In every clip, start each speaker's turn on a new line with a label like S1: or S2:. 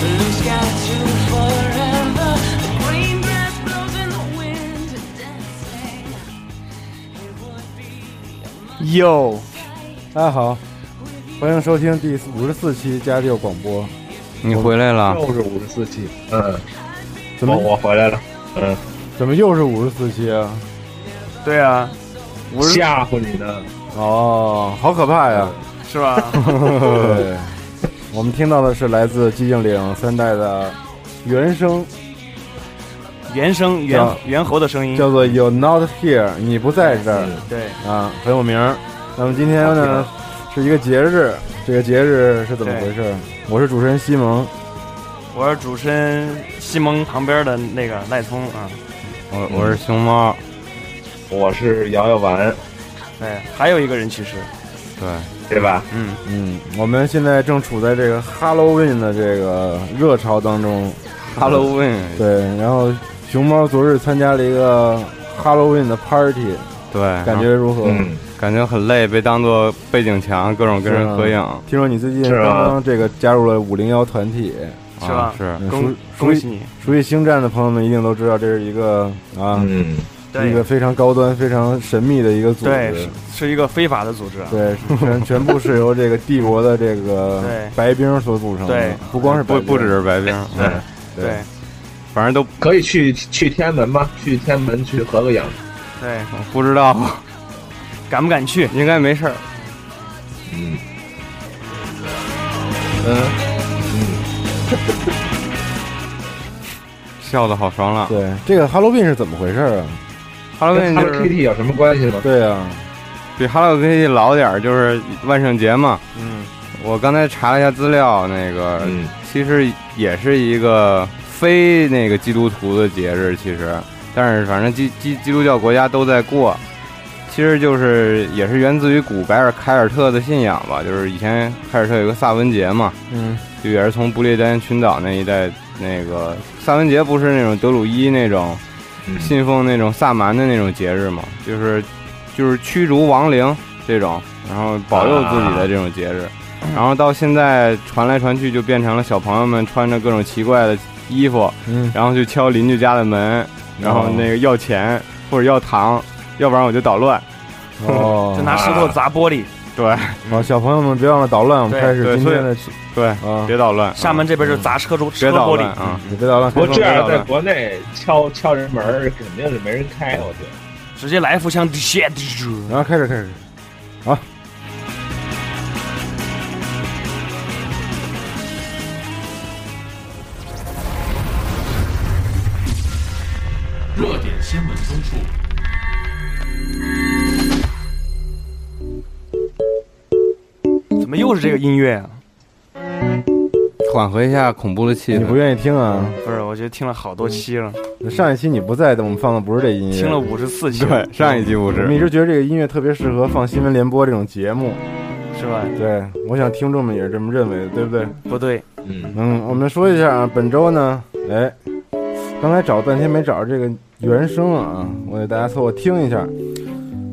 S1: Blue sky to forever. The green grass blows in the wind, dancing. It would be a
S2: 哟，大家好，欢迎收听第五十四期加六广播。
S3: 你回来了，
S4: 又是五十四期，嗯，
S2: 怎么、
S4: 我我回来了，嗯，
S2: 怎么又是五十四期啊？
S5: 对啊，五十
S4: 吓唬你呢，
S2: 哦，好可怕 呀！
S5: 是 吧？
S2: 对，我们听到的是来自寂静岭三代的原声，
S5: 原声
S2: 这样
S5: 猿猿猴的声
S3: 嗯
S5: 音，
S2: 叫做《You're Not Here》，你不在这儿。
S5: 对，
S2: 啊，很有名儿。那么今天呢，是一个节日，这个节日是怎么回事？我是主持人西蒙，
S5: 我是主持人西蒙旁边的那个赖聪啊，
S3: 我我是熊猫，
S4: 我是瑶瑶丸，
S5: 对，还有一个人去世，
S3: 对，
S4: 对吧？
S5: 嗯，
S2: 嗯，我们现在正处在这个 Halloween 的这个热潮当中，
S3: 哈喽问，
S2: 对。然后熊猫昨日参加了一个 Halloween 的 party，
S3: 对，
S2: 感觉如何？
S4: 嗯，
S3: 感觉很累，被当做背景墙，各种跟
S2: 啊
S3: 人合影，
S2: 听说你最近
S4: 是
S2: 刚
S4: 啊
S2: 刚这个加入了五零幺团体，
S5: 是吧
S3: 啊是
S2: 嗯
S5: 恭
S2: 熟
S5: 恭
S2: 熟
S5: 喜
S2: 悉
S5: 你，
S2: 熟悉星战的朋友们一定都知道，这是一个啊，
S4: 嗯，
S2: 一
S5: 对
S2: 个非常高端、非常神秘的一个组织。
S5: 对，是是一个非法的组织啊，
S2: 对，全 全部是由这个帝国的这个
S5: 对
S2: 白兵所组成的，
S5: 对
S2: 不光是白
S3: 不
S2: 兵
S3: 不只是白 冰，
S4: 对
S3: 嗯，
S5: 对
S3: 反正都
S4: 可以去去天安门吗？去天安门去合个影，
S5: 对，
S3: 不知道，
S5: 敢不敢去？
S3: 应该没事儿，
S4: 嗯，嗯，
S3: 嗯 笑的好爽朗。
S2: 对这个 Halloween 是怎么回事啊？
S3: 哈喽
S4: 跟
S3: 问就
S4: Hello
S3: 是
S4: Kitty 有什么关系吗？
S2: 对啊，
S3: 比哈喽 Kitty 老点儿，就是万圣节嘛。
S2: 嗯，
S3: 我刚才查了一下资料，那个、
S4: 嗯，
S3: 其实也是一个非那个基督徒的节日，其实，但是反正基基基督教国家都在过，其实就是也是源自于古凯尔凯尔特的信仰吧，就是以前凯尔特有个萨文节嘛，
S2: 嗯，
S3: 就也是从不列颠群岛那一带那个萨文节不是那种德鲁伊那种
S4: 嗯
S3: 信奉那种萨满的那种节日嘛，就是就是驱逐亡灵这种，然后保佑自
S5: 啊
S3: 己的这种节日，然后到现在传来传去就变成了小朋友们穿着各种奇怪的衣服，
S2: 嗯
S3: 然后去敲邻居家的门，然后
S5: 哦
S3: 那个要钱或者要糖，要不然我就捣乱。
S2: 哦
S5: 就，拿石头砸玻
S2: 啊
S5: 璃，
S3: 对
S2: 好，小朋友们别忘了捣乱，我们
S5: 对
S2: 开始
S3: 对
S2: 今天的
S3: 对，
S2: 啊，
S3: 别捣乱，
S5: 厦门这边就砸车头
S3: 别
S5: 车哦
S3: 捣
S5: 玻
S3: 乱
S5: 璃，嗯
S3: 啊！
S2: 你别捣乱，
S4: 不过
S2: 开
S4: 这
S2: 放
S4: 样在
S2: 别捣乱
S4: 国内敲敲人门儿肯定是没人开，我觉得。
S5: 直接来一副枪，shit，咻
S2: 然后开始开始，
S6: 热点新闻综述。
S5: 怎么又是这个音乐啊？
S3: 缓和一下恐怖的气
S2: 你不
S3: 氛。
S2: 愿意听啊？
S5: 不是，我觉得听了好多期了，
S2: 上一期你不在，但我们放的不是这音乐，
S5: 听了五十四期，
S3: 对，上一集不
S2: 我们
S5: 嗯
S2: 一
S3: 是，
S2: 直觉得这个音乐特别适合放新闻联播这种节目，
S5: 是吧？
S2: 对，我想听众们也是这么认为的，对不对？
S5: 不对，
S4: 嗯，
S2: 嗯，我们说一下啊，本周呢，哎，刚才找了半天没找着这个原声啊，我给大家凑合听一下。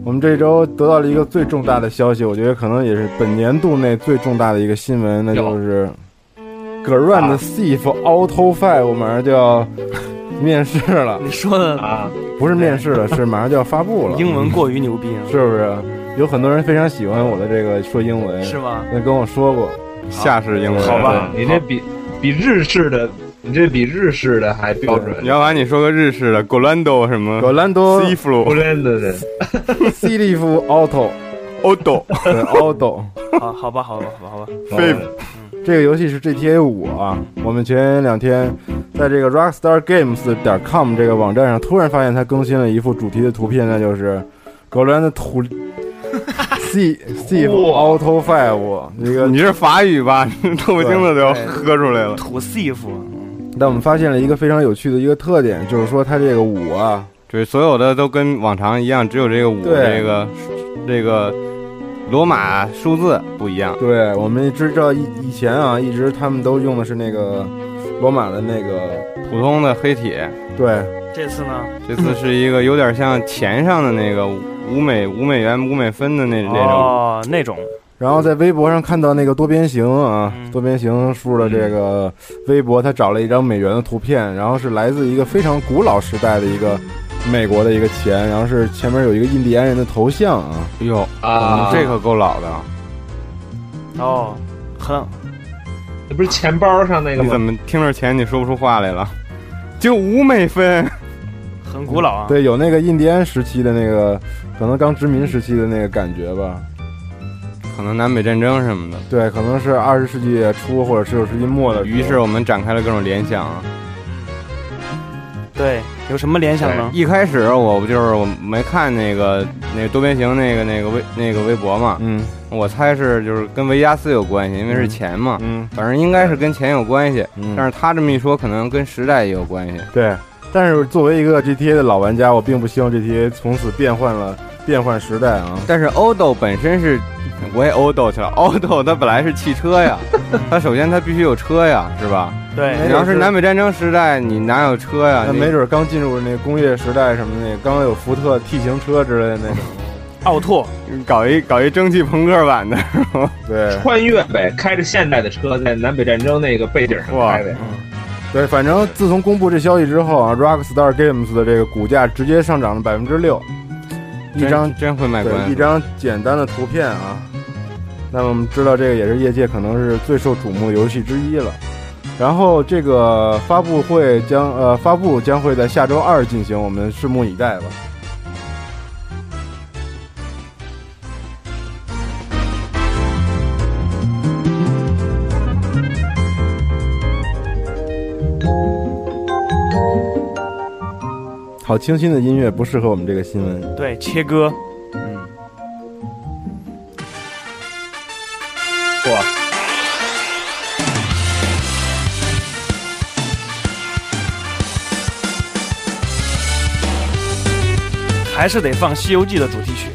S2: 我们这周得到了一个最重大的消息，我觉得可能也是本年度内最重大的一个新闻，那就是葛润
S5: 啊
S2: 的 Thief Auto Five，我马上就要面试了，
S5: 你说的
S4: 啊，
S2: 不是面试了，是马上就要发布了，
S5: 哎英文过于牛逼啊，
S2: 是不是？有很多人非常喜欢我的这个说英文，
S5: 是吗？
S2: 那跟我说过，
S4: 啊
S3: 下世英文
S5: 好吧
S4: 对你这比比日式的你这比日式的还标准
S3: 你，要把你说个日式的 g o l a n d o 什么
S2: Orlando
S3: c i f l
S4: 不
S3: o
S4: 真的呢。
S2: C 利夫 Auto
S3: o d o
S2: 对 Auto
S5: 好，好吧，好吧，好吧，好吧。
S3: 对
S2: 这个游戏是 GTA 五啊。我们前两天在这个 Rockstar Games 点 com 这个网站上突然发现它更新了一幅主题的图片，那就是狗兰的土 C C Auto Five 一个
S3: 你这法语吧， 豆腐精子都要喝出来了。
S5: 土啊 C 服，
S2: 但我们发现了一个非常有趣的一个特点，就是说它这个五啊，
S3: 对，所有的都跟往常一样，只有这个五
S2: 对
S3: 这个这个罗马数字不一样。
S2: 对我们知道以以前啊，一直他们都用的是那个罗马的那个，
S3: 普通的黑铁，
S2: 对
S5: 这次呢？
S3: 这次是一个有点像钱上的那个五美五美元五美分的那那种。
S5: 哦，那种
S2: 然后在微博上看到那个多边形啊，
S5: 嗯
S2: 多边形输入了这个微博，他找了一张美元的图片，然后是来自一个非常古老时代的一个美国的一个钱，然后是前面有一个印第安人的头像啊，
S3: 哟
S4: 啊
S3: 嗯这可够老的！
S5: 哦，很
S4: 那不是钱包上那个
S3: 你怎
S4: 吗？
S3: 么听着钱你说不出话来了？就五美分，
S5: 很古老啊。
S2: 对，有那个印第安时期的那个，可能刚殖民时期的那个感觉吧，
S3: 可能南北战争什么的。
S2: 对，可能是二十世纪初或者十九世纪末的时候，
S3: 于是我们展开了各种联想啊。
S5: 对，有什么联想呢？
S3: 一开始我不就是我没看那个那多边形那个那个微那个微博嘛，
S2: 嗯
S3: 我猜是就是跟维加斯有关系，因为是钱嘛，
S2: 嗯
S3: 反正应该是跟钱有关系。
S2: 嗯，
S3: 但是他这么一说，可能跟时代也有关系。
S2: 对，但是作为一个 GTA 的老玩家，我并不希望 GTA 从此变换了变换时代啊。
S3: 但是欧斗本身是，我也欧斗去了。欧斗它本来是汽车 呀，它首先它必须有车呀，是吧？
S2: 没
S5: 对，
S3: 你
S2: 准
S3: 要是
S2: 是
S3: 南北战争时代，你哪有车呀？
S2: 那
S3: 你
S2: 没准刚进入那工业时代什么的，刚有福特 T 型车之类的那种。
S5: 奥拓，
S3: 搞一搞一蒸汽朋克版的，
S2: 对
S4: 穿越呗，开着现代的车在南北战争那个背景上开呗。
S2: 对，反正自从公布这消息之后啊，Rockstar Games 的这个股价直接上涨了百分之六， 一
S3: 真
S2: 张
S3: 真会卖关
S2: 对
S3: 子
S2: 一。张简单的图片啊。那么我们知道这个也是业界可能是最受瞩目的游戏之一了。然后这个发布会将呃发布将会在下周二进行，我们拭目以待吧。好清新的音乐不适合我们这个新闻。
S5: 对，切割，还是得放《西游记》的主题曲。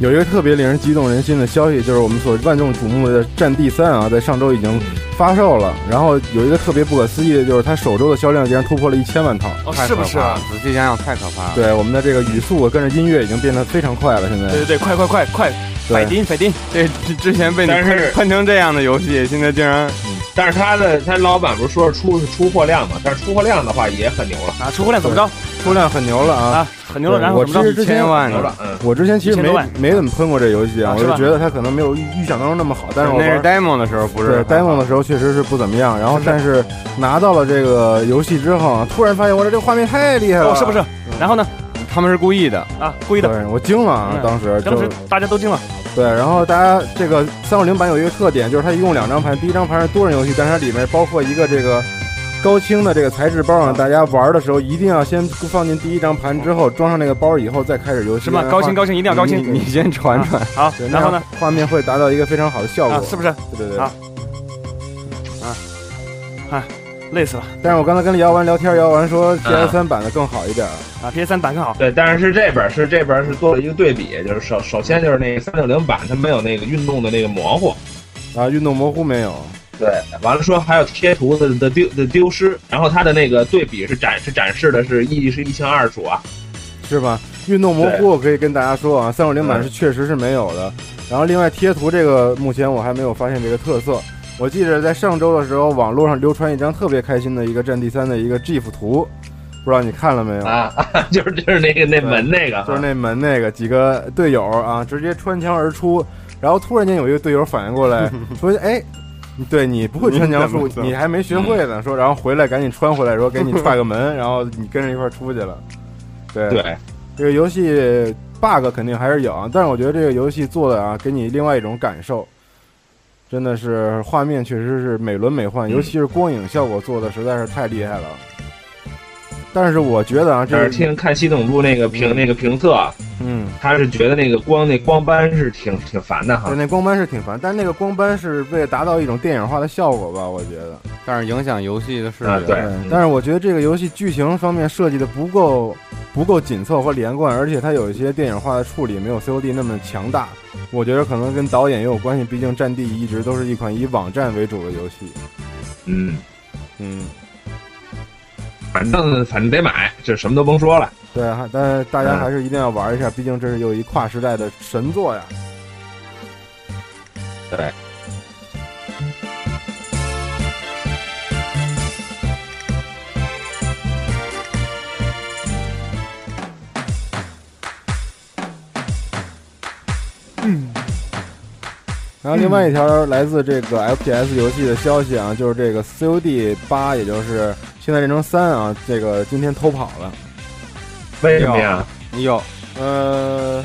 S2: 有一个特别令人激动人心的消息，就是我们所万众瞩目的《战地三》啊，在上周已经发售了。然后有一个特别不可思议的，就是它首周的销量竟然突破了一千万套。
S5: 哦，
S3: 太
S5: 是不
S3: 可
S5: 是
S3: 怕？
S2: 啊
S3: 了仔细想想，太可怕了。
S2: 对，我们的这个语速跟着音乐已经变得非常快了。现在
S5: 对对对，快快快快，
S2: 对
S5: 百丁百丁，
S3: 这这之前被你
S4: 但
S3: 喷
S4: 是
S3: 喷成这样的游戏，现在竟然
S4: 但是他的他老板不是说是出出货量嘛？但是出货量的话也很牛了，
S5: 啊，出货量怎么着
S2: 出量很牛了啊！
S5: 啊？很牛了，
S2: 对
S5: 然后
S2: 我
S5: 怎么着
S2: 之
S3: 一
S2: 前
S3: 千万
S4: 牛
S3: 呢，
S4: 了，嗯。
S2: 我之前其实
S5: 1000
S2: 没
S5: 多万
S2: 没怎么喷过这游戏啊，
S5: 啊
S2: 我
S5: 是
S2: 就
S5: 吧
S2: 觉得它可能没有预预想当中那么好，但是我
S3: 那
S2: 玩
S3: 是 demo 的时候不
S2: 对
S3: 是
S2: demo 的时候确实是不怎么样。然后但是拿到了这个游戏之后啊，突然发现我这这画面太厉害了，
S5: 哦，是不是？
S2: 嗯
S5: 然后呢？
S3: 他们是故意的。
S5: 啊，故意的，
S2: 对，我惊了啊！
S5: 嗯
S2: 当时
S5: 当
S2: 就
S5: 时大家都惊了。
S2: 对，然后大家这个三六零版有一个特点，就是它一共两张盘，第一张盘是多人游戏，但是它里面包括一个这个高清的这个材质包，让大家玩的时候一定要先放进第一张盘，之后装上那个包以后再开始游戏。
S5: 什么高清
S2: 高
S5: 高清一定要高清
S3: 你先传传。
S5: 好，然后呢？？
S2: 嗯啊对那样画面会达到一个非常好的效果，
S5: 啊，是不是
S2: 对对对。
S5: 啊累死了
S2: 但是我刚才跟姚完聊天，姚完说 PS 三版的更好一点，
S5: 啊？PS 三版更好，
S4: 对，但是是这边是这边是做了一个对比，就是首首先就是那个三六零版它没有那个运动的那个模糊，
S2: 啊，运动模糊没有，
S4: 对，完了说还有贴图的的丢的丢失，然后它的那个对比是展是展示的是一是一清二楚啊，
S2: 是吧？运动模糊我可以跟大家说啊，三六零版是确实是没有的。然后另外贴图这个，目前我还没有发现这个特色。我记着在上周的时候，网络上流传一张特别开心的一个《战地三》的一个 GIF 图，不知道你看了没有？
S4: 啊， 就是就是那个那门那个啊，
S2: 就是那门那个几个 队友啊，直接穿墙而出，然后突然间有一个队友反应过来，说：“哎，对你不会穿墙
S7: 你
S2: 术
S7: 怎么，走
S2: 你还嗯没学会呢。说，然后回来赶紧穿回来，说给 你踹个门，然后你跟着一块儿出去了。对，
S4: 对，
S2: 这个游戏 bug 肯定还是有，啊，但是我觉得这个游戏做的啊，给你另外一种感受，真的是画面确实是美轮美奂，尤其是光影效果做的实在是太厉害了。但是我觉得啊，
S4: 但是
S2: 这
S4: 听看系统部那个评那个评测啊，
S2: 嗯，
S4: 他是觉得那个光那光斑是挺挺烦的
S2: 对
S4: 哈。
S2: 那光斑是挺烦，但那个光斑是为了达到一种电影化的效果吧，我觉得。
S3: 但是影响游戏的视
S4: 啊
S3: 觉。
S4: 对
S2: 对
S4: 嗯，
S2: 但是我觉得这个游戏剧情方面设计的不够不够紧凑和连贯，而且它有一些电影化的处理没有 COD 那么强大。我觉得可能跟导演也有关系，毕竟《战地》一直都是一款以网站为主的游戏。
S4: 嗯，
S2: 嗯，
S4: 反正反正得买，这什么都甭说了。
S2: 对，还但是大家
S4: 嗯
S2: 还是一定要玩一下，毕竟这是又一跨时代的神作呀。
S4: 对。
S2: 嗯然后另外一条来自这个 FPS 游戏的消息啊，就是这个 COD 八，也就是现在这成三啊，这个今天偷跑了。哎
S4: 为什么
S3: 哎
S4: 呀？
S2: 有，呃，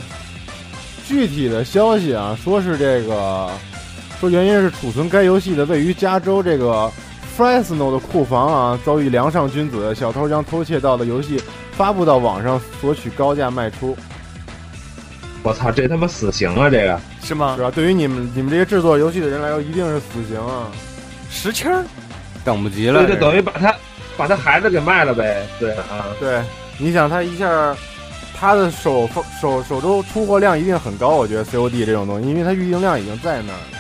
S2: 具体的消息啊，说是这个，说原因是储存该游戏的位于加州这个 Fresno 的库房啊，遭遇梁上君子，小偷将偷窃到的游戏发布到网上，索取高价卖出，
S4: 我操，这他妈死刑啊！这个
S5: 是吗
S2: 是？吧？对于你们你们这些制作游戏的人来说，一定是死刑啊！
S5: 石青儿，
S3: 等不及了
S4: 对，，就等于把他把他孩子给卖了呗。对啊，
S2: 对，你想他一下，他的首首首周出货量一定很高，我觉得 COD 这种东西，因为它预定量已经在那儿了，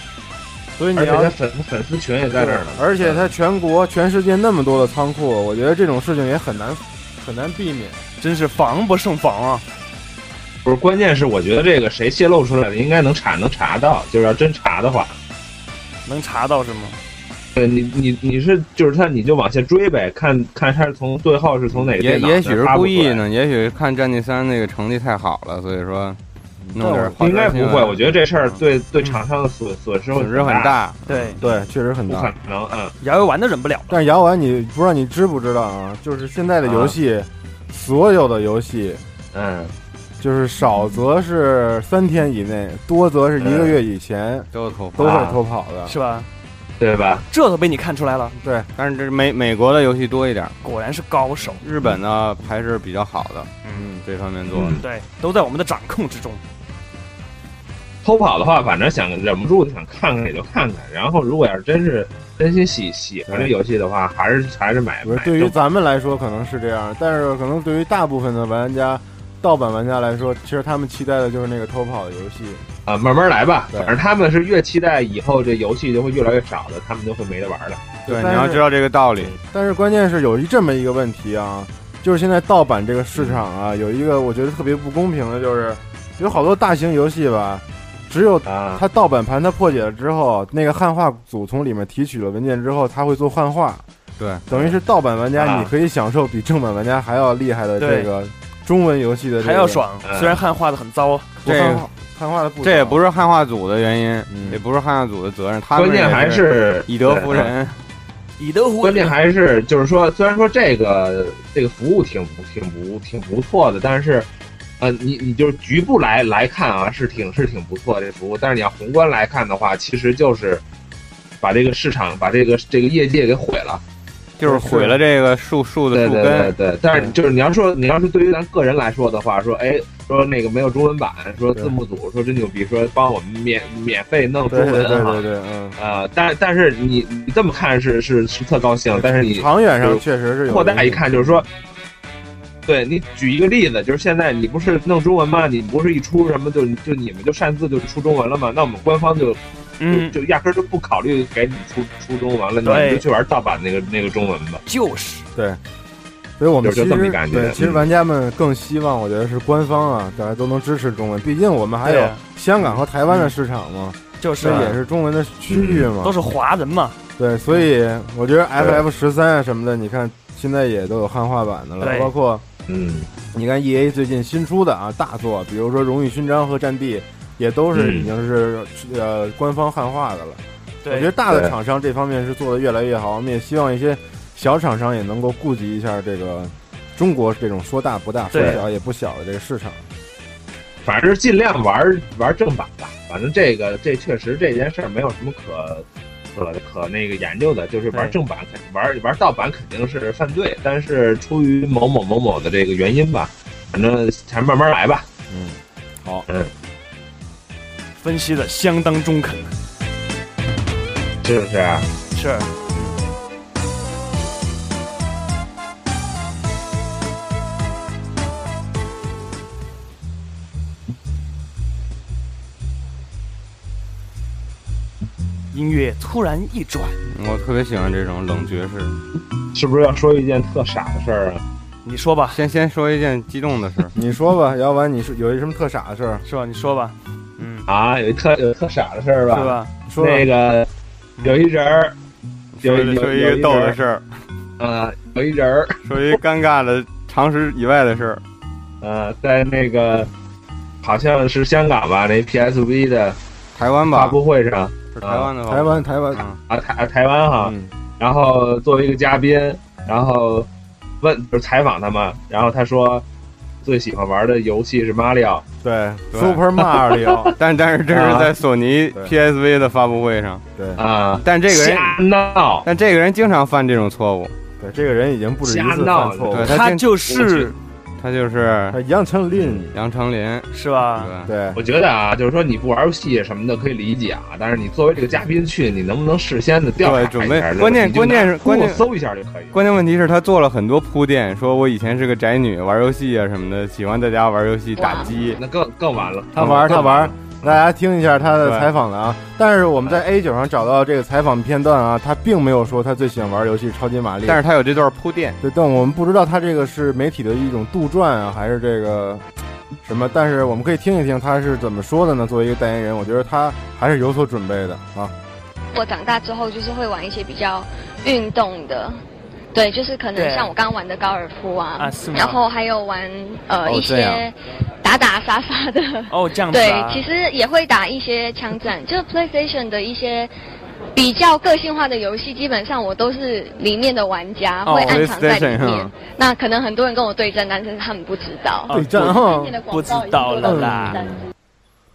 S2: 所以你
S4: 而且
S2: 要
S4: 他粉粉丝群也在这儿呢。
S2: 而且它全国、全世界那么多的仓库，我觉得这种事情也很难很难避免。
S5: 真是防不胜防啊！
S4: 不是，关键是我觉得这个谁泄露出来的，应该能查能查到。就是要真查的话，
S5: 能查到是吗？
S4: 对你你你是就是他，你就往下追呗，看看他是从最后是从哪个
S3: 也
S4: 电脑
S3: 也许是
S4: 发布
S3: 故
S4: 出来
S3: 意，呢，也许看《战地三》那个成绩太好了，所以说弄点好
S4: 应该
S3: 消息
S4: 不会。我觉得这事儿
S5: 嗯
S4: 对对厂商的损损失会
S3: 损失很
S4: 大，
S3: 大，啊
S5: 对，
S2: 对，确实很
S4: 不可。能。嗯，
S5: 嗯摇游玩都忍不了了。
S2: 但是摇丸，你不知道你知不知道啊？就是现在的游戏，
S4: 啊
S2: 所有的游戏，
S4: 嗯，
S2: 就是少则是三天以内，多则是一个月以前，
S4: 哎
S3: 都有头
S2: 都
S3: 发。
S4: 啊
S2: 会偷跑的。
S5: 是吧？
S4: 对吧？
S5: 这都被你看出来了，
S3: 但是这美美国的游戏多一点，
S5: 果然是高手。
S3: 日本呢还是比较好的，嗯，这方面做的。
S5: 对，都在我们的掌控之中。
S4: 偷跑的话，反正想忍不住想看看也就看看。然后如果要是真是真心喜喜欢这游戏的话，还是还是买
S2: 不是
S4: 买。
S2: 对于
S4: 就
S2: 咱们来说可能是这样，但是可能对于大部分的玩家、盗版玩家来说，其实他们期待的就是那个偷跑的游戏。
S4: 啊，慢慢来吧。
S2: 对
S4: 反正他们是越期待以后这游戏就会越来越少的，他们就会没得玩了。
S3: 对，
S2: 但
S3: 你要
S2: 是
S3: 知道这个道理。
S2: 但是关键是有一这么一个问题啊，就是现在盗版这个市场啊，有一个我觉得特别不公平的，就是有好多大型游戏吧，只有
S4: 啊，
S2: 它盗版盘它破解了之后，那个汉化组从里面提取了文件之后，它会做汉化，
S3: 对，
S2: 等于是盗版玩家
S4: 啊
S2: 你可以享受比正版玩家还要厉害的
S5: 对
S2: 这个中文游戏的这
S5: 还
S2: 个
S5: 要爽，
S4: 嗯
S5: 虽然汉化的很糟啊，
S2: 不
S3: 这
S2: 汉
S3: 个
S2: 化汉化的不
S3: 这也
S2: 少
S3: 不是汉化组的原因，
S2: 嗯
S3: 也不是汉化组的责任，他们
S4: 关键还
S3: 也
S4: 是
S3: 以德服。
S4: 对
S3: 人。
S5: 以德服
S4: 关键
S5: 人。
S4: 还是就是说，虽然说这个这个服务挺不挺不挺不错的，但是，呃，你你就是局部来来看啊，是挺是挺不错的这服务，但是你要宏观来看的话，其实就是把这个市场把这个这个业界给毁了。
S3: 就是毁了这个树树的
S4: 对
S3: 树
S4: 对对
S3: 根。
S4: 对，但是就是你要说你要是对于咱个人来说的话，说哎说那个没有中文版，说字幕组说真牛逼，说帮我们免免费弄中
S2: 对对
S4: 文
S2: 对
S4: 啊
S2: 对，对，嗯。
S4: 呃，但但是你你这么看是是是特高兴，但是你
S2: 长远上确实是有
S4: 扩大
S2: 影
S4: 一
S2: 响
S4: 看，就是说，对你举一个例子，就是现在你不是弄中文吗？你不是一出什么就就你们就擅自就出中文了吗？那我们官方就就
S5: 嗯，
S4: 就压根儿就不考虑给你出出中文了，你
S5: 对
S4: 们就去玩盗版那个那个中文吧。
S5: 就是
S2: 所以我们
S4: 就是
S2: 其
S4: 这么
S2: 实
S4: 一感觉
S2: 对，其实
S4: 嗯
S2: 玩家们更希望，我觉得是官方啊，大家都能支持中文，毕竟我们还
S5: 对
S2: 有
S5: 啊
S2: 香港和台湾的市场嘛，
S5: 就是
S2: 这
S5: 啊，嗯
S2: 也是中文的区域嘛
S5: 都，是华人嘛。
S2: 对，所以我觉得 FF 十三啊什么的，你看现在也都有汉化版的了，
S5: 对
S2: 包括
S4: 嗯，
S2: 你看 EA 最近新出的啊大作，比如说《荣誉勋章》和《战地》，也都是
S4: 嗯
S2: 已经是呃官方汉化的了。我觉得
S5: 对，
S2: 大的
S4: 对
S2: 厂商这方面是做的越来越好，我们也希望一些小厂商也能够顾及一下这个中国这种说大不大、说
S5: 对
S2: 小也不小的这个市场。
S4: 反正尽量玩玩正版吧。反正这个这确实这件事儿没有什么可可可那个研究的，就是玩
S5: 对
S4: 正版肯玩玩盗版肯定是犯罪，但是出于某某某某的这个原因吧，反正还是慢慢来吧。
S2: 嗯，好，，
S5: 分析的相当中肯，
S4: 是不是？啊
S5: 是音乐突然一转，
S3: 我特别喜欢这种冷爵士。
S4: 是不是要说一件特傻的事儿啊？
S5: 你说吧，
S3: 先先说一件激动的事儿
S2: 你说吧，姚文，你是有一什么特傻的事儿？
S5: 是吧？你说吧，嗯，
S4: 啊，有一特有一特傻的事儿
S5: 是
S4: 吧？
S5: 吧？
S2: 说吧
S4: 那个有一人儿，有
S3: 说
S4: 一
S3: 一
S4: 有
S3: 说
S4: 一
S3: 一
S4: 有
S3: 个
S4: 一
S3: 逗
S4: 人
S3: 的
S4: 儿，
S3: 事儿，
S4: 呃，有一人儿，
S3: 说一尴尬的常识以外的事儿。
S4: 呃，在那个好像是香港吧，那 PSV 的
S3: 台湾
S4: 发
S3: 吧，
S4: 布会上
S3: 是台湾的吧？
S2: 台湾，台湾，
S3: 嗯，
S4: 啊，台啊台湾哈，
S2: 嗯，
S4: 然后作为一个嘉宾，然后问就是采访他嘛，然后他说最喜欢玩的游戏是马里奥，
S2: 对
S3: 对
S2: ，Super Mario，
S3: 但但是这是
S4: 啊
S3: 在索尼
S2: 对
S3: PSV 的发布会上，
S2: 对
S4: 啊，
S3: 但这个人，
S4: 瞎闹，
S3: 但这个人经常犯这种错误，
S2: 对，这个人已经不止一
S4: 瞎
S2: 次
S4: 闹
S2: 犯错误
S3: 对，他
S5: 他
S3: 经
S5: 就是
S3: 他就是
S2: 他杨丞琳，
S3: 杨丞琳，
S5: 是吧？
S3: 对，
S2: 对
S4: 我觉得啊，就是说你不玩游戏什么的可以理解啊，但是你作为这个嘉宾去，你能不能事先的调查
S3: 对
S4: 一下？
S3: 准备
S4: 就是
S3: 关键
S4: 你就拿
S3: 关键是
S4: Google
S3: 关键
S4: 搜一下就可以。
S3: 关键问题是，他做了很多铺垫，说我以前是个宅女，玩游戏啊什么的，喜欢在家玩游戏、打机。
S4: 那更更完了。嗯
S2: 他玩，
S4: 更
S2: 他玩。大家听一下他的
S3: 对
S2: 采访的啊，但是我们在 A 九上找到这个采访片段啊，他并没有说他最喜欢玩游戏《超级玛丽》，
S3: 但是他有这段铺垫，
S2: 对，但我们不知道他这个是媒体的一种杜撰啊，还是这个什么？但是我们可以听一听他是怎么说的呢？作为一个代言人，我觉得他还是有所准备的啊。
S7: 我长大之后就是会玩一些比较运动的，对，就是可能
S5: 对
S7: 像我刚玩的高尔夫啊，
S5: 啊是吗
S7: 然后还有玩呃、
S3: 哦
S7: 一
S3: 这样
S7: 些打打杀杀的，
S5: 哦，这样子
S7: 对
S5: 啊，，
S7: 其实也会打一些枪战，就是 PlayStation 的一些。比较个性化的游戏，基本上我都是里面的玩家，
S5: 哦
S7: 会暗藏在里
S3: PlayStation
S7: 面
S3: 啊。
S7: 那可能很多人跟我对战，但是他们不知道。
S5: 哦
S2: 对战哈，
S7: 不
S5: 知道了啦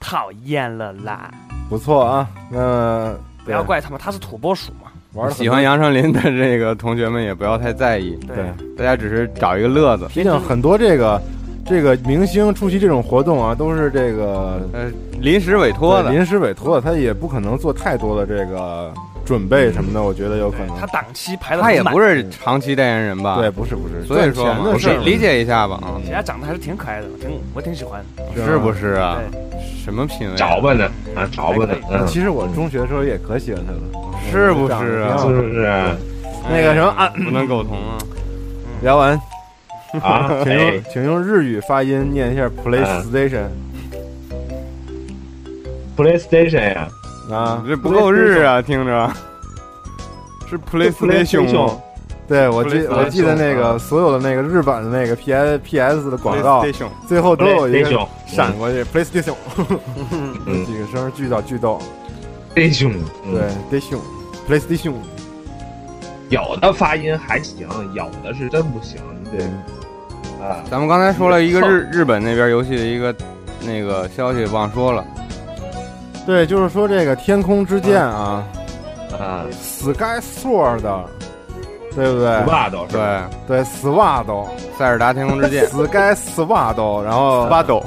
S5: 讨厌了啦！
S2: 不错啊。那
S5: 不要怪他们，他是土拨鼠嘛。
S2: 对玩得很
S3: 喜欢杨丞琳的这个同学们也不要太在意，
S2: 对，
S3: 大家只是找一个乐子。
S2: 毕竟很多这个这个明星出席这种活动啊，都是这个
S3: 呃，临时委托
S2: 对
S3: 的，
S2: 临时委托的，他也不可能做太多的这个准备什么的，我觉得有可
S5: 对
S2: 能。
S5: 他档期排的
S3: 他也不
S5: 是，
S3: 是长期代言人吧？
S2: 对，，不是不是，
S3: 所以说
S2: 赚钱
S3: 嘛
S2: 的事儿嘛
S3: 理理解一下吧啊，
S5: 人家长得还是挺可爱的，挺我挺喜欢。
S2: 是啊
S3: 是不是啊？
S5: 对，
S3: 什么品味？
S4: 找吧呢，啊，找吧呢，嗯，
S2: 其实我中学的时候也可喜欢他了，
S3: 是不
S2: 长
S3: 是
S2: 得挺
S3: 啊
S2: 好
S4: 是？不是啊？
S2: 那个什么啊
S3: 哎不能苟同啊。
S2: 聊完
S4: 啊，
S2: 请
S4: 哎
S2: 用请用日语发音念一
S3: 嗯
S2: 下 PlayStation
S4: ，PlayStation 呀，
S2: 啊，
S3: 这不够日啊，听着。是 PlayStation 吗
S2: 对我记
S3: PlayStation
S2: 我记得那个所有的那个日版的那个 P S P S 的广告，
S3: PlayStation
S2: 最后都哦有一个
S4: PlayStation
S2: 闪过去 PlayStation，
S4: 嗯
S2: 几个声儿巨早巨逗，
S4: ，PlayStation，
S2: 对
S4: 嗯，
S2: ，Station PlayStation，
S4: 有的发音还行，有的是真不行，
S2: 对，
S4: 对啊，
S3: 咱们刚才说了一个日日本那边游戏的一个那个消息，忘说了。
S2: 对，就是说这个天空之剑啊
S4: 啊，
S2: 哎，Sky Sword，对不
S4: 不
S2: 对？
S4: 霸道是
S3: 对，
S4: 吧？
S2: 对，Sword。
S3: 塞尔达天空之剑
S2: Sky Sword，然后
S3: Sword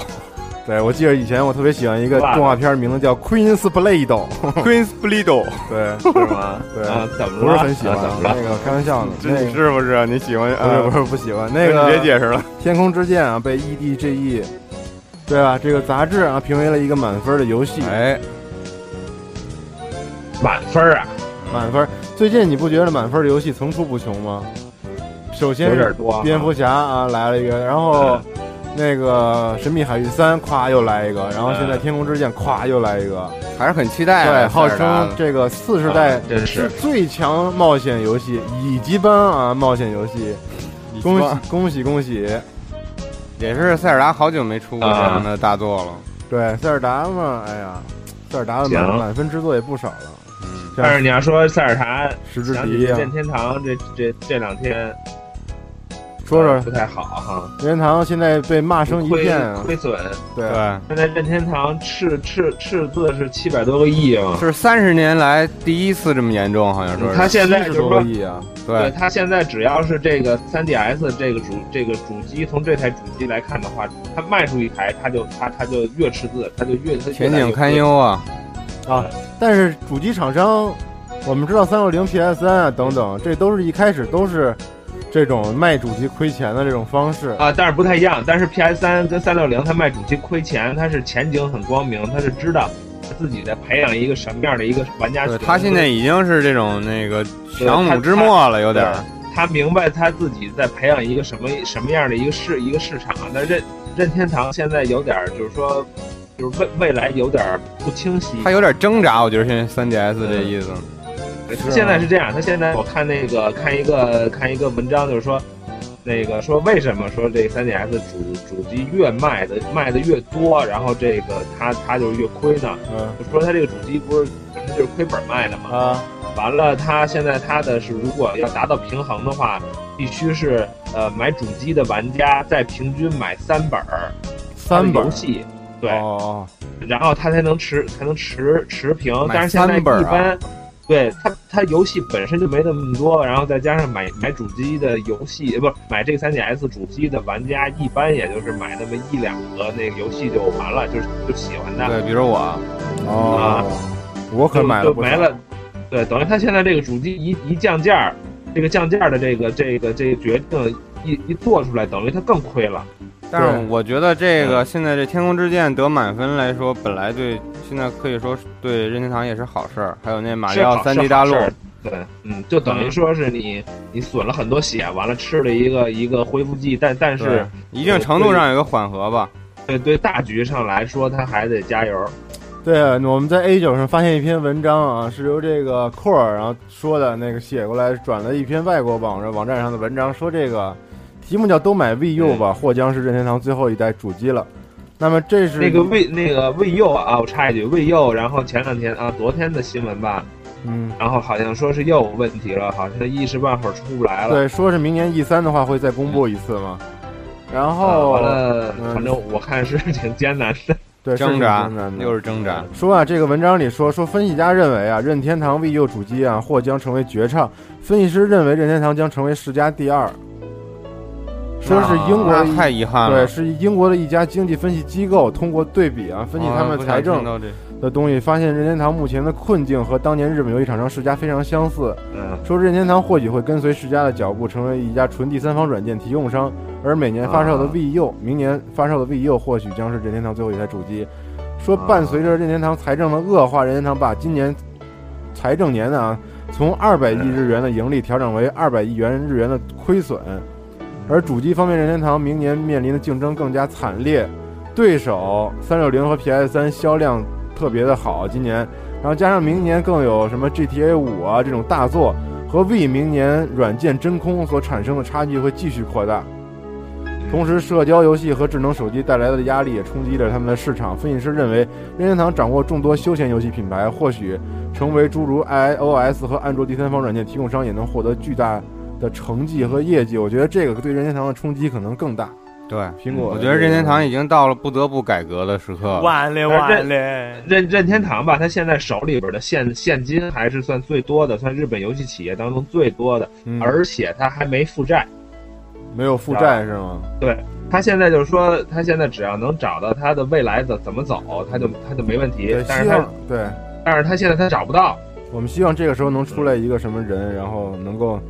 S2: 对我记得以前我特别喜欢一个
S4: Sword
S2: 动画片，名字叫 Queen's Blade，
S3: Queen's Bleedo，
S2: 对，
S4: 是吗？
S2: 对
S4: 啊，怎么了？
S2: 不是很喜欢
S4: 啊怎么
S2: 那
S4: 了？
S2: 个，开玩笑呢，那
S3: 这
S2: 个
S3: 是不是你喜欢？
S2: 不是
S3: 呃
S2: 不是不喜欢那个
S3: 你别解释了。
S2: 《天空之剑》啊，被 EDGE 对吧？这个杂志啊评为了一个满分的游戏，
S3: 哎，
S4: 满分儿啊，
S2: 满分。最近你不觉得满分的游戏层出不穷吗？首先
S4: 有点
S2: 是
S4: 多啊。
S2: 蝙蝠侠啊来了一个，然后
S3: 嗯
S2: 那个《神秘海域三》咵又来一个，然后现
S3: 嗯
S2: 在《天空之剑》咵又来一个，
S3: 还是很期待
S2: 对，
S3: 啊。
S2: 号
S3: 塞尔达
S2: 称
S3: 的
S2: 这个四十
S4: 啊
S3: 嗯
S2: 代
S4: 真
S2: 是
S4: 是
S2: 最强冒险游戏乙级班啊冒险游戏，恭
S3: 你说
S2: 喜恭喜恭喜！
S3: 也是塞尔达好久没出
S2: 啊
S3: 过这样的大作了。
S2: 对，塞尔达嘛，哎呀，塞尔达的
S4: 行
S2: 满满分之作也不少了。
S3: 嗯，
S2: 像
S4: 但是你要说塞尔达
S2: 十之
S4: 想
S2: 敌
S4: 起
S2: 呀、
S4: 任天堂这这这两天
S2: 说说
S4: 不太好哈，
S2: 任天堂现在被骂声一
S4: 亏
S2: 片啊，
S4: 亏损。
S2: 对啊，
S3: 对，
S4: 现在任天堂赤赤赤字是七百多个亿啊嘛，
S3: 是三十年来第一次这么严重，好像说
S2: 嗯
S4: 他
S3: 是。
S4: 现在就是
S2: 70多
S4: 说
S2: 个亿啊，
S4: 对
S3: 对，
S4: 它现在只要是这个 3DS 这个主这个主机，从这台主机来看的话，它卖出一台，它就它它就越吃字，它就越它
S3: 前景堪。忧啊！
S2: 但是主机厂商，我们知道三六零、PS 三啊等等，这都是一开始都是这种卖主机亏钱的这种方式。
S4: 啊，但是不太一样。但是 PS 三跟360它卖主机亏钱，它是前景很光明，它是知道它自己在培养一个什么样的一个玩家群
S3: 对。他现在已经是这种那个
S4: 对
S3: 强弩之末了，有点儿。
S4: 他明白他自己在培养一个什么什么样的一个市一个市场。但任任天堂现在有点儿就是说，就是未未来有点儿不清晰。
S3: 他有点挣扎，我觉得现在三 DS
S4: 嗯
S3: 这意思。
S2: 是哦啊
S4: 现在是这样，他现在我看那个看一个看一个文章，就是说，那个说为什么说这 3DS 主主机越卖的卖的越多，然后这个它它就是越亏呢？
S2: 嗯
S4: 我说它这个主机不是本身就是亏本卖的嘛？
S2: 啊，
S4: 完了，它现在它的是如果要达到平衡的话，必须是呃买主机的玩家再平均买三本儿它的
S2: 三本
S4: 游戏，对，
S2: 哦，
S4: 然后它才能持才能持持平。
S3: 买
S4: 但是现在一
S3: 三本儿啊
S4: 般，对它它游戏本身就没那么多，然后再加上买买主机的游戏，呃不是买这个 3DS 主机的玩家，一般也就是买那么一两个那个游戏就完了，就是就喜欢的
S3: 对，比如我，
S2: 哦哦，我可
S4: 啊就
S2: 买了
S4: 就
S2: 不
S4: 没
S2: 少。
S4: 了。对，等于它现在这个主机一一降价儿，这个降价儿的这个这个这个决定一一做出来，等于它更亏了。
S3: 但是我觉得这
S4: 嗯
S3: 个现在这《天空之剑》得满分来说，本来对现在可以说是对任天堂也是好事儿。还有那马里奥
S4: 是好
S3: 三 D 大陆
S4: 是，好事儿对，嗯，就等于说是你你损了很多血，完了吃了一个一个恢复剂，但但
S3: 对
S4: 是
S3: 一定程度上有个缓和吧。
S4: 对对大局上来说，他还得加油。
S2: 对，啊我们在 A 九上发现一篇文章啊，是由这个库尔然后说的那个写过来，转了一篇外国网站网站上的文章，说这个题目叫“都买 VU 吧”，或将是任天堂最后一代主机了。那么这是
S4: 那个魏那个魏佑啊，我插一句，魏佑，然后前两天啊，昨天的新闻吧，
S2: 嗯，
S4: 然后好像说是又有问题了，好像一时半会儿出不来了。
S2: 对，说是明年 E 三的话会再公布一次嘛。然
S4: 啊
S2: 后
S4: 完了，
S2: 嗯
S4: 反正我看是挺艰难的。
S2: 对
S3: 挣扎
S2: 是挺艰难的
S3: 啊又是挣扎。
S2: 说啊，这个文章里说说，分析家认为啊，任天堂 VU 主机啊或将成为绝唱。分析师认为任天堂将成为世嘉第二。说是英国的
S3: 啊那太遗憾
S2: 啊对，
S3: 了。
S2: 是英国的一家经济分析机构通过对比啊，分析他们
S3: 不想
S2: 财
S3: 听
S2: 政
S3: 到这
S2: 的东西，发现任天堂目前的困境和当年日本游戏厂商世嘉非常相似。
S4: 嗯，
S2: 说任天堂或许会跟随世嘉的脚步，成为一家纯第三方软件提供商，而每年发售的
S4: 啊
S2: VU，明年发售的 VU 或许将是任天堂最后一台主机。说伴随着任天堂财政的恶化，任天堂把今年财政年啊，从二百亿日元的盈利调整为二百亿元日元的亏损。而主机方面，任天堂明年面临的竞争更加惨烈，对手三六零和 PS 三销量特别的好，今年，然后加上明年更有什么 GTA 五啊这种大作，和 V 明年软件真空所产生的差距会继续扩大。同时，社交游戏和智能手机带来的压力也冲击着他们的市场。分析师认为，任天堂掌握众多休闲游戏品牌，或许成为诸如 iOS 和安卓第三方软件提供商，也能获得巨大的成绩和业绩。我觉得这个对任天堂的冲击可能更大。
S3: 对，
S2: 苹果
S3: 我
S2: 的
S3: 觉得
S2: 这个
S3: 任天堂已经到了不得不改革的时刻了。
S5: 完了完了，
S4: 任任天堂吧，它现在手里边的现现金还是算最多的，算日本游戏企业当中最多的，
S2: 嗯
S4: 而且它还没负债。
S2: 没有负债是吗？
S4: 对他现在就是说，他现在只要能找到他的未来怎怎么走，他就他就没问题
S2: 对，。
S4: 但
S2: 希
S4: 是
S2: 望
S4: 他
S2: 对，
S4: 但是他现在他找不到，
S2: 我们希望这个时候能出来一个什么人，然后能够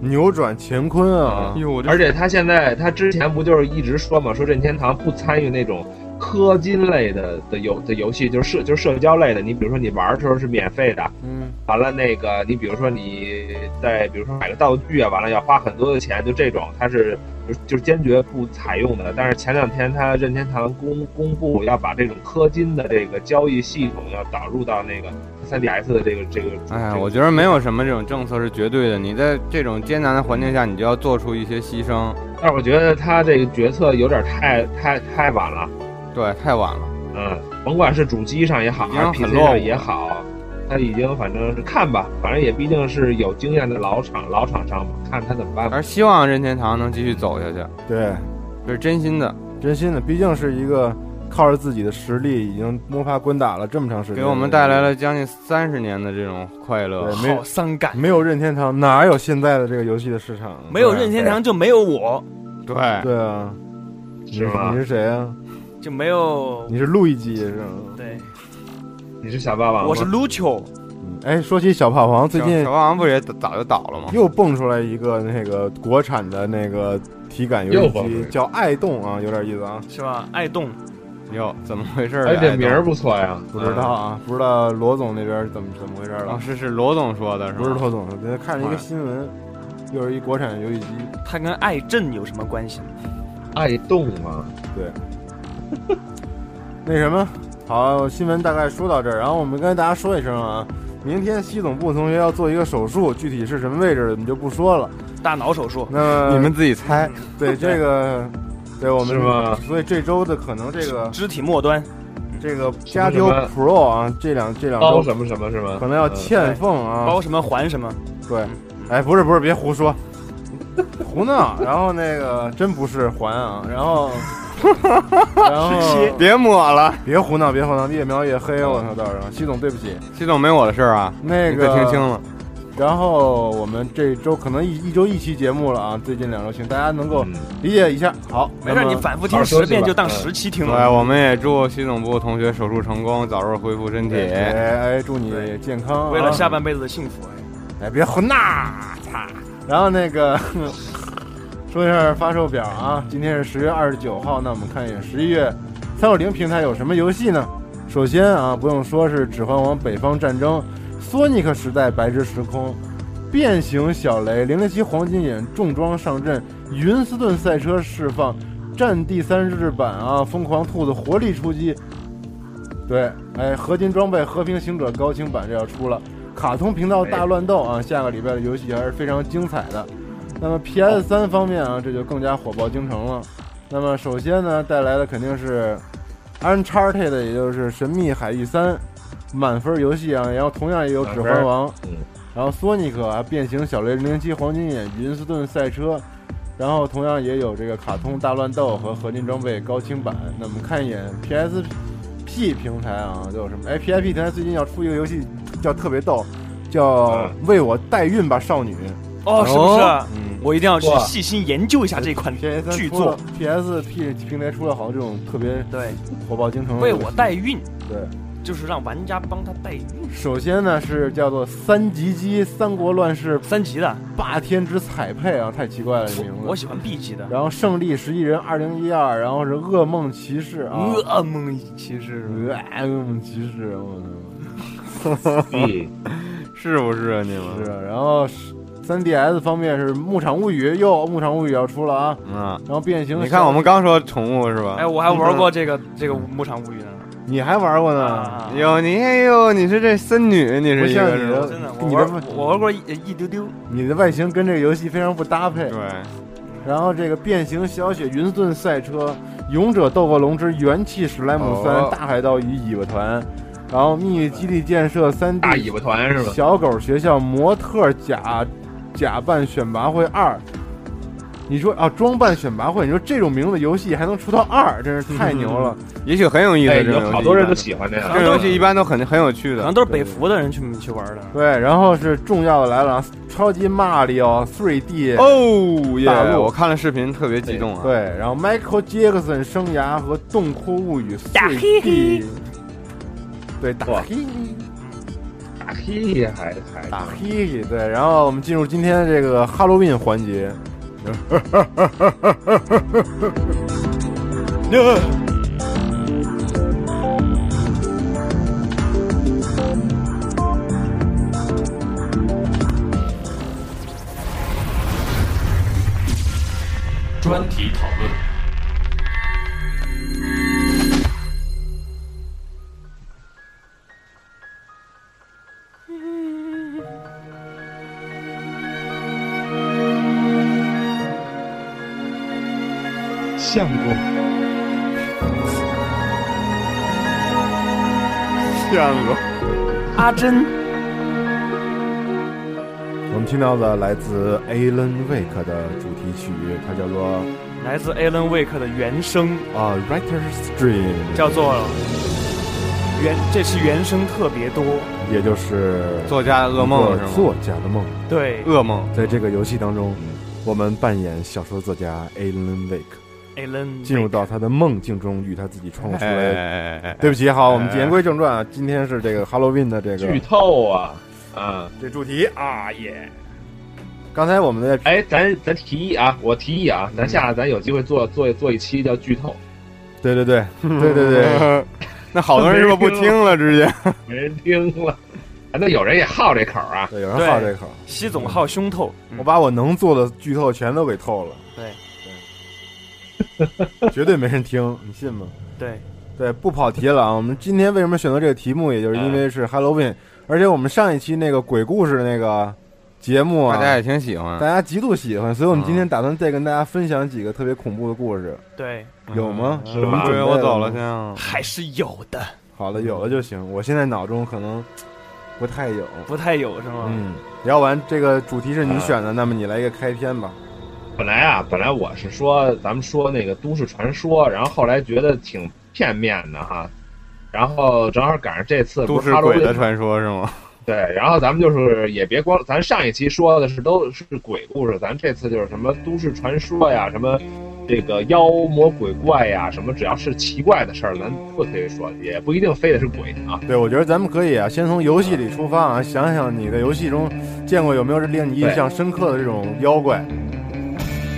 S2: 扭转乾坤啊！
S3: 哟，我这
S4: 而且他现在他之前不就是一直说嘛，说任天堂不参与那种氪金类的的游的游戏，就是社就是社交类的。你比如说你玩的时候是免费的，
S2: 嗯，
S4: 完了那个你比如说你在比如说买个道具啊，完了要花很多的钱，就这种它是就是就是坚决不采用的。但是前两天它任天堂公公布要把这种氪金的这个交易系统要导入到那个 3DS 的这个这个。
S3: 哎呀，
S4: 这个
S3: 我觉得没有什么这种政策是绝对的。你在这种艰难的环境下，你就要做出一些牺牲。
S4: 但是我觉得它这个决策有点太太太晚了。
S3: 对，太晚了。
S4: 嗯，甭管是主机上也好，
S3: 已经
S4: 还是
S3: 很
S4: PC
S3: 落伍
S4: 上也好，他已经反正是看吧，反正也毕竟是有经验的老厂老厂商嘛，看他怎么
S2: 嗯
S4: 办吧。
S3: 而希望任天堂能继续走下去，
S2: 对，
S3: 这是真心的，
S2: 真心的，毕竟是一个靠着自己的实力已经摸爬滚打了这么长时间，
S3: 给我们带来了将近三十年的这种快乐
S2: 对。没嗯
S8: 好伤感。
S2: 没有任天堂哪有现在的这个游戏的市场啊？
S8: 没有任天堂就没有我，
S3: 对，
S2: 对啊，你
S4: 是吗
S2: 你是谁啊？
S8: 就没有
S2: 你是路易基是吗？
S8: 对，
S4: 你是小霸王吗？
S8: 我是 Lucio，
S2: 嗯哎，说起小霸王，最
S3: 小
S2: 近
S3: 小霸王不是也早就倒了吗？
S2: 又蹦出来一个那个国产的那个体感游
S4: 又
S2: 戏
S4: 蹦出
S2: 机
S4: 来，
S2: 叫爱动啊，有点意思啊，
S8: 是吧？爱动，
S3: 哟，怎么回事啊？
S4: 哎，这
S3: 爱豆
S4: 名儿不错呀，
S2: 不知道
S4: 嗯
S2: 啊，不知道罗总那边怎么怎么回事
S3: 哦，
S4: 啊
S2: 了，
S3: 是是罗总说的，是吗？
S2: 不是罗总，我看了一个新闻，又是一国产游戏机，
S8: 它跟爱阵有什么关系？
S4: 爱动啊，
S2: 那什 么，好，新闻大概说到这儿，然后我们跟大家说一声啊，明天西总部同学要做一个手术，具体是什么位置的我们就不说了，
S8: 大脑手术，
S2: 那么
S3: 你们自己猜，
S2: 对 这个。对我们
S4: 是吗
S2: 所以这周的可能这个
S8: 肢体末端，
S2: 这个加丢 Pro 啊，这两这两
S4: 包
S2: 周
S4: 什么什么是吗？
S2: 可能要
S4: 嗯
S2: 欠奉啊，
S8: 包什么还什么，
S2: 对，哎，不是不是，别胡说， 胡闹。然后那个真不是还啊，然后，然后
S3: 别抹了，
S2: 别胡闹，别胡闹，越描越黑，我
S8: 嗯
S2: 操，到时候，西总对不起。
S3: 西总没我的事儿啊，
S2: 那
S3: 你可
S2: 个
S3: 听清了，
S2: 然后我们这周可能一一周一期节目了啊，最近两周请大家能够
S4: 嗯
S2: 理解一下。好，
S8: 没
S2: 那
S8: 事，
S2: 么
S8: 你反复
S4: 好
S8: 听
S4: 好休息
S8: 十遍
S4: 吧
S8: 就当
S4: 嗯
S8: 十期听
S3: 对，
S8: 了。
S3: 我们也祝西总部同学手术成功，早日恢复身体。
S2: 哎哎，祝你健康啊。
S8: 为了下半辈子的幸福，哎
S2: 哎，别混呐！操！然后那个 说一下发售表啊，今天是十月二十九号，那我们看一眼十一月三六零平台有什么游戏呢？首先啊，不用说是《指环王：北方战争》、《索尼克时代：白之时空》、《变形小雷》、《零零七黄金眼》重装上阵，《云斯顿赛车释放》、《战地三日版》啊，《疯狂兔子活力出击》。对，哎，合金装备《和平行者》高清版这要出了，卡通频道大乱斗啊，下个礼拜的游戏还是非常精彩的。那么 PS 三方面啊，这就更加火爆京城了。那么首先呢，带来的肯定是 Uncharted，也就是《神秘海域三》满分游戏啊，然后同样也有《指环王》
S4: 嗯
S2: 然后索尼克啊，变形小雷零零七黄金眼、云斯顿赛车，然后同样也有这个卡通大乱斗和合金装备高清版。那我们看一眼 PSP 平台啊，都有什么？哎，PSP 平台最近要出一个游戏，叫特别逗，叫
S4: 嗯
S2: 《为我代孕吧少女》。
S8: 哦，是不是？
S2: 嗯
S8: 我一定要去
S4: 哇
S8: 细心研究一下这款
S2: PS
S8: 巨作。
S2: ，PSP 平台出了好多这种特别
S8: 对，
S2: 火爆京城
S3: 嗯
S2: 的
S8: 为
S2: 游戏
S8: 我代孕，
S2: 对。
S8: 就是让玩家帮他代孕，
S2: 首先呢是叫做三级机《三国乱世
S8: 三级的，
S2: 霸天之彩配》啊，太奇怪了这名字。
S8: 我喜欢 B 级的。
S2: 然后胜利十一人二零一二，然后是噩梦骑士啊，
S8: 噩梦骑士
S2: 呃噩梦骑士，我操
S4: 咦
S3: 是不是啊你
S2: 是
S3: 们？
S2: 啊。然后三 DS 方面是《牧场物语》，哟，《牧场物语》要出了啊。
S3: 嗯，
S2: 然后变形，
S3: 你看我们，刚说宠物是吧
S8: 哎，？我还玩过这个这个牧场物语呢。
S2: 你还玩过呢？
S8: 啊，
S3: 哟，你哎呦，你是这森女，你
S2: 不
S3: 是一
S2: 像
S3: 个
S2: 你
S3: 是吧？
S2: 的
S8: 真的，，我
S2: 你
S8: 玩
S2: 的
S8: 我玩过一一丢丢。
S2: 你的外形跟这个游戏非常不搭配。
S3: 对，
S2: 然后这个变形小雪、云顿赛车、勇者斗恶龙之元气史莱姆三、
S3: 哦
S2: 大海盗与尾巴团，然后秘密基地建设三 D
S4: 大尾巴团 是吧？
S2: 小狗学校模特假假扮选拔会二，你说啊，装扮选拔会，你说这种名字的游戏还能出到二，真是太牛 了。
S3: 也许很有意思。
S4: 哎，
S3: 这种游
S4: 有
S3: 戏
S4: 好多人都喜欢这
S3: 一般这
S4: 个
S3: 种游戏一般都很很有趣
S8: 可
S3: 的
S8: 能。都是北服的人去去玩的。
S2: 对，然后是重要的来了，啊，超级马里奥 3D。
S3: 哦耶
S2: 大！陆
S3: 我看了视频，特别激动啊。
S2: 对，然后 Michael Jackson 生涯和《洞窟物语》3D，对，打
S4: 哇
S2: 嘿嘿。
S4: 打屁还还
S2: 打嘿嘿，对，然后我们进入今天的这个 Halloween 环节。
S6: 专题讨论。
S4: 相公，
S3: 见过。
S8: 阿珍，
S2: 我们听到的来自 Alan Wake 的主题曲，它叫做
S8: 来自 Alan Wake 的原声，
S2: 啊 Writer's Dream，
S8: 叫做原，这是原声特别多。
S2: 也就是
S3: 作家的噩梦是吗？
S2: 作家的梦。
S8: 对
S3: 噩梦，
S2: 在这个游戏当中，我们扮演小说作家 Alan Wake，
S8: ，Alan
S2: 进入到他的梦境中，与他自己创造出
S3: 哎
S2: 来的
S3: 哎哎
S2: 对不起，好，我们
S3: 哎
S2: 言归正传啊，今天是这个 Halloween 的这
S4: 剧
S2: 个
S4: 透啊啊！
S2: 这主题啊耶。刚才我们 在
S4: 哎，咱咱提议啊，我提议啊，咱下次咱有机会做做做一期叫剧透，
S2: 对对 对对对对，
S3: 哎那好多人是不是不听了？直接
S4: 没人听 了。啊，那有人也好这口啊，
S2: 对有人好这口，
S8: 西总号胸透，
S3: 嗯
S2: 我把我能做的剧透全都给透了，
S8: 对
S2: 对，绝对没人听，你信吗？
S8: 对
S2: 对，不跑题了啊。我们今天为什么选择这个题目，也就是因为是 Halloween，而且我们上一期那个鬼故事那个节目啊，
S3: 大家也挺喜欢
S2: 大，家极度喜欢，所以我们
S3: 嗯
S2: 今天打算再跟大家分享几个特别恐怖的故事，
S8: 对，
S2: 有吗？
S4: 是
S3: 嗯？
S4: 吧
S3: 对，我走了，啊
S2: 先。
S3: 先。
S8: 还是有的，
S2: 好的，有了就行。我现在脑中可能不太有。
S8: 不太有是吗？
S2: 嗯，要不然这个主题是你选的，那么你来一个开篇吧。
S4: 本来啊，本来我是说咱们说那个都市传说，然后后来觉得挺片面的哈，然后正好赶上这次
S3: 都
S4: 不
S3: 市
S4: 是哈喽
S3: 鬼的
S4: 喂
S3: 传说是吗？
S4: 对，然后咱们就是也别光，咱上一期说的是都是鬼故事，咱这次就是什么都市传说呀，什么这个妖魔鬼怪呀，什么只要是奇怪的事儿，咱都可以说，也不一定非得是鬼啊。
S2: 对，我觉得咱们可以啊，先从游戏里出发啊，想想你的游戏中见过有没有令你印象深刻的这种妖怪，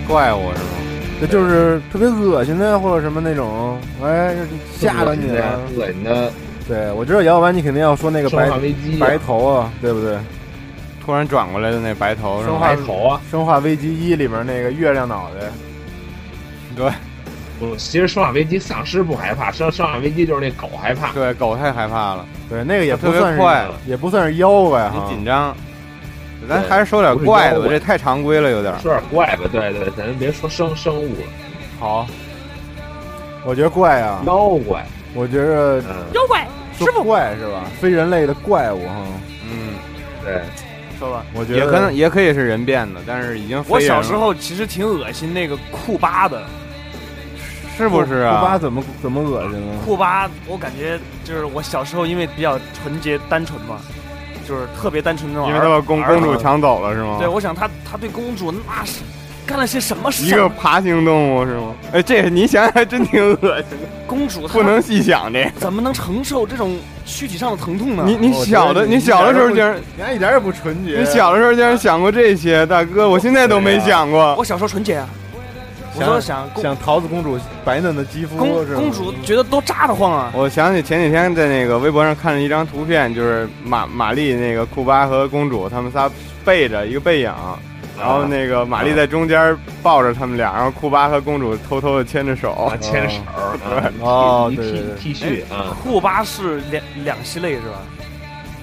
S3: 怪物是吗？
S2: 那就是特别恶心的或者什么那种，哎，吓着你了。
S4: 对，你的
S2: 对，我知道姚完你肯定要说那个
S4: 生
S2: 白
S4: 化危机、
S2: 白头啊，对不对？
S3: 突然转过来的那白头是
S2: 生
S3: 吗？
S2: 化
S3: 哎
S4: 白头啊，
S2: 《生化危机一》里面那个月亮脑袋，
S3: 对
S4: 不，其实生化危机丧尸不害怕，生生化危机就是那狗害怕。
S3: 对，狗太害怕了，
S2: 对，那个也不
S3: 特别
S2: 算
S3: 快
S2: 是，也不算是妖怪啊
S3: 你
S2: 哈。
S3: 紧张。咱
S4: 对
S3: 还是说点
S4: 不是
S3: 怪的
S4: 妖
S3: 吧，
S4: 怪
S3: 这太常规了，有点儿。
S4: 说点怪吧，对对，咱别说生生物了，
S3: 好，
S2: 我觉得怪啊，
S4: 妖怪，
S2: 我觉得
S4: 嗯，
S1: 妖怪，
S2: 说怪是吧？非人类的怪物哈，
S3: 嗯，
S4: 对，
S8: 说吧，
S2: 我觉得
S3: 也可能也可以是人变的，但是已经非
S8: 我小
S3: 人
S8: 时
S3: 了
S8: 候其实挺恶心那个库巴的，
S3: 是不是
S2: 库巴
S3: 啊？
S2: 怎么怎么恶心啊了？
S8: 库巴，我感觉就是我小时候因为比较纯洁单纯嘛，就是特别单纯那种
S3: 因
S8: 儿。
S3: 为他把公
S8: 儿
S3: 公主抢走了是吗？
S8: 对，我想他他对公主那是干了些什么事？啊
S3: 一个爬行动物是吗？哎，这你想想还真挺恶心，
S8: 公主她
S3: 不能细想这。
S8: 怎么能承受这种躯体上的疼痛呢？
S3: 你你
S2: 我觉得
S3: 小的
S2: 你
S3: 你小的时候竟然
S2: 你看一点也不纯洁。啊
S3: 你小的时候竟然想过这些，大哥，我现在都没想过。
S8: 我小时候纯洁啊，我说想公
S2: 像桃子公主白嫩的肌肤，
S8: 公
S2: 是吗
S8: 公主觉得都扎得慌啊。
S3: 我想起前几天在那个微博上看了一张图片，就是玛玛丽那个库巴和公主他们仨背着一个背影，然
S4: 啊
S3: 后那个玛丽在中间抱着他们俩，然后库巴和公主偷偷的牵着手嗯
S4: 啊，。牵手，
S2: 哦
S4: 啊，一
S2: 对对对
S4: T T
S3: 哎
S4: 恤啊，
S8: 库巴是两两栖类是吧？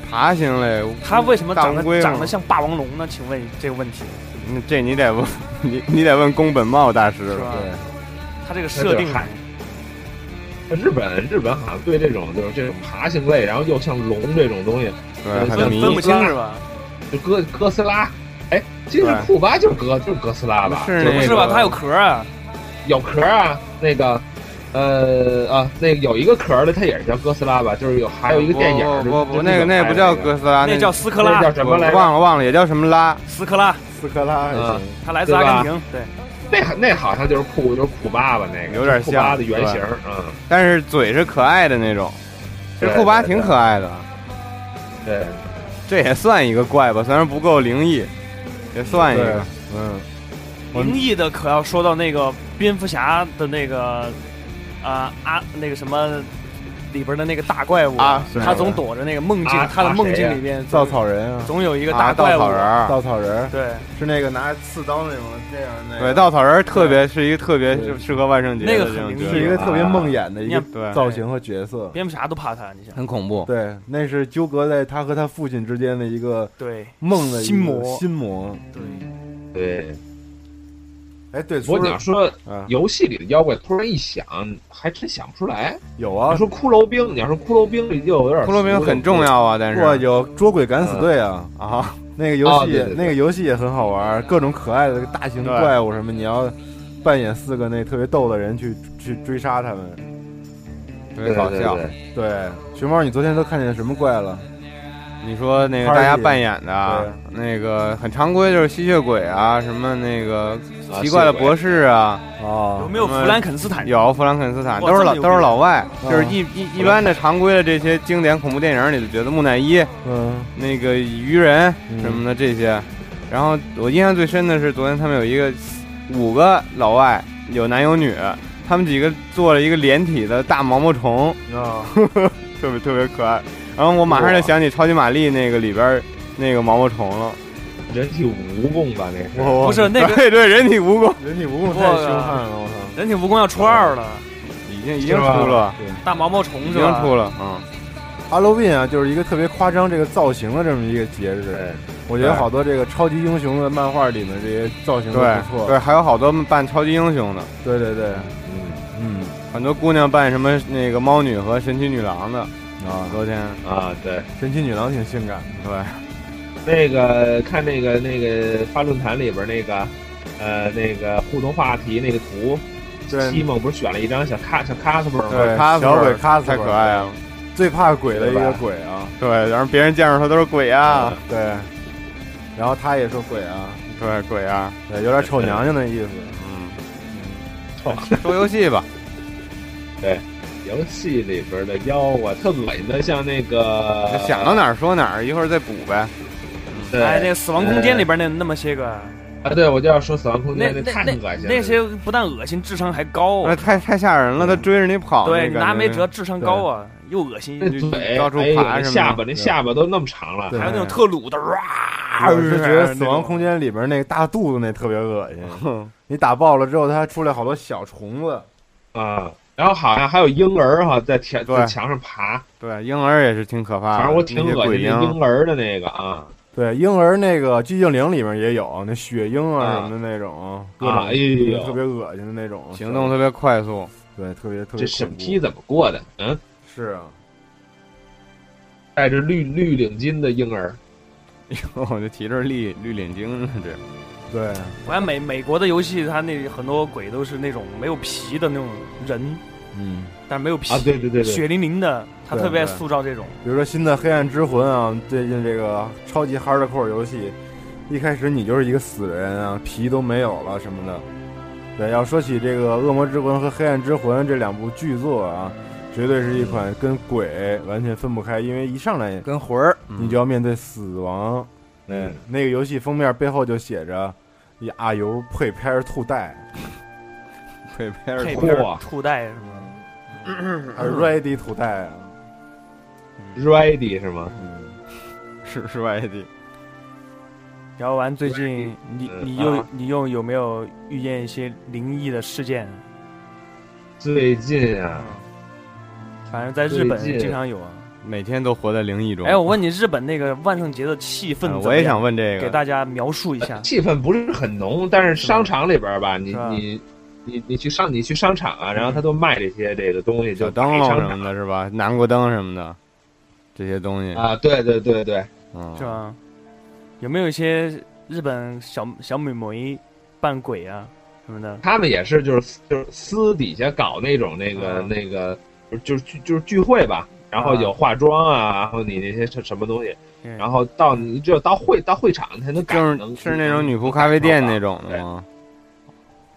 S3: 爬行类，
S8: 他为什么长
S3: 大乌龟
S8: 得
S3: 吗
S8: 长得像霸王龙呢？请问这个问题
S3: 那这你得问你你得问宫本茂大师
S8: 是
S3: 了。
S8: 吧？
S2: 对，
S8: 他这个设定啊
S4: 那日本日本好像对这种就是这种爬行类，然后又像龙这种东西，
S3: 对，很
S4: 那
S8: 分
S3: 迷
S4: 你
S8: 分不清是吧？
S4: 就哥哥斯拉，哎，其实
S3: 对
S4: 库巴就是哥就是哥斯拉吧，
S3: 是
S4: 就
S3: 那
S8: 不
S3: 个
S8: 是吧？他有壳啊，
S4: 有壳啊，那个。呃啊，那个有一个壳的，它也是叫哥斯拉吧？就是有还有一个电影儿，
S3: 不不不，
S4: 就
S3: 那个那不叫，哥斯拉，
S8: 那叫斯科
S4: 那
S8: 拉
S4: 叫，什么来
S3: 我
S4: 着？
S3: 忘了忘了，也叫什么拉？
S8: 斯科拉，
S2: 斯科拉也行
S4: 嗯。
S8: 他来自阿根廷，对，
S4: 那那好像就是库，就是库巴吧？那个
S3: 有点像
S4: 库巴的原型儿，嗯，
S3: 但是嘴是可爱的那种。这
S4: 对
S3: 库巴挺可爱的，
S4: 对，
S3: 这也算一个怪吧，虽然不够灵异，也算一个。
S2: 嗯，我
S8: 灵异的可要说到那个蝙蝠侠的那个啊啊那个什么里边的那个大怪物
S3: 啊是
S8: 他总躲着那个梦境，
S4: 啊
S8: 他的梦
S4: 啊谁呀
S8: 境里边
S2: 稻
S8: 总
S2: 草人啊，
S8: 总有一个
S3: 啊
S8: 大
S3: 稻
S8: 怪物
S3: 草，人儿，
S2: 稻草人儿
S8: 对，
S2: 是那个拿刺刀那种这样那
S3: 对，
S2: 个，
S3: 稻草人儿特别是一个特别
S2: 对
S3: 就适合万圣节
S8: 那
S3: 的
S8: 个
S3: 这种
S8: 很
S3: 角
S8: 灵
S3: 色，
S8: 异
S2: 是一个特别梦魇的一
S8: 你
S2: 个
S8: 看
S3: 啊对
S2: 造型和角色。
S8: 蝙蝠侠都怕他，你想
S3: 很恐怖。
S2: 对，那是纠葛在他和他父亲之间的一个
S8: 对
S2: 梦的一个
S8: 心魔
S2: 心魔。
S8: 对，
S4: 对，
S2: 哎，对，
S4: 不过你要说
S2: 啊，
S4: 游戏里的妖怪，突然一想，还真想不出来。
S2: 有
S4: 你
S2: 啊
S4: 要，说骷髅兵，你要说骷髅兵就有点
S3: 骷髅兵很重要啊，但
S2: 不过
S3: 是
S2: 有捉鬼敢死队啊，
S3: 啊，
S2: 那个游
S4: 哦
S2: 戏
S4: 对对对
S2: 那个游戏也很好玩，各种可爱的大型
S5: 对
S2: 怪物什么，你要扮演四个那特别逗的人去去追杀他们。
S3: 特别
S4: 对
S3: 搞
S4: 对
S3: 笑。
S4: 对，
S2: 对，熊猫，你昨天都看见什么怪了？
S3: 你说那个大家扮演的啊，那个很常规，就是吸血鬼啊，什么那个
S4: 啊
S3: 奇怪的
S4: 吸血鬼
S3: 博士啊，
S2: 哦
S8: 有，没有弗兰肯斯坦？
S3: 有弗兰肯斯坦，
S8: 哇
S3: 都
S8: 这
S3: 是
S8: 么
S3: 老
S8: 牛逼
S3: 都是老外，
S2: 啊
S3: 就是一一一般的常规的这些经典恐怖电影里的角色，木乃伊、
S2: 嗯，
S3: 那个鱼人
S2: 嗯
S3: 什么的这些。然后我印象最深的是昨天他们有一个五个老外，有男有女，他们几个做了一个连体的大毛毛虫，
S2: 啊，
S3: 特别特别可爱。然后我马上就想起超级玛丽那个里边儿那个毛毛虫了，
S4: 人体蜈蚣吧，那是。
S2: 我
S8: 不 是那个
S3: 对对，人体蜈蚣
S2: 人体蜈蚣太凶悍了，我操！
S8: 人体蜈蚣要出二了，
S3: 已经已经出
S4: 吧
S3: 了，
S8: 大毛毛虫
S3: 已
S8: 是
S3: 经
S8: 吧？
S3: 出了，嗯，
S2: Halloween 啊，就是一个特别夸张这个造型的这么一个节日
S4: 对，
S2: 我觉得
S3: 对
S2: 好多这个超级英雄的漫画里面这些造型都
S3: 对
S2: 不错。
S3: 对，还有好多扮超级英雄的，
S2: 对对对，
S4: 嗯
S2: 嗯
S3: 很多姑娘扮什么那个猫女和神奇女郎的，
S2: 啊，
S3: 昨天
S4: 啊，对，
S2: 神奇女郎挺性感的，
S3: 对，
S4: 那个看那个那个发论坛里边那个，呃，那个互动话题那个图，
S2: 对
S4: 西蒙不是选了一张小卡小 customer 吗？
S2: 对
S3: 卡
S2: 哎小鬼卡斯
S3: 太可爱了，
S2: 最怕鬼的一
S4: 对
S2: 个
S4: 吧
S2: 鬼啊，
S3: 对，然后别人见着他都是鬼啊，
S2: 对，然后他也说鬼啊，
S3: 对鬼啊，
S2: 对，有点丑娘娘的意思。嗯
S3: 嗯，
S4: 臭
S3: 说游 戏吧，
S4: 游戏里边的妖怪特恶心的，像那个
S2: 啊
S3: 就想到啊哪儿说哪儿，一会儿再补呗，
S4: 对
S8: 哎，那个死亡空间里边那那么些个，
S4: 啊，对我就要说死亡空
S8: 那
S4: 间，
S8: 那
S4: 太
S8: 那
S4: 恶心了。
S8: 那些不但恶心，智商还
S2: 哦
S8: 高。啊
S3: 那哎太太吓人了，他追着你跑，
S8: 对
S3: 那
S8: 你
S3: 感觉
S8: 拿没辙，智商高啊，又恶心，
S4: 那
S3: 就
S4: 嘴，
S3: 到处
S4: 哎呦
S3: 嗯爬
S4: 那
S3: 什么的
S4: 下巴那
S3: 对
S4: 下巴都那么长了
S2: 对，
S8: 还有那种特鲁的，哇
S2: 我是觉嗯得《死亡空间》里边那个大肚子那特别恶心，
S3: 哼
S2: 你打爆了之后，它还出来好多小虫子。
S4: 啊。然后好像还有婴儿哈，在墙
S3: 对
S4: 在墙上爬，
S3: 对，婴儿也是挺可怕的，
S4: 反正我挺
S3: 那些
S4: 恶
S3: 鬼
S4: 心
S3: 婴
S4: 那婴儿的那个啊
S2: 对，婴儿那个寂静岭里面也有那血婴啊
S4: 啊
S2: 什么的那种，各
S4: 啊，
S2: 种
S4: 哎呦，
S2: 特别恶心的那种
S3: 行动特别快速，
S2: 对，特别特别
S4: 这审
S2: 恐怖
S4: 批怎么过的？嗯，
S2: 是啊，
S4: 带着绿绿领巾的婴儿，
S3: 我就提着绿绿领巾了，这
S2: 对，
S8: 我看美美国的游戏，它那很多鬼都是那种没有皮的那种人，
S2: 嗯，
S8: 但是没有皮
S4: 啊对对对对
S8: 血淋淋的，它
S2: 对
S8: 特别爱
S2: 对
S8: 塑造这种。
S2: 比如说新的《黑暗之魂》啊，最近这个超级 hardcore 游戏，一开始你就是一个死人啊，皮都没有了什么的。对，要说起这个《恶魔之魂》和《黑暗之魂》这两部巨作啊，绝对是一款跟鬼完全分不开，因为一上来
S3: 跟魂儿，嗯
S2: 你就要面对死亡。
S4: 嗯，
S2: 那个游戏封面背后就写着“一阿尤配拍儿兔带
S3: 配配着
S8: 配
S3: 哭
S8: 边儿
S4: 嚯
S8: 兔带是吗？
S2: 呃，ready 兔带”啊。
S4: ready 是吗？
S3: 是是外地，
S8: 聊完最近，你
S4: 嗯
S8: 你又
S4: 啊
S8: 你又有没有遇见一些灵异的事件？
S4: 最近啊，
S8: 反正在日本
S4: 最近
S8: 经常有啊。
S3: 每天都活在灵异中。
S8: 哎，我问你，日本那个万圣节的气
S4: 哎
S8: 氛怎
S3: 嗯
S8: 么样
S3: 我也想问这
S8: 给
S3: 个，
S8: 大家描述一 下。
S4: 气氛不是很浓，但是商场里边吧，你
S8: 是吧
S4: 你你你去商你去商场啊，然后他都卖这些这个东西，
S3: 小
S4: 就
S3: 灯
S4: 商
S3: 笼
S4: 场
S3: 什么的，是吧？南国灯什么的，这些东西，
S4: 啊，对对对对，
S3: 嗯
S8: 是，吧？有没有一些日本小小美眉扮鬼啊什么的？
S4: 他们也是就是就是私底下搞那种那个、
S8: 啊
S4: 那个就是聚就是聚会吧，然后
S8: 啊
S4: 有化妆啊，然后你那些什什么东西，
S8: 嗯
S4: 然后到你只有到会到会场才能感
S3: 就是
S4: 能
S3: 是那种女仆咖啡店那种的
S4: 对
S3: 吗？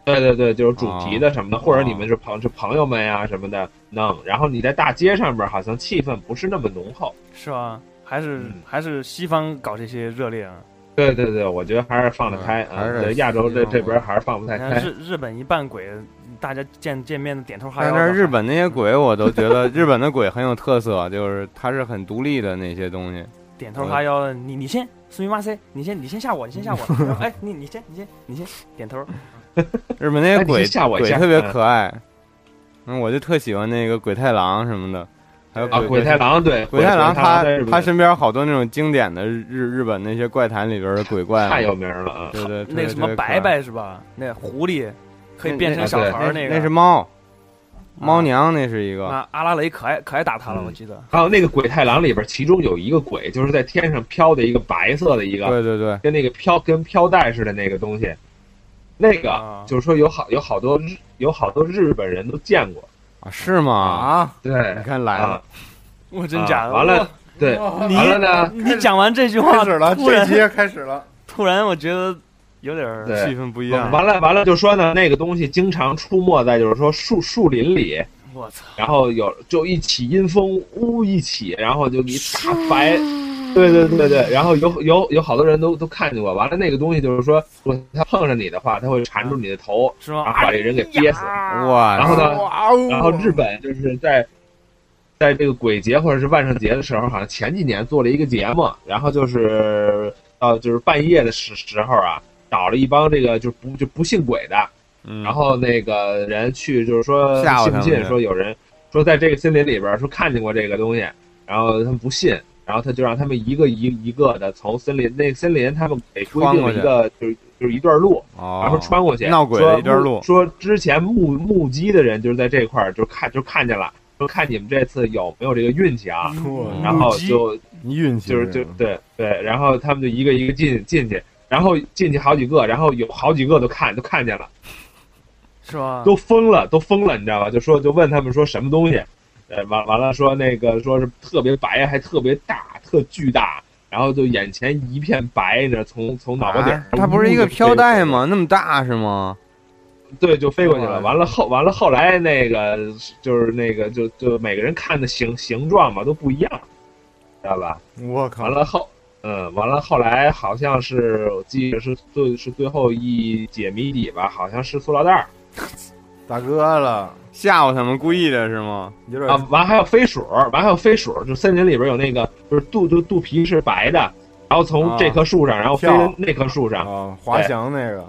S4: 对对对，就是主
S3: 哦
S4: 题的什么的，或者你
S8: 哦
S4: 们是朋是朋友们呀、什么的弄，然后你在大街上边好像气氛不是那么浓厚。
S8: 是吧？还是、
S4: 嗯
S8: 还是西方搞这些热烈啊？
S4: 对对对，我觉得还是放得开
S3: 嗯还
S4: 啊
S3: 是，
S4: 对亚洲这
S3: 西方
S4: 这边还是放不太
S8: 你看
S3: 哎
S4: 开。
S8: 日日本一扮鬼，大家见见面的点头哈
S3: 但
S8: 腰
S3: 是
S8: 的。
S3: 日本那些鬼，我都觉得 日本的鬼很有特色，就是它是很独立的那些东西。
S8: 点头哈腰的，你你先，苏明妈塞，你先你先吓我，你先吓我。然后哎，你你先你先你先点头。
S3: 日本那
S4: 哎
S3: 些
S4: 你
S3: 鬼
S4: 吓我一
S3: 鬼
S4: 下
S3: 特别
S4: 嗯
S3: 可爱，嗯，我就特喜欢那个鬼太郎什么的，还有
S4: 啊，鬼太郎对，
S3: 鬼太郎他
S4: 他
S3: 他身边好多那种经典的日日日本那些怪谈里边的鬼怪嘛，
S4: 太有名了啊。
S3: 对对，特
S8: 那
S3: 别
S8: 个什么白，白是吧？那狐狸可以变成小孩
S4: 啊
S3: 特别可爱
S8: 儿
S3: 那啊
S8: 个，
S3: 是猫，猫娘那是一个，
S8: 那阿拉蕾可爱可爱打他了，我记得。
S4: 还有那个鬼太郎里边，其中有一个鬼就是在天上飘的一个白色的一个，
S3: 对对对，
S4: 跟那个飘跟飘带似的那个东西，那个
S8: 啊
S4: 就是说有好有好多日有好多日本人都见过，
S3: 啊是吗？
S2: 啊，
S4: 对，
S3: 你看来了
S4: 啊，，
S8: 我真假
S4: 啊
S8: 的？
S4: 完了，对，
S8: 你
S4: 完了呢，
S8: 你讲完这句
S2: 开
S8: 话，
S2: 始了，
S8: 突
S2: 这
S8: 然
S2: 集开始了，
S8: 突然我觉得有点儿
S4: 对
S3: 气氛不一样。
S4: 完了完了就说呢，那个东西经常出没在就是说树树林里，
S8: 我操，
S4: 然后有就一起阴风呜一起，然后就一大白，对对对对，然后有有有好多人都都看见过。完了那个东西就是说，如果它碰上你的话，它会缠住你的头，
S8: 是吗
S4: 然后？把这人给憋死。
S3: 哇，
S4: 然后呢，
S2: 哇哦，
S4: 然后日本就是在在这个鬼节或者是万圣节的时候，好像前几年做了一个节目，然后就是到就是半夜的时时候啊，找了一帮这个就不就不信鬼的，
S3: 嗯
S4: 然后那个人去就是说
S3: 吓
S4: 信
S3: 唬他
S4: 不
S3: 们
S4: 信
S3: 去
S4: 说有人说在这个森林里边儿说看见过这个东西，然后他们不信，然后他就让他们一个一一个的从森林那个森林他们给规
S3: 穿
S4: 定
S3: 过
S4: 了
S3: 去
S4: 一个就是就是一段路，
S3: 哦，
S4: 然后穿过去，
S3: 闹鬼
S4: 说
S3: 的一段
S4: 目
S3: 路
S4: 说之前目目击的人就是在这块儿就看就看见了，说看你们这次有没有这个运气啊，
S2: 哇
S4: 然后
S8: 目击
S4: 就
S2: 你运气
S4: 就是就对对，然后他们就一个一个进进去，然后进去好几个，然后有好几个都看都看见了。
S8: 是
S3: 啊
S8: 吧？
S4: 都疯了，都疯了，你知道吧？就说就问他们说什么东西，呃，完完了说那个说是特别白，还特别大，特巨大，然后就眼前一片白，你知道，从从脑瓜顶
S3: 啊，它不是一个飘带？吗？那么大是吗？
S4: 对，就飞过去
S2: 哦
S4: 了。
S3: 哇
S4: 完了后完了后来那个就是那个就就每个人看的形形状嘛都不一样，知道吧？
S2: 我靠
S4: 完，了后。嗯，完了，后来好像是我记得是最是最后一解谜底吧，好像是塑料袋儿
S2: 大哥了，
S3: 吓唬他们故意的是吗？
S2: 有点
S4: 啊，完还有飞鼠，完还有飞鼠，就森林里边有那个，就是肚就肚皮是白的，然后从这棵树上，然后飞
S2: 啊跳
S4: 到那棵树上，
S2: 啊，滑翔那个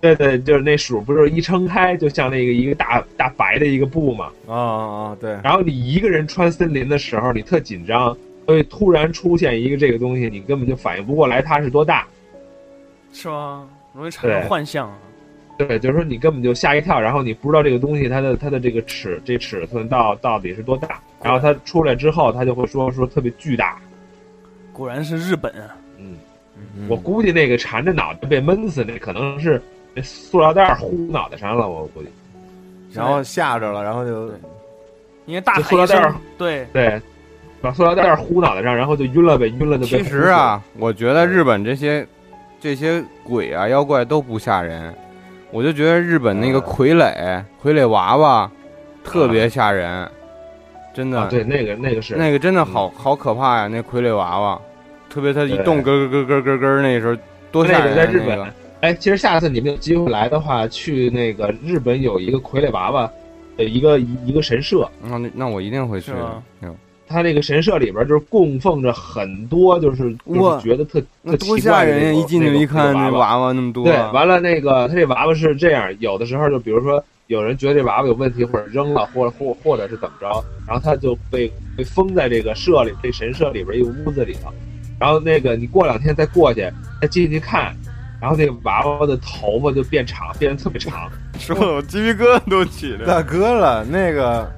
S4: 对对，就是那鼠不是一撑开，就像那个一个大大白的一个布嘛。
S2: 啊啊啊，对，
S4: 然后你一个人穿森林的时候，你特紧张，所以突然出现一个这个东西，你根本就反应不过来它是多大。
S8: 是吗？容易产生
S4: 对
S8: 幻象啊。
S4: 对，就是说你根本就吓一跳，然后你不知道这个东西它的它的这个尺这尺寸到到底是多大，然后它出来之后，它就会说说特别巨大，
S8: 果然是日本啊！
S4: 嗯。
S2: 嗯
S4: 我估计那个缠着脑袋被闷死，那可能是那塑料袋糊脑袋上了，我估计。
S2: 然后吓着了，然后就
S8: 你看大
S4: 这塑
S8: 喊
S4: 料
S8: 一
S4: 袋儿
S8: 声，对，
S4: 对，把塑料袋糊脑袋上，然后就晕了呗，晕了就被。
S3: 其实，啊，我觉得日本这些这些鬼啊妖怪都不吓人，我就觉得日本那个
S2: 啊
S3: 傀儡傀儡娃娃特别吓
S2: 啊
S3: 人，真的，
S4: 啊，对，那个那个是嗯
S3: 那个真的好好可怕呀，那傀儡娃娃，特别它一
S4: 对
S3: 动咯咯咯咯咯咯，那时候多吓
S4: 那
S3: 人
S4: 个
S3: 啊
S4: 在日
S3: 那
S4: 本
S3: 个。。
S4: 哎，其实下次你们有机会来的话，去那个日本有一个傀儡娃娃的一个一一个神社，
S3: 那那那我一定会去
S8: 是吗
S3: 的。
S4: 它那个神社里边就是供奉着很多，就是就
S3: 哇
S4: 是觉得特
S3: 那
S4: 特
S3: 多
S4: 奇
S3: 吓
S4: 怪的那
S3: 人呀！
S4: 种
S3: 一进去一看，
S4: 那
S3: 那
S4: 种
S3: 娃娃那么多，啊
S4: 对，完了那个他这娃娃是这样，有的时候就比如说有人觉得这娃娃有问题，或者扔了，或者或或者是怎么着，然后他就被被封在这个社里，这神社里边一个屋子里头。然后那个你过两天再过去，再进去看，然后那个娃娃的头发就变长，变得特别长。
S3: 说的我鸡皮疙瘩都起来了。
S2: 大哥了，那个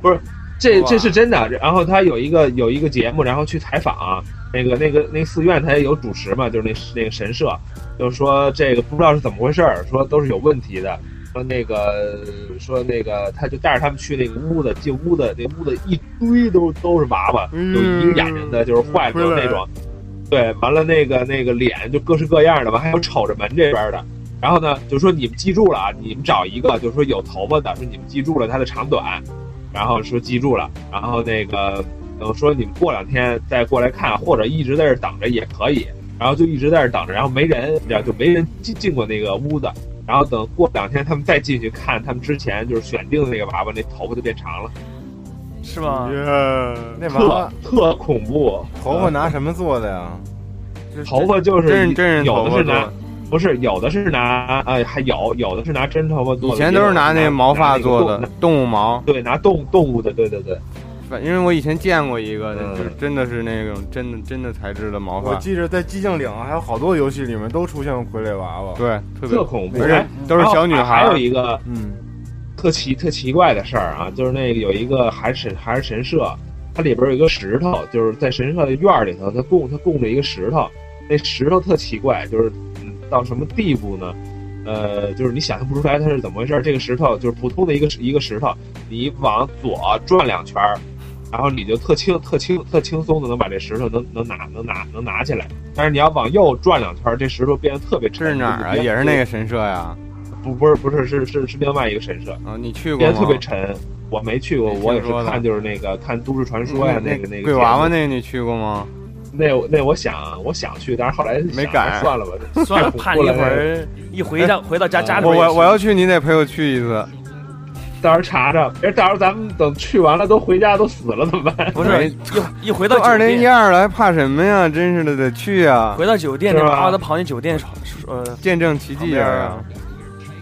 S4: 这
S3: 哇
S4: 这是真的。然后他有一个有一个节目，然后去采访、啊那个那个那寺院，他也有主持嘛，就是那那个神社，就是说这个不知道是怎么回事儿，说都是有问题的。说那个说那个，他就带着他们去那个屋子，进屋子那屋子一堆都都是娃娃，有一个眼睛的就是坏的那种。对，完了那个那个脸就各式各样的，完还有瞅着门这边的。然后呢，就说你们记住了啊，你们找一个，就是说有头发的，说你们记住了它的长短，然后说记住了，然后那个等说你们过两天再过来看，或者一直在这儿等着也可以，然后就一直在这儿等着，然后没人，你知道就没人进进过那个屋子，然后等过两天他们再进去看，他们之前就是选定的那个娃娃那头发就变长了，
S8: 是
S3: 啊
S8: 吧？
S3: 嗯
S2: 那娃
S4: 特
S2: 娃
S4: 特恐怖，
S2: 头发拿什么做的呀？
S4: 头发就是
S3: 真是真人
S4: 有的
S3: 头发
S4: 是
S3: 做
S4: 拿
S3: 的，。
S4: 不是，有的是拿，哎，还有有的是拿真头发做
S3: 以
S4: 的，
S3: 前都是拿那毛发做
S4: 拿那个
S3: 的，动物毛。
S4: 对，拿动动物的，对对对，
S3: 反因为我以前见过一个，
S4: 嗯
S3: 就是真的是那种真的真的材质的毛
S2: 我
S3: 发，
S2: 记着在寂静岭还有好多游戏里面都出现过傀儡娃娃。
S3: 对，特别
S4: 特恐怖。
S3: 而
S4: 哎
S3: 且都是小女
S4: 然后还还有
S3: 孩。
S4: 一个，
S2: 嗯，
S4: 特奇特奇怪的事儿啊，就是那个有一个还是神还是神社，它里边有一个石头，就是在神社的院儿里头，它供它供着一个石头，那石头特奇怪，就是嗯到什么地步呢？呃，就是你想象不出来它是怎么回事儿。这个石头就是普通的一个石一个石头，你往左转两圈儿，然后你就特轻特轻特轻松的能把这石头能能拿能拿能拿起来。但是你要往右转两圈儿，这石头变得特别
S3: 这
S4: 沉。
S3: 是哪儿啊？
S4: 就
S3: 也是
S4: 变
S3: 那个神社呀？
S4: 不不是不是是是是另外一个神社。
S3: 啊，你去过
S4: 变
S3: 吗？
S4: 得特别沉。我没去过，
S3: 没听
S4: 我也是
S3: 说的
S4: 看就是那个看都市传说呀
S3: 那，
S4: 那个那个
S3: 嗯鬼娃娃
S4: 节目
S3: 那个你去过吗？
S4: 那我那我想我想去，但是后来
S3: 没
S4: 想
S3: 敢
S4: 算了吧，
S8: 算了，
S4: 太
S8: 怕你
S4: 恐
S8: 一
S4: 怖了
S8: 会儿一回到回到家家里
S3: 我
S8: 边也
S3: 我
S8: 是
S3: 我要去，你得陪我去一次。
S4: 到时候查查，别到时候咱们等去完了都回家都死了怎么办？
S8: 不是一一回
S3: 都
S8: 到
S3: 二
S8: 酒
S3: 零一
S8: 店，
S3: 二了，还怕什么呀？真是的，得去啊！
S8: 回到酒店，
S4: 是
S8: 那
S4: 吧
S8: 娃娃都跑进酒店说呃
S3: 见证奇迹啊！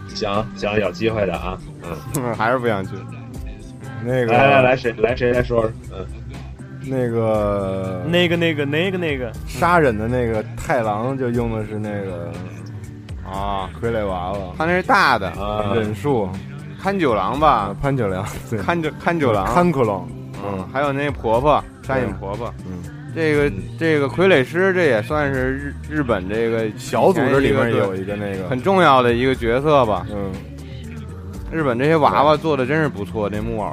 S4: 行行，有机会的啊，哎嗯，
S3: 还是不想去。
S2: 那个
S4: 来来来，谁来谁来说说，嗯，
S2: 那个
S8: 那个那个那个那个，
S2: 杀人的那个太郎就用的是那个
S3: 啊，
S2: 傀儡娃娃
S3: 他那是大的，
S4: 啊，
S2: 忍术
S3: 看九郎吧
S2: 啊，，潘九良对
S3: 看九看九郎，
S2: 潘克隆，
S3: 嗯，还有那婆婆，沙隐婆婆，
S2: 嗯，
S3: 这个这个傀儡师，这也算是日日本这个
S2: 小组织里面也有
S3: 一
S2: 一个那
S3: 个
S2: 个
S3: 很重要的一个角色吧。
S2: 嗯
S3: 日本这些娃娃做的真是不错，这木偶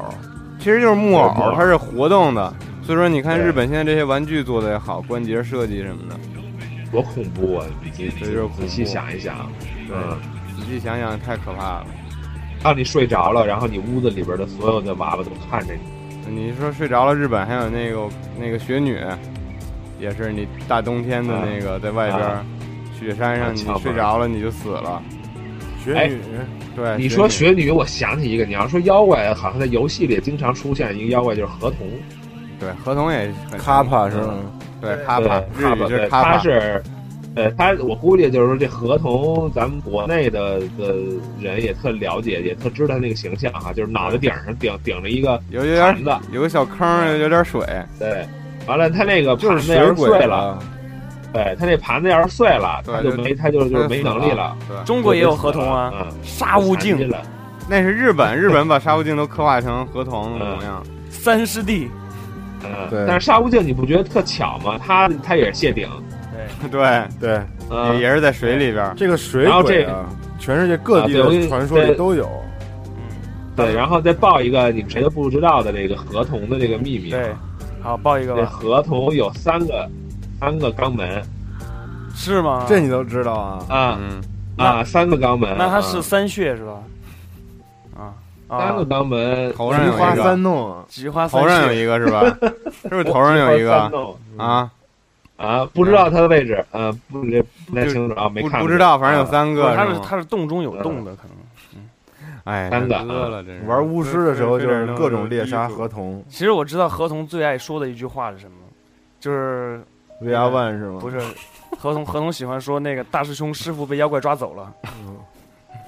S3: 其实就是木
S4: 对木
S3: 偶
S4: 偶，
S3: 它是活动的，所以说你看
S4: 对
S3: 日本现在这些玩具做的也好，关节设计什么的，
S4: 多恐怖啊！你你
S3: 这就是恐怖
S4: 仔细想一想，嗯，
S3: 对仔细想想太可怕了。
S4: 让你睡着了，然后你屋子里边的所有的娃娃都看着你，
S3: 你说睡着了，日本还有那个那个雪女，也是你大冬天的那个在外边儿
S4: 啊
S3: 雪山
S4: 啊
S3: 上，你
S4: 翘班
S3: 睡着了你就死了。
S2: 雪
S4: 哎
S2: 女
S3: 对，
S4: 你说
S3: 雪
S4: 雪女，我想起一个，你要说妖怪，好像在游戏里经常出现一个妖怪，就是河童。
S3: 女对合同也很嗯
S2: 卡帕是吗？
S3: 对卡
S4: 对
S3: 帕，日语
S4: 帕
S3: 是
S4: 对
S3: 卡
S4: 他
S3: 帕，
S4: 是，呃，他我估计就是说这合同，咱们国内的的人也特了解，也特知道他那个形象啊，就是脑袋顶上顶顶着一个
S3: 有有
S4: 盘
S3: 点
S4: 子，
S3: 有个小坑儿，有点水，
S4: 对，完了他那个
S3: 就
S4: 盘
S3: 是
S4: 子要
S3: 水
S4: 是
S3: 鬼
S4: 碎了，
S3: 了，
S4: 对他那盘子要是碎了，
S3: 对
S4: 他就
S3: 就
S4: 没他就就
S3: 他
S4: 是
S3: 就
S4: 没
S3: 死
S4: 能力了。。
S3: 对，
S8: 中
S4: 中
S8: 国也有合同啊，，
S4: 嗯，
S8: 杀无
S4: 残疾
S8: 尽，
S4: 了，
S3: 那是日本，日本把沙悟净都刻画成河童的模样。
S8: 三师弟，
S4: 嗯，
S2: 对
S4: 但是沙悟净你不觉得特巧吗？他他也是谢顶，
S3: 对，
S2: 对，
S4: 嗯，
S3: 也是在水里边儿。
S2: 这个水
S4: 然后
S2: 鬼
S4: 这
S2: 啊，全世界各地的传说里都有，
S8: 嗯
S4: 对，然后再报一个你们谁都不知道的这个合同的这个秘密啊，
S8: 对，好报一个
S4: 这
S8: 吧，
S4: 合同有三个三个肛门
S8: 是吗？
S2: 这你都知道啊？
S4: 啊
S3: 嗯，
S4: 啊，三个肛门。
S8: 那他是
S4: 啊
S8: 三穴是吧？啊
S4: 三
S8: 啊
S4: 个，肛门，
S3: 头上
S2: 菊
S3: 有
S2: 花
S3: 一个，
S2: 三弄，
S8: 菊花
S3: 头上有
S8: 穴
S3: 一个是吧？ 是不是头上有一
S4: 三
S3: 个
S4: 弄
S3: 啊？
S4: 啊，不知道它的位置，呃，不这不太清楚啊，没
S3: 不
S4: 看
S3: 不知道，反正有
S4: 啊
S3: 三
S8: 不
S3: 个
S8: 是，他是
S3: 吗
S8: 他是洞中有洞的，可能。
S3: 哎，
S4: 三个
S3: 太多了，真是
S2: 玩巫师的时候就是各种猎杀
S3: 和
S2: 合同
S8: 其实我知道合同最爱说的一句话是什么，就是
S2: ，VR One 是吗？
S8: 不是合同合同喜欢说那个大师兄师傅被妖怪抓走了，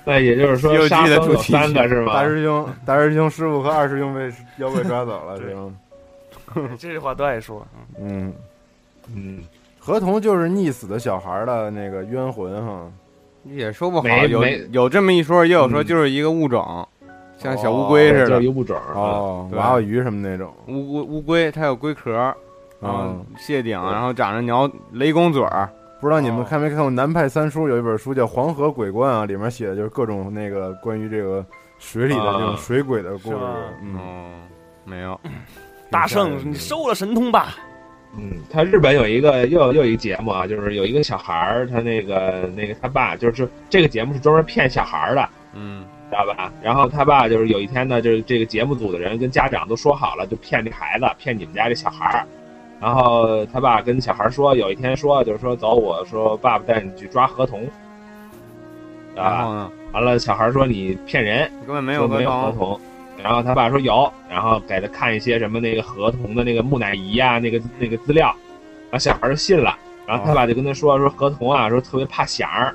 S4: 那也就是说
S3: 西游记
S4: 沙
S3: 的
S4: 僧
S3: 主
S4: 有
S3: 题
S4: 三个是吗
S2: 大？师兄、大师兄师傅和二师兄被妖怪抓走了，是吗？
S8: 这句话都爱说。嗯
S2: 嗯，
S4: 嗯，
S2: 合同就是溺死的小孩的那个冤魂哈，
S3: 也说不好，
S4: 没
S3: 有
S4: 没
S3: 有这么一说，也有说
S4: 嗯
S3: 就是一个物种，像小乌
S4: 这
S3: 龟似
S4: 就
S3: 的
S4: 是一，物种儿啊，
S2: 哦，
S3: 对
S2: 娃娃鱼什么那种，
S3: 乌乌乌龟它有龟壳，然后
S2: 哦
S3: 蟹顶，然后长着鸟雷公嘴儿，
S2: 不知道你们
S8: 哦
S2: 看没看过南派三叔有一本书叫《黄河鬼怪》啊，里面写的就是各种那个关于这个水里的这种
S4: 啊
S2: 水鬼的故
S8: 是
S2: 事
S8: 吗。
S2: 嗯，
S3: 嗯，没有，
S8: 大
S2: 挺吓人
S8: 圣，
S2: 的
S8: 你收了神通吧。
S4: 嗯，他日本有一个又又有一节目啊，就是有一个小孩儿，他那个那个他爸就是这个节目是专门骗小孩儿的，
S3: 嗯，
S4: 知道吧？然后他爸就是有一天呢，就是这个节目组的人跟家长都说好了，就骗这孩子，骗你们家这小孩儿。然后他爸跟小孩说，有一天说，就是说走，我说爸爸带你去抓河童，知道
S3: 然
S4: 吧？
S3: 后呢，
S4: 完了，小孩说你骗人，
S3: 根本没
S4: 啊没
S3: 有
S4: 没有河
S3: 童，
S4: 童。然后他爸说有，然后给他看一些什么那个河童的那个木乃伊啊，那个那个资料，然后小孩就信了。然后他爸就跟他说说河童啊，说特别怕响儿，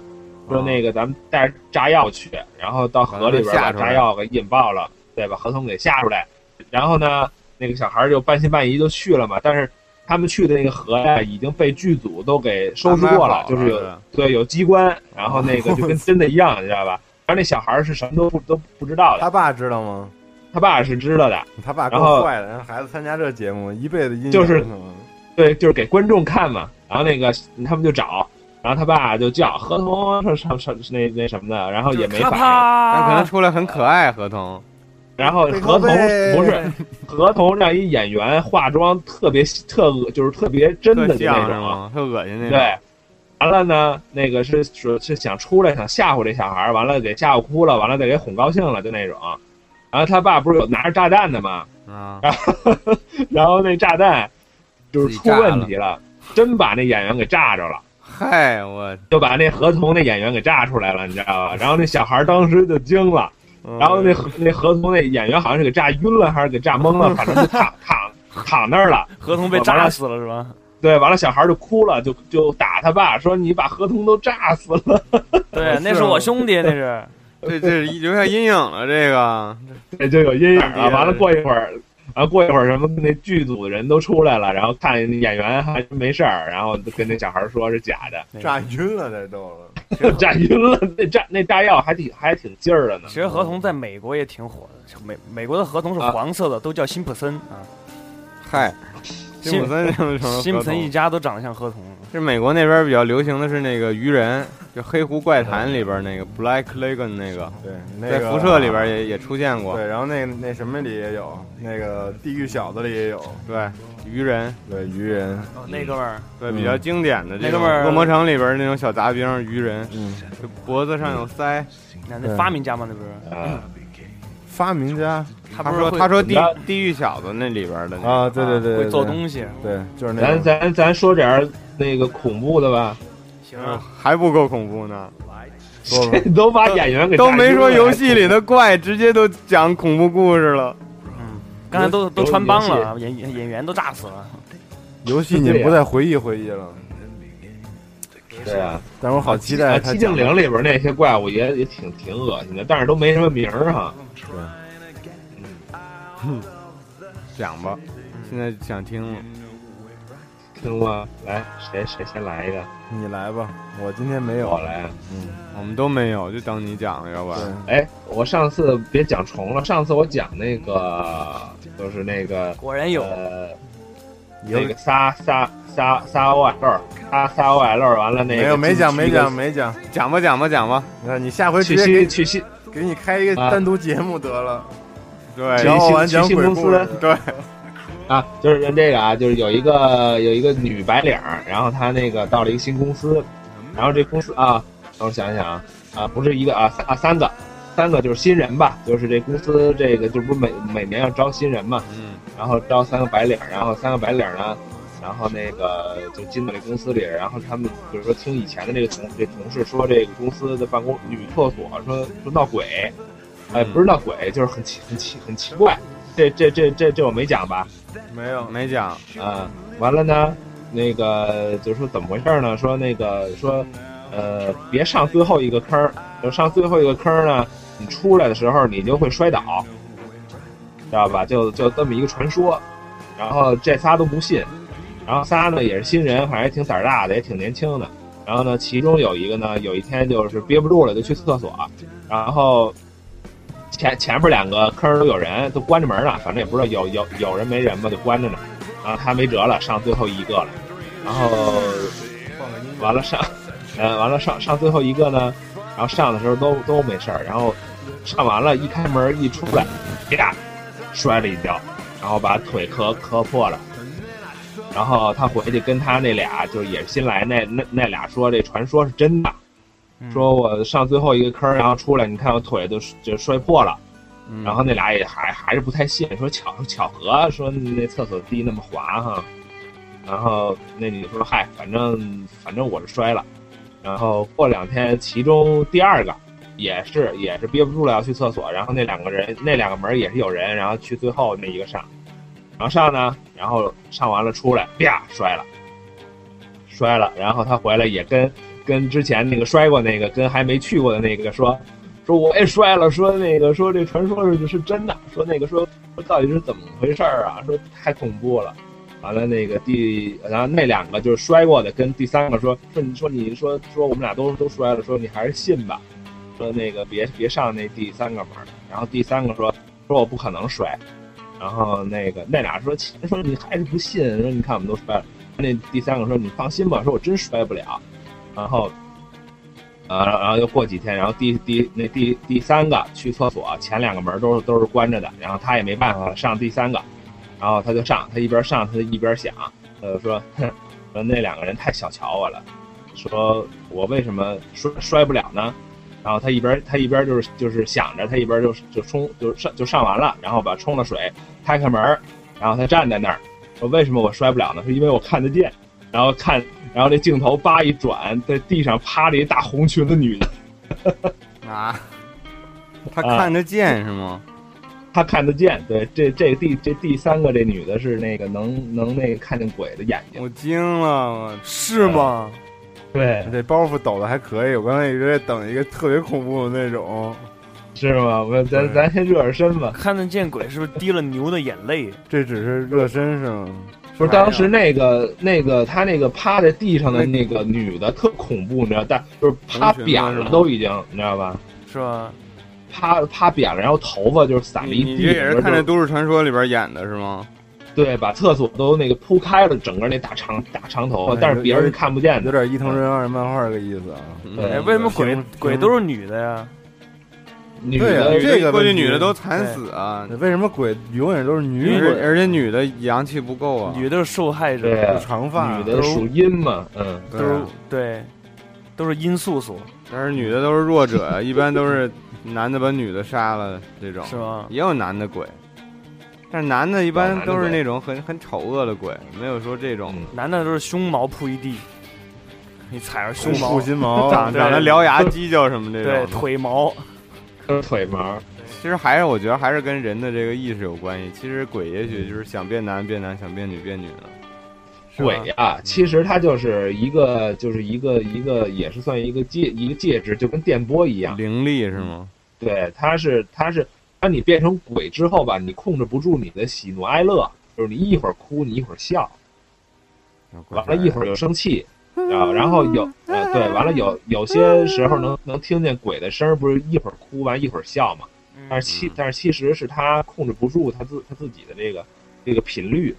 S4: 说那个咱们带着炸药去，然后到河里边啊把炸药给引爆了，对，把河童给吓出来。然后呢，那个小孩就半信半疑就去了嘛，但是他们去的那个河呀、已经被剧组都给收拾过了，就是有
S3: 安排好
S4: 对有机关，然后那个就跟真的一样，你知道吧？而那小孩儿是什么都不都不知道的，
S2: 他爸知道吗？
S4: 他爸是知道的，
S2: 他爸
S4: 然后
S2: 够坏的，让孩子参加这节目，一辈子阴影
S4: 就是
S2: 可能
S4: 对，就是给观众看嘛。然后那个他们就找，然后他爸就叫合同上上上那那什么的，然后哦也没
S8: 啪
S4: 反应。
S3: 但可能
S8: 啪，
S3: 出来很可爱，合同
S4: 然后
S2: 背
S4: 合
S2: 靠
S4: 同
S2: 背
S4: 不是合同让一演员化妆特别特恶，就是特别真的
S3: 特
S4: 就那
S3: 像是
S4: 种啊。
S3: 吗？特恶心那种。
S4: 对，完了呢，那个是说是想出来想吓唬这小孩儿，完了给吓唬哭了，完了再给哄高兴了，就那种。然后他爸不是有拿着炸弹的吗？
S3: 对啊，
S4: 然后那炸弹就是
S3: 自
S4: 出
S3: 己炸
S4: 问题了，真把那演员给炸着了，
S3: 嗨，我
S4: 就把那合同那演员给炸出来了，你知道吧？然后那小孩儿当时就惊了，
S3: 嗯
S4: 然后那合那合同那演员好像是给炸晕了还是给炸懵了，反正就躺躺躺那儿了。
S8: 合同被炸死了是吧？
S4: 对，完了小孩儿就哭了，就就打他爸说你把合同都炸死了。
S8: 对，那是我兄弟，那是。
S3: 这这留下阴影了，这个
S4: 这就有阴影
S3: 当地
S4: 了。
S3: 人
S4: 完了，过一会儿，然后过一会儿，什么那剧组的人都出来了，然后看演员还没事儿，然后就跟那小孩说是假 的，
S2: 炸晕了，这都了。
S4: 炸晕了。那炸那炸药还挺还挺劲儿的呢
S8: 其。实合同在美国也挺火的，美美国的合同是黄色的，都叫辛普森啊，
S3: 嗨，辛普森就成了
S8: 辛普森
S3: 合
S8: 一
S3: 同
S8: 家都长得像合同。
S3: 是美国那边比较流行的是那个鱼人，就《黑湖怪谈》里边那个 Black Lagoon 那个，
S2: 对，那
S3: 在
S2: 个
S3: 辐射里边也也出现过。
S2: 对，然后那那什么里也有，那个地狱小子里也有，
S3: 对，鱼人，
S2: 对，鱼人，
S8: 哦，那哥们儿，
S3: 对
S2: 嗯
S3: 比较经典的这
S8: 那哥
S3: 种
S8: 们儿
S3: 恶魔城里边那种小杂兵鱼人，
S2: 嗯，
S3: 就脖子上有鳃。
S8: 那
S2: 对
S8: 那发明家嘛，那不是？
S4: 啊，
S2: 发明家
S8: 嗯他
S3: 他
S8: 不是
S3: 说
S8: 会
S3: 他说地
S4: 那
S3: 地狱小子那里边的那个，
S2: 啊，对对对，
S8: 会做
S2: 对，
S8: 东西，
S2: 对，就是那
S4: 咱
S2: 个
S4: 咱咱说点儿那个恐怖的吧，
S8: 行啊
S3: 嗯还不够恐怖呢，
S2: 说吧
S4: 都把演员给炸
S3: 都
S4: 晕了
S3: 没说游戏里的怪，直接都讲恐怖故事了。
S8: 嗯，刚才都
S4: 有
S8: 都穿帮了，演演演员都炸死了。
S2: 游戏，你不再回忆回忆了，
S4: 对啊，
S2: 但是我好期待
S4: 啊
S2: 他
S4: 寂
S2: 讲
S4: 静岭里边那些怪物也也挺挺恶心的，但是都没什么名儿哈。
S3: 讲吧，现在想听了。
S2: 嗯
S4: 听过，来谁谁先来一个？
S2: 你来吧，我今天没有
S4: 我，来啊。
S3: 我们都没有，就等你讲了，要不
S2: 对，
S3: 然
S4: 哎，我上次别讲重了，上次我讲那个就是那个
S8: 果然有，
S4: 呃，
S2: 有
S4: 那个撒撒撒撒外漏儿，撒撒外漏儿，完了那个
S2: 没有没讲
S4: 去
S2: 没讲，没讲，
S3: 讲吧讲吧讲吧。
S2: 那你下回
S4: 去
S2: 直接
S4: 西
S2: 给
S4: 去西
S2: 给你开一个
S4: 啊
S2: 单独节目得了，
S3: 对，
S4: 行
S2: 然后完
S4: 去新
S2: 讲
S4: 去新
S2: 鬼
S4: 公
S2: 故
S4: 司
S2: 事，
S3: 对，
S4: 啊，就是这个啊，就是有一个有一个女白领儿，然后她那个到了一个新公司，然后这公司啊，我想一想啊，啊不是一个啊三啊三个，三个就是新人吧，就是这公司这个就不是每每年要招新人嘛，
S3: 嗯，
S4: 然后招三个白领儿，然后三个白领儿呢，然后那个就进到这公司里，然后他们比如说听以前的这个同这同事说，这个公司的办公女厕所说说闹鬼，哎，
S3: 嗯
S4: 不是闹鬼，就是很奇很奇很奇怪，这这这这这我没讲吧？
S2: 没有，
S3: 没讲，
S4: 啊，完了呢，那个就说怎么回事呢？说那个说，呃，别上最后一个坑儿，就上最后一个坑儿呢，你出来的时候你就会摔倒，知道吧？就就这么一个传说，然后这仨都不信，然后仨呢也是新人，反正也挺胆儿大的，也挺年轻的。然后呢，其中有一个呢，有一天就是憋不住了，就去厕所，然后前前边两个坑儿都有人，都关着门呢，反正也不知道有有有人没人嘛，就关着呢。然后他没辙了，上最后一个了，然后完了上，呃，完了上上最后一个呢，然后上的时候都都没事儿，然后上完了，一开门一出来，啪，摔了一跤，然后把腿磕磕破了，然后他回去跟他那俩就是也是新来那那那俩说这传说是真的，说我上最后一个坑儿，然后出来，你看我腿都就摔破了。
S3: 嗯
S4: 然后那俩也还还是不太信，说巧巧合，说那厕所地那么滑哈。然后那女的说：“嗨，反正反正我是摔了。”然后过两天，其中第二个也是也是憋不住了要去厕所，然后那两个人那两个门也是有人，然后去最后那一个上，然后上呢，然后上完了出来，啪摔了，摔了，然后他回来也跟跟之前那个摔过那个跟还没去过的那个说，说我也摔了，说那个说这传说是是真的，说那个说说到底是怎么回事儿啊？说太恐怖了。完了那个第，然后那两个就是摔过的，跟第三个说说你说你说说我们俩都都摔了，说你还是信吧。说那个别别上那第三个门儿，然后第三个说说我不可能摔，然后那个那俩说说你还是不信，说你看我们都摔了，那第三个说你放心吧，说我真摔不了，然后。呃，然后又过几天，然后第第那第第三个去厕所，前两个门都是都是关着的，然后他也没办法上第三个，然后他就上，他一边上他就一边想，呃，说哼说那两个人太小瞧我了，说我为什么摔摔不了呢？然后他一边他一边就是就是想着，他一边就是就冲就上就上完了，然后把冲了水，开开门儿，然后他站在那儿，说为什么我摔不了呢？是因为我看得见，然后看，然后这镜头叭一转，在地上趴着一大红裙子女的，
S3: 啊，他
S4: 啊
S3: 看得见是吗？
S4: 他看得见，对，这这第这第三个这女的是那个能能那个看见鬼的眼睛，
S3: 我惊了，我
S5: 是吗？
S4: 对，
S2: 这包袱抖的还可以，我刚才一直在等一个特别恐怖的那种，
S4: 是吗？我咱咱先热热身吧。
S8: 看得见鬼是不是滴了牛的眼泪？
S2: 这只是热身是吗？
S4: 不
S2: 哎
S4: 是当时那个那个他那个趴在地上的那个女的特恐怖，你知道，但就是趴扁了都已经，你知道吧？
S8: 是吧？
S4: 趴趴扁了，然后头发就是散了
S3: 你
S4: 一
S3: 你
S4: 地，
S3: 这也是看
S4: 着
S3: 这《都市传说》里边演的是吗？
S4: 对，把厕所都那个铺开了，整个那大长大长头发，
S2: 哎
S4: 但是别人是看不见
S2: 有
S4: 的。
S2: 点伊藤润二漫画这个意思啊。
S3: 嗯
S4: 对
S8: 哎，为什么鬼
S2: 行
S8: 鬼都是女的呀？
S4: 女
S2: 对啊
S4: 的
S2: 这个
S3: 过去
S2: 问题
S3: 女的都惨死啊，
S2: 为什么鬼永远都是女
S3: 而且
S2: 鬼？
S3: 而且女的阳气不够啊。
S8: 女的是受害
S4: 对
S8: 者，
S4: 啊
S2: 有长发，
S4: 女的属阴嘛，嗯，
S2: 都
S3: 都
S2: 是
S3: 是，
S8: 对，都是阴素素，
S3: 啊但是女的都是弱 者，啊一般都是男的把女的杀了这种，
S8: 是吗？
S3: 也有男的鬼，但是男的一般都是
S4: 男的鬼
S3: 那种很很丑恶的鬼，没有说这种
S4: 嗯
S8: 男的都是胸毛铺一地，你踩着胸毛
S2: 护，心毛，
S3: 长
S8: 对
S3: 长得獠牙犄角什么这
S8: 对，
S3: 种。
S8: 腿毛，
S4: 都是腿毛。
S3: 其实还是我觉得还是跟人的这个意识有关系。其实鬼也许就是想变男变男，想变女变女了。
S8: 是吧
S4: 鬼啊，其实它就是一个，就是一个一个，也是算一个介一个介质，就跟电波一样。
S3: 灵力是吗？
S4: 对，它是它是，当你变成鬼之后吧，你控制不住你的喜怒哀乐，就是你一会儿哭，你一会儿笑，完了，一会儿又生气，啊，然后有呃对，完了有有些时候能能听见鬼的声儿，不是一会儿哭完一会儿笑嘛，但是其
S3: 嗯
S4: 但是其实是他控制不住他自他自己的这个这个频率，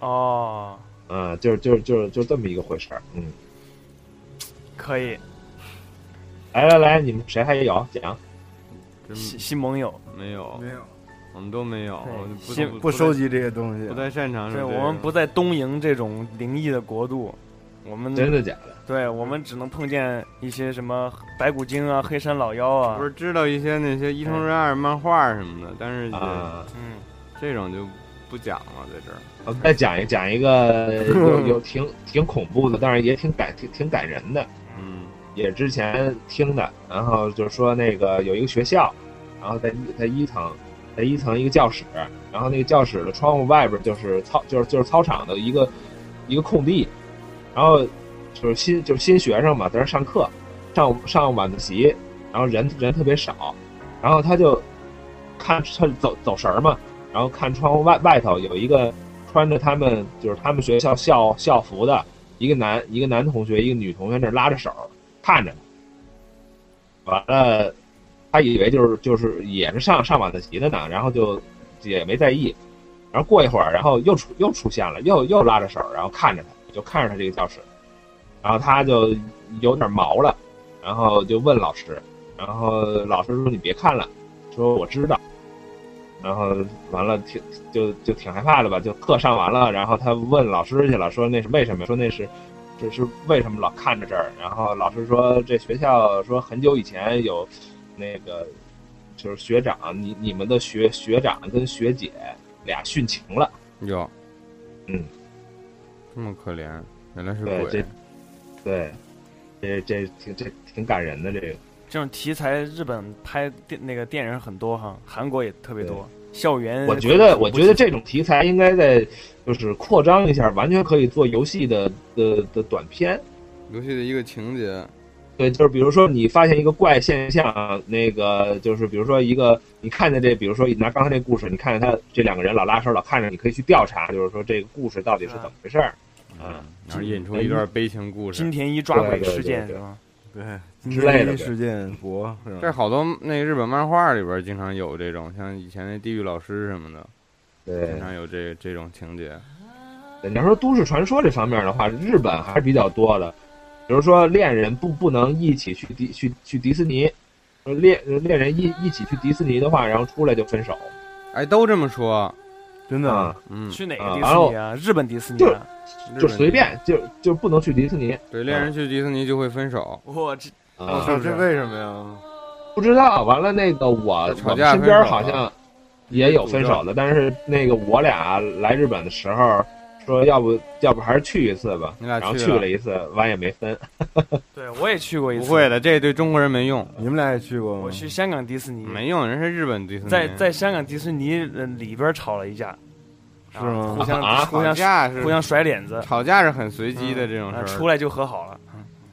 S8: 哦，
S4: 嗯，就是就是就是就这么一个回事儿，嗯，
S8: 可以，
S4: 来来来，你们谁还有讲？
S3: 真
S8: 新新盟友，
S3: 没有，
S2: 没有
S3: 我们都没有，
S8: 对
S3: 我就不
S8: 先
S2: 不收，集这些东
S3: 不
S2: 西
S3: 太不。太擅长。
S8: 对我们不，在东营这种灵异的国度，我们
S4: 真的假的？
S8: 对我们只能碰见一些什么白骨精啊、黑山老妖啊
S3: 不，是知道一些那些伊藤润二漫画什么的，但是也
S4: 啊，
S8: 嗯，
S3: 这种就不讲了，在这儿。
S4: 我再讲一讲一个有有挺挺恐怖的，但是也挺感挺挺感人的，
S3: 嗯，
S4: 也之前听的。然后就是说那个有一个学校，然后在一在一层，在一层一个教室，然后那个教室的窗户外边就是操就是就是操场的一个一个空地，然后就是新就是新学生嘛，在那上课，上上晚自习，然后人人特别少，然后他就看他走走神儿嘛，然后看窗户外外头有一个穿着他们就是他们学校校校服的一个男一个男同学一个女同学那儿拉着手看着他，完了他以为就是就是也是上上晚自习的呢，然后就也没在意，然后过一会儿，然后又出又出现了，又又拉着手，然后看着他，就看着他这个教室，然后他就有点毛了，然后就问老师，然后老师说你别看了，说我知道，然后完了挺就就挺害怕的吧，就课上完了，然后他问老师去了，说那是为什么？说那是。这是为什么老看着这儿？然后老师说，这学校说很久以前有，那个就是学长，你你们的学学长跟学姐俩殉情了。
S3: 有，
S4: 嗯，
S3: 这么可怜，原来是
S4: 对
S3: 鬼
S4: 这。对，这这挺这挺感人的这个。
S8: 这种题材日本拍电那个电影很多哈，韩国也特别多，校园
S4: 我觉得，
S8: 恐怖
S4: 我觉得这种题材应该在就是扩张一下，完全可以做游戏的的的短片。
S3: 游戏的一个情节，
S4: 对，就是比如说你发现一个怪现象，那个就是比如说一个你看见这，比如说拿刚才这故事，你看见他这两个人老拉手老看着，你可以去调查，就是说这个故事到底是怎么回事儿。嗯
S3: 然后引出一段悲情故事
S8: 金。田一抓鬼事
S4: 对对对
S8: 件
S4: 对
S8: 是吗？
S2: 啊对，
S4: 之类的呗
S2: 事件博是
S3: 这
S2: 吧？
S3: 好多那个日本漫画里边经常有这种，像以前那地狱老师什么的，经
S4: 对，
S3: 常有这这种情节。
S4: 你要说都市传说这方面的话，日本还是比较多的。比如说恋人不不能一起去迪去去迪士尼，说恋呃恋人一一起去迪士尼的话，然后出来就分手
S3: 哎，都这么说，
S2: 真的
S4: 啊，
S3: 嗯，
S5: 去哪
S4: 啊
S5: 个迪
S4: 然
S5: 士
S4: 后
S5: 尼啊？日本迪士尼啊？
S3: 日
S4: 就
S3: 本
S4: 随便就就不能去迪士尼
S3: 对恋人去迪士尼就会分手，
S5: 我这
S2: 我
S4: 啊
S2: 操，这为什么呀？
S4: 不知道。完了那个我
S3: 吵
S4: 我
S3: 架
S4: 身边
S3: 分手
S4: 好像也有分手的，但是那个我俩来日本的时候说要不要不还是去一次吧，
S3: 你俩
S4: 然后
S3: 去
S4: 去
S3: 了
S4: 了一次，完也没分。
S5: 对我也去过一
S3: 不
S5: 次，
S3: 会的，这对中国人没用，
S2: 你们俩也去过吗？
S5: 我去香港迪士尼，
S4: 嗯
S3: 没用，人是日本迪士尼，
S5: 在在香港迪士尼呃里边吵了一架，
S2: 是
S5: 啊互
S2: 吗？
S5: 相
S4: 啊
S5: 互
S3: 吵
S5: 相
S3: 架是
S5: 互相甩脸子，
S3: 吵架是很随机的这种事
S5: 啊
S3: 儿，
S5: 出来就和好了。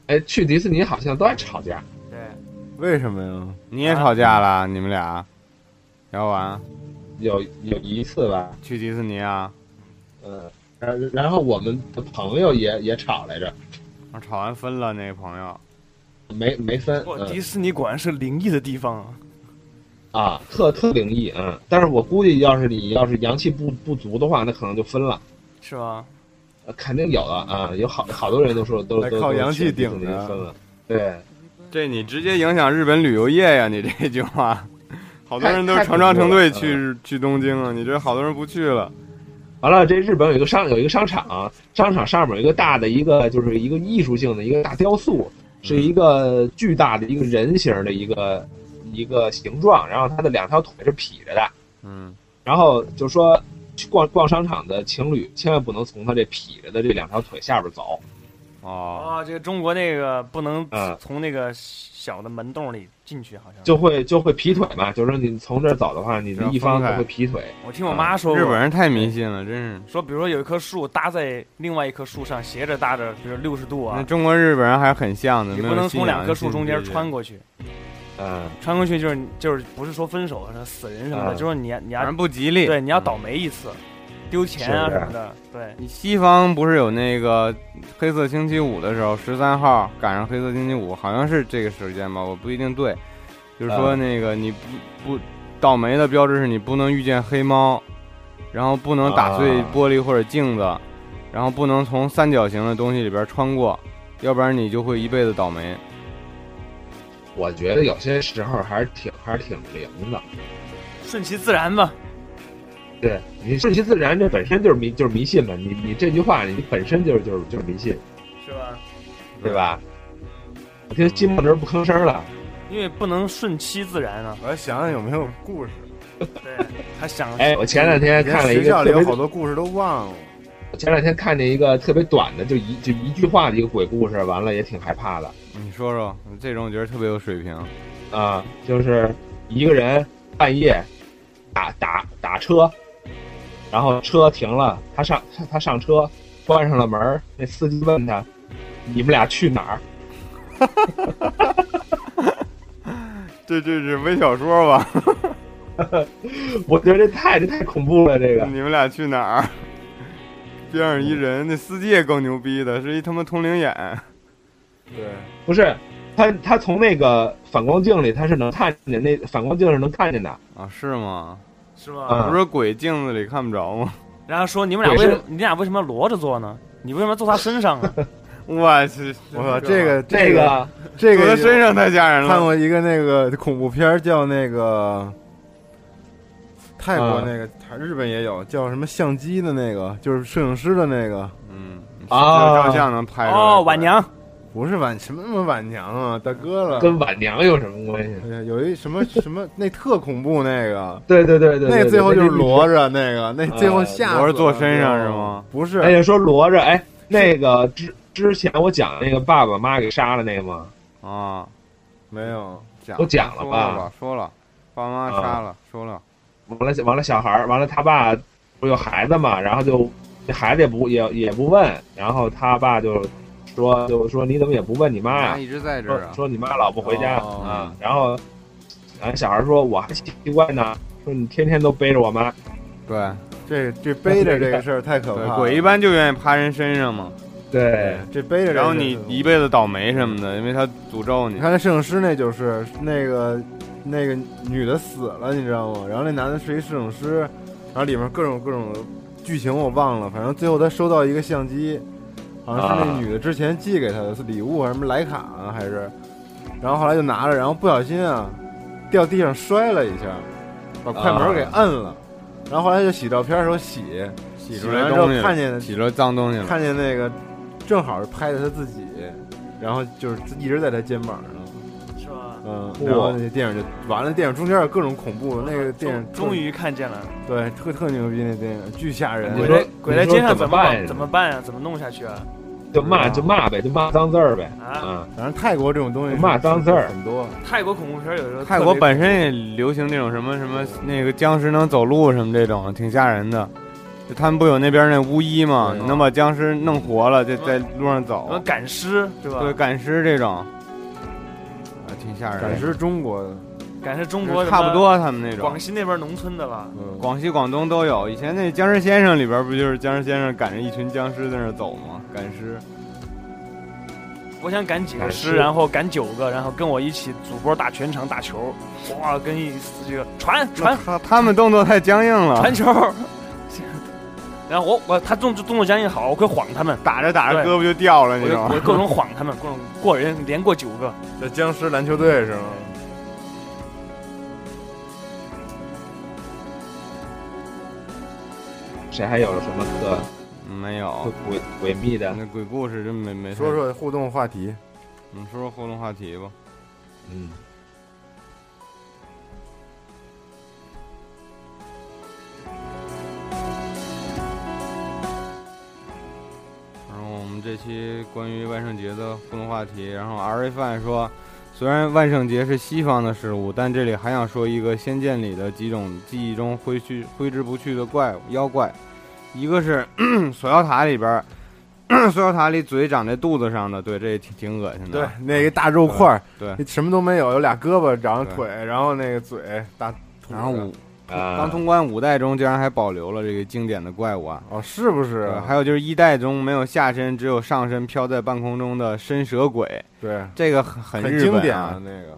S4: 哎，去迪士尼好像都爱吵架。
S5: 对，
S4: 嗯
S2: 为什么呀？
S3: 你
S5: 啊
S3: 也吵架了，你们俩，姚完
S4: 有有一次吧，
S3: 去迪士尼啊，
S4: 嗯，然然后我们的朋友也也吵来着，
S3: 吵完分了那个朋友，
S4: 没没分，
S5: 哇，迪
S4: 嗯、
S5: 士尼果然是灵异的地方啊！
S4: 啊，特特灵异，嗯，但是我估计要是你要是阳气不不足的话，那可能就分了，
S5: 是吧？
S4: 呃肯定有的啊，有好好多人都说都
S2: 还
S4: 都
S2: 靠阳
S4: 都
S2: 气
S4: 去迪士
S2: 顶
S4: 尼
S2: 着
S4: 分了，对，
S3: 这你直接影响日本旅游业呀！你这句话，好多人都
S4: 太太
S3: 成双成对
S4: 恐怖
S3: 去、去东京啊了，你这好多人不去了。
S4: 完了，这日本有一个商有一个商场，商场上面有一个大的一个就是一个艺术性的一个大雕塑，是一个巨大的一个人形的一个一个形状，然后它的两条腿是劈着的。
S3: 嗯，
S4: 然后就说去逛逛商场的情侣千万不能从他这劈着的这两条腿下边走，
S3: 哦，
S5: 啊，这个中国那个不能
S4: 嗯
S5: 从那个小的门洞里进去，好像。
S4: 就会就会劈腿嘛。就是说你从这儿走的话，你的一方
S3: 是啊
S4: 都会劈腿。
S5: 我听我
S4: 嗯
S5: 妈说
S3: 日本
S5: 过，
S3: 人太迷信了，真是。
S5: 说比如说有一棵树搭在另外一棵树上，斜着搭着，比如六十度
S3: 那
S5: 啊，
S3: 中国日本人还很像的，
S5: 你
S3: 没
S5: 不
S3: 有
S5: 能
S3: 信
S5: 从
S3: 仰
S5: 两棵树中间穿，过去，
S4: 嗯，
S5: 穿过去就是就是不是说分手，啊是死人什么的，
S4: 嗯
S5: 就是你你
S3: 反
S5: 要
S3: 正不吉利。嗯
S5: 对你要倒霉一次，丢钱啊
S4: 是
S5: 什么的，对。
S3: 你西方不是有那个黑色星期五的时候，十三号赶上黑色星期五，好像是这个时间吧，我不一定对。就是说那个你不不倒霉的标志是你不能遇见黑猫，然后不能打碎
S4: 啊
S3: 玻璃或者镜子，然后不能从三角形的东西里边穿过，要不然你就会一辈子倒霉。
S4: 我觉得有些时候还是挺还是挺灵的。
S5: 顺其自然吧。
S4: 对你顺其自然，这本身就是迷就是迷信嘛。你你这句话，你本身就是就是就是迷信，
S5: 是吧？
S4: 对吧？我听金木这儿不吭声了，
S5: 因为不能顺其自然啊。
S2: 我还想想有没有故事。
S5: 对，他想，
S4: 哎，我前两天
S2: 连
S4: 看了一
S2: 学
S4: 个
S2: 校里
S4: 特
S2: 有
S4: 别
S2: 好多故事都忘了。
S4: 我前两天看见一个特别短的，就一就一句话的一个鬼故事，完了也挺害怕的
S3: 你说说，这种我觉得特别有水平。
S4: 啊，就是一个人半夜打打打车，然后车停了，他上他他上车，关上了门儿，那司机问他：“你们俩去哪儿
S3: 这这是微小说吧？？”
S4: 我觉得这太这太恐怖了，这个
S3: 你们俩去哪儿？边上一人，那司机也够牛逼的，是一他妈通灵眼。
S2: 对，
S4: 不是他他从那个反光镜里他是能看见那反光镜是能看见的，
S3: 啊，是吗？
S5: 是吧？
S4: 嗯
S3: 不是说鬼镜子里看不着吗？
S5: 然后说你们俩为
S4: 对是
S5: 什么你俩为什么要摞着坐呢？你为什么坐他身上啊？
S3: 我去，
S2: 我靠，这个
S4: 这个
S2: 这
S3: 坐
S2: 个
S3: 他啊身上太吓人
S2: 看
S3: 了。
S2: 过一个那个恐怖片儿，叫那个泰国那个，
S4: 啊
S2: 它日本也有叫什么相机的那个，就是摄影师的那个，
S3: 嗯，
S4: 啊
S3: 这照相能拍出来。
S5: 哦，晚娘，
S2: 不是晚什么什么晚娘啊，大哥了。
S4: 跟晚娘有什么关系？
S2: 哎呀，有一什么什么那特恐怖那个，
S4: 对对对对，
S2: 那
S4: 对
S2: 最后就是。
S4: 对
S2: 摞着那个，那最后吓死了
S3: 啊摞着坐身上是吗？
S2: 不是，
S4: 哎呀，说罗着，哎，那个之之前我讲那个爸爸妈妈给杀了那个吗？
S3: 啊，
S2: 没有，
S3: 讲
S4: 我讲了
S3: 说
S4: 吧
S3: 了，说了，爸妈
S2: 嗯
S3: 杀了，说了。
S4: 完了，完了，小孩儿，完了，他爸不是有孩子嘛，然后就这孩子也不也也不问，然后他爸就说就说你怎么也不问你
S2: 哎
S4: 妈呀、
S3: 一直在这
S4: 说
S3: 儿啊。
S4: 说你妈老不回家啊、
S2: 哦
S4: 然后然后小孩儿说我还奇怪呢，说你天天都背着我妈，
S3: 对
S2: 这这背着这个事儿太可怕
S3: 对，
S2: 了。哎
S3: 鬼一般就愿意趴人身上嘛。
S4: 对，
S2: 这背着这个。
S3: 然后你一辈子倒霉什么的，因为他诅咒
S2: 你
S3: 你。
S2: 看那摄影师那就是那个那个女的死了，你知道吗？然后那男的是一摄影师，然后里面各种各种的剧情我忘了，反正最后他收到一个相机，好像是那
S4: 啊
S2: 女的之前寄给他的是礼物还是什么徕卡啊还是，然后后来就拿着，然后不小心啊掉地上摔了一下，把快门
S3: 啊
S2: 给摁了，然后后来就洗照片的时候洗，洗
S3: 洗出来
S2: 完之后
S3: 东西了，
S2: 看见
S3: 洗出来脏东西了。
S2: 看见那个正好是拍的他自己，然后就是一直在他肩膀上。
S8: 是吧？
S2: 嗯，
S4: 哇
S2: 然后那电影就完了，电影中间有各种恐怖，那个电影特
S8: 终终于看见了，
S2: 对特特牛逼，那电影巨吓人。
S4: 你
S8: 鬼
S4: 说
S8: 在鬼在街上
S4: 怎么
S8: 怎么
S4: 办呀
S8: 搞怎么办呀？怎么弄下去啊？
S4: 就骂就骂呗，就骂脏字儿呗，
S8: 啊
S4: 啊，
S2: 反正泰国这种东西
S4: 骂脏字儿
S2: 很多，
S8: 泰国恐怖片有时候
S3: 泰国本身也流行这种什么什么那个僵尸能走路什么这种，挺吓人的。就他们不有那边那巫医吗？
S2: 对
S3: 你能把僵尸弄活了，在在路上
S8: 什么
S3: 走，
S8: 赶尸是吧？
S3: 对，赶尸这种，啊，挺吓人的。
S2: 赶尸中国的，
S8: 赶尸中
S3: 就是
S8: 国什么
S3: 差不多，他们那种
S8: 广西那边农村的吧？
S2: 嗯，
S3: 广西、广东都有。以前那《僵尸先生》里边不就是僵尸先生赶着一群僵尸在那儿走吗？赶尸。
S8: 我想赶几个
S4: 赶尸
S3: 哎
S8: 尸，然后赶九个，然后跟我一起组波打全场打球，哇，跟一这个传传
S3: 他他们动作太僵硬了
S8: 传，球， 然后我我他动动作僵硬好，我会晃他们，
S3: 打着打着
S8: 对
S3: 胳膊就掉了
S8: 我
S3: 那
S8: 就我
S3: 种。
S8: 就各种晃他们，各种过人，连过九 个。
S2: 这僵尸篮球队是吗？
S4: 谁还有什么特特
S3: 没有，
S4: 诡诡秘的？
S3: 那鬼故事真没没
S2: 说，说互动话题，
S3: 你说说互动话题吧。
S4: 嗯，
S3: 然后我们这期关于万圣节的互动话题，然后 R A 范说，虽然万圣节是西方的事物，但这里还想说一个《仙剑》里的几种记忆中挥去挥之不去的怪物妖怪，一个是 锁妖塔里边儿， 锁妖塔里嘴长在肚子上的，对，这也挺挺恶心的
S2: 对
S3: 啊。，
S2: 那个大肉块儿，
S3: 对
S2: 那什么都没有，有俩胳膊长着
S3: 对
S2: 腿，然后那个嘴大，
S3: 然后五
S4: 啊
S3: 刚，通关五代中竟然还保留了这个经典的怪物啊。
S2: 哦，是不是
S3: 对，？还有就是一代中没有下身，只有上身飘在半空中的伸蛇鬼，
S2: 啊对，
S3: 这个很很
S2: 很
S3: 日
S2: 经
S3: 本
S2: 典
S3: 啊，
S2: 那个，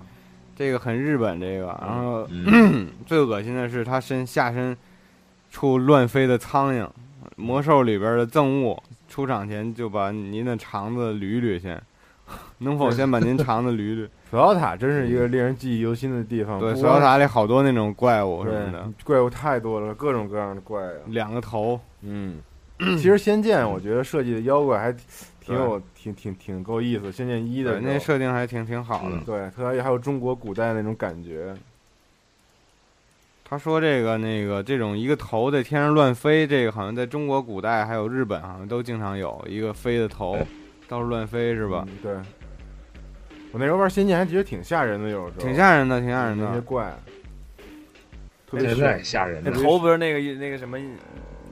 S3: 这个很日本这个。然后
S4: 嗯
S3: 最恶心的是他身下身处乱飞的苍蝇，魔兽里边的憎恶，出场前就把您的肠子捋捋先， 能否先把您肠 子捋捋？
S2: 索要塔真是一个令人记忆犹新的地方。
S3: 对，
S2: 不嗯
S3: 索要
S2: 光
S3: 塔里好多那种怪物什么的
S2: 对，怪物太多了，各种各样的怪啊。
S3: 两个头，
S2: 嗯，其实《仙剑》我觉得设计的妖怪还挺挺有挺挺挺够意思，《仙剑一》
S3: 对，
S2: 的
S3: 那
S2: 时候
S3: 设定还挺挺好的
S4: 嗯。
S2: 对，特别还有中国古代那种感觉，
S3: 他说这个那个这种一个头在天上乱飞，这个好像在中国古代还有日本好像都经常有一个飞的头
S4: 对
S3: 到处乱飞是吧？
S2: 哎嗯？对，我那时候玩《仙剑》还觉得挺吓人的，有时候
S3: 挺吓人的，挺吓
S2: 吓
S3: 人
S2: 那些
S3: 的。
S2: 怪，特
S4: 那
S2: 别
S4: 那
S2: 炫
S4: 也吓人
S8: 那
S4: 的，
S8: 头不是那个那个什么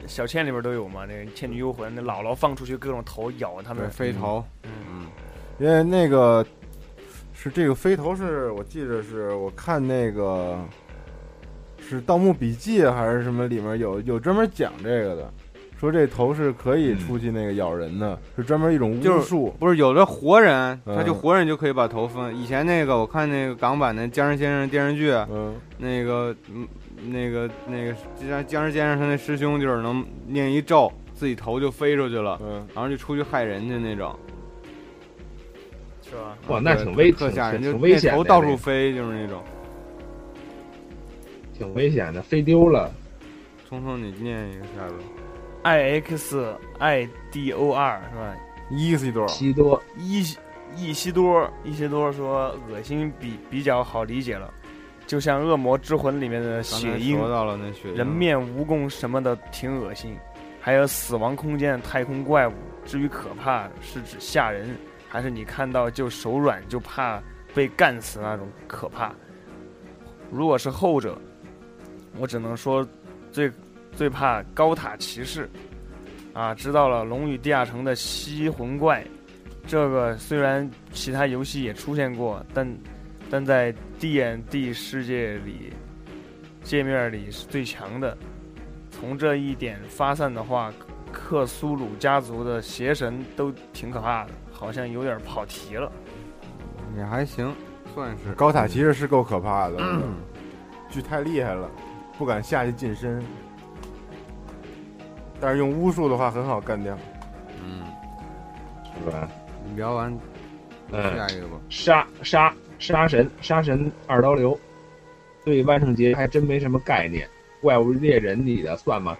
S8: 小倩里边都有嘛？那个《倩女幽魂》，那姥姥放出去各种头咬他
S3: 对，
S8: 们。
S3: 飞头，
S8: 嗯，
S2: 因为那个是这个飞头是我记着是我看那个是《盗墓笔记》还是什么里面有有专门讲这个的，说这头是可以出去那个咬人的，是专门一种
S3: 就
S2: 巫
S3: 是
S2: 术。
S3: 不是有的活人，
S2: 嗯
S3: 他就活人就可以把头分。以前那个我看那个港版的《僵尸先生》电视剧，
S2: 嗯，
S3: 那个嗯那个那个僵僵尸先生他那师兄就是能念一咒，自己头就飞出去了，
S2: 嗯，
S3: 然后就出去害人去那种。
S8: 是吧？
S4: 哇，
S3: 对
S4: 那挺危，
S3: 特
S4: 挺
S3: 吓人，
S4: 挺
S3: 就
S4: 挺危险的，
S3: 那头到处飞就是那种。
S4: 挺危险的，飞丢了。
S3: 聪聪，你念一个下边。
S8: I X I D O R 是吧？
S2: 伊西多，
S4: 西多，
S8: 伊西伊西多伊西多说，恶心比比较好理解了，就像《恶魔之魂》里面的
S3: 刚
S8: 血
S3: 才
S8: 鹰、
S3: 说到了那血鹰
S8: 人面蜈蚣什么的，挺恶心。还有《死亡空间》太空怪物，至于可怕，是指吓人，还是你看到就手软就怕被干死那种可怕？如果是后者，我只能说最最怕高塔骑士。啊，知道了，《龙与地下城》的吸魂怪，这个虽然其他游戏也出现过，但但在 D N D 世界里，界面里是最强的。从这一点发散的话，克苏鲁家族的邪神都挺可怕的，好像有点跑题了。
S3: 也还行，算是
S2: 高塔其实是够可怕的，剧太厉害了，不敢下去近身。但是用巫术的话很好干掉。
S3: 嗯，
S4: 是吧？
S3: 你聊完
S4: 嗯，
S3: 下一个吧。
S4: 杀杀杀神杀神二刀流，对万圣节还真没什么概念。怪物猎人里的算吗？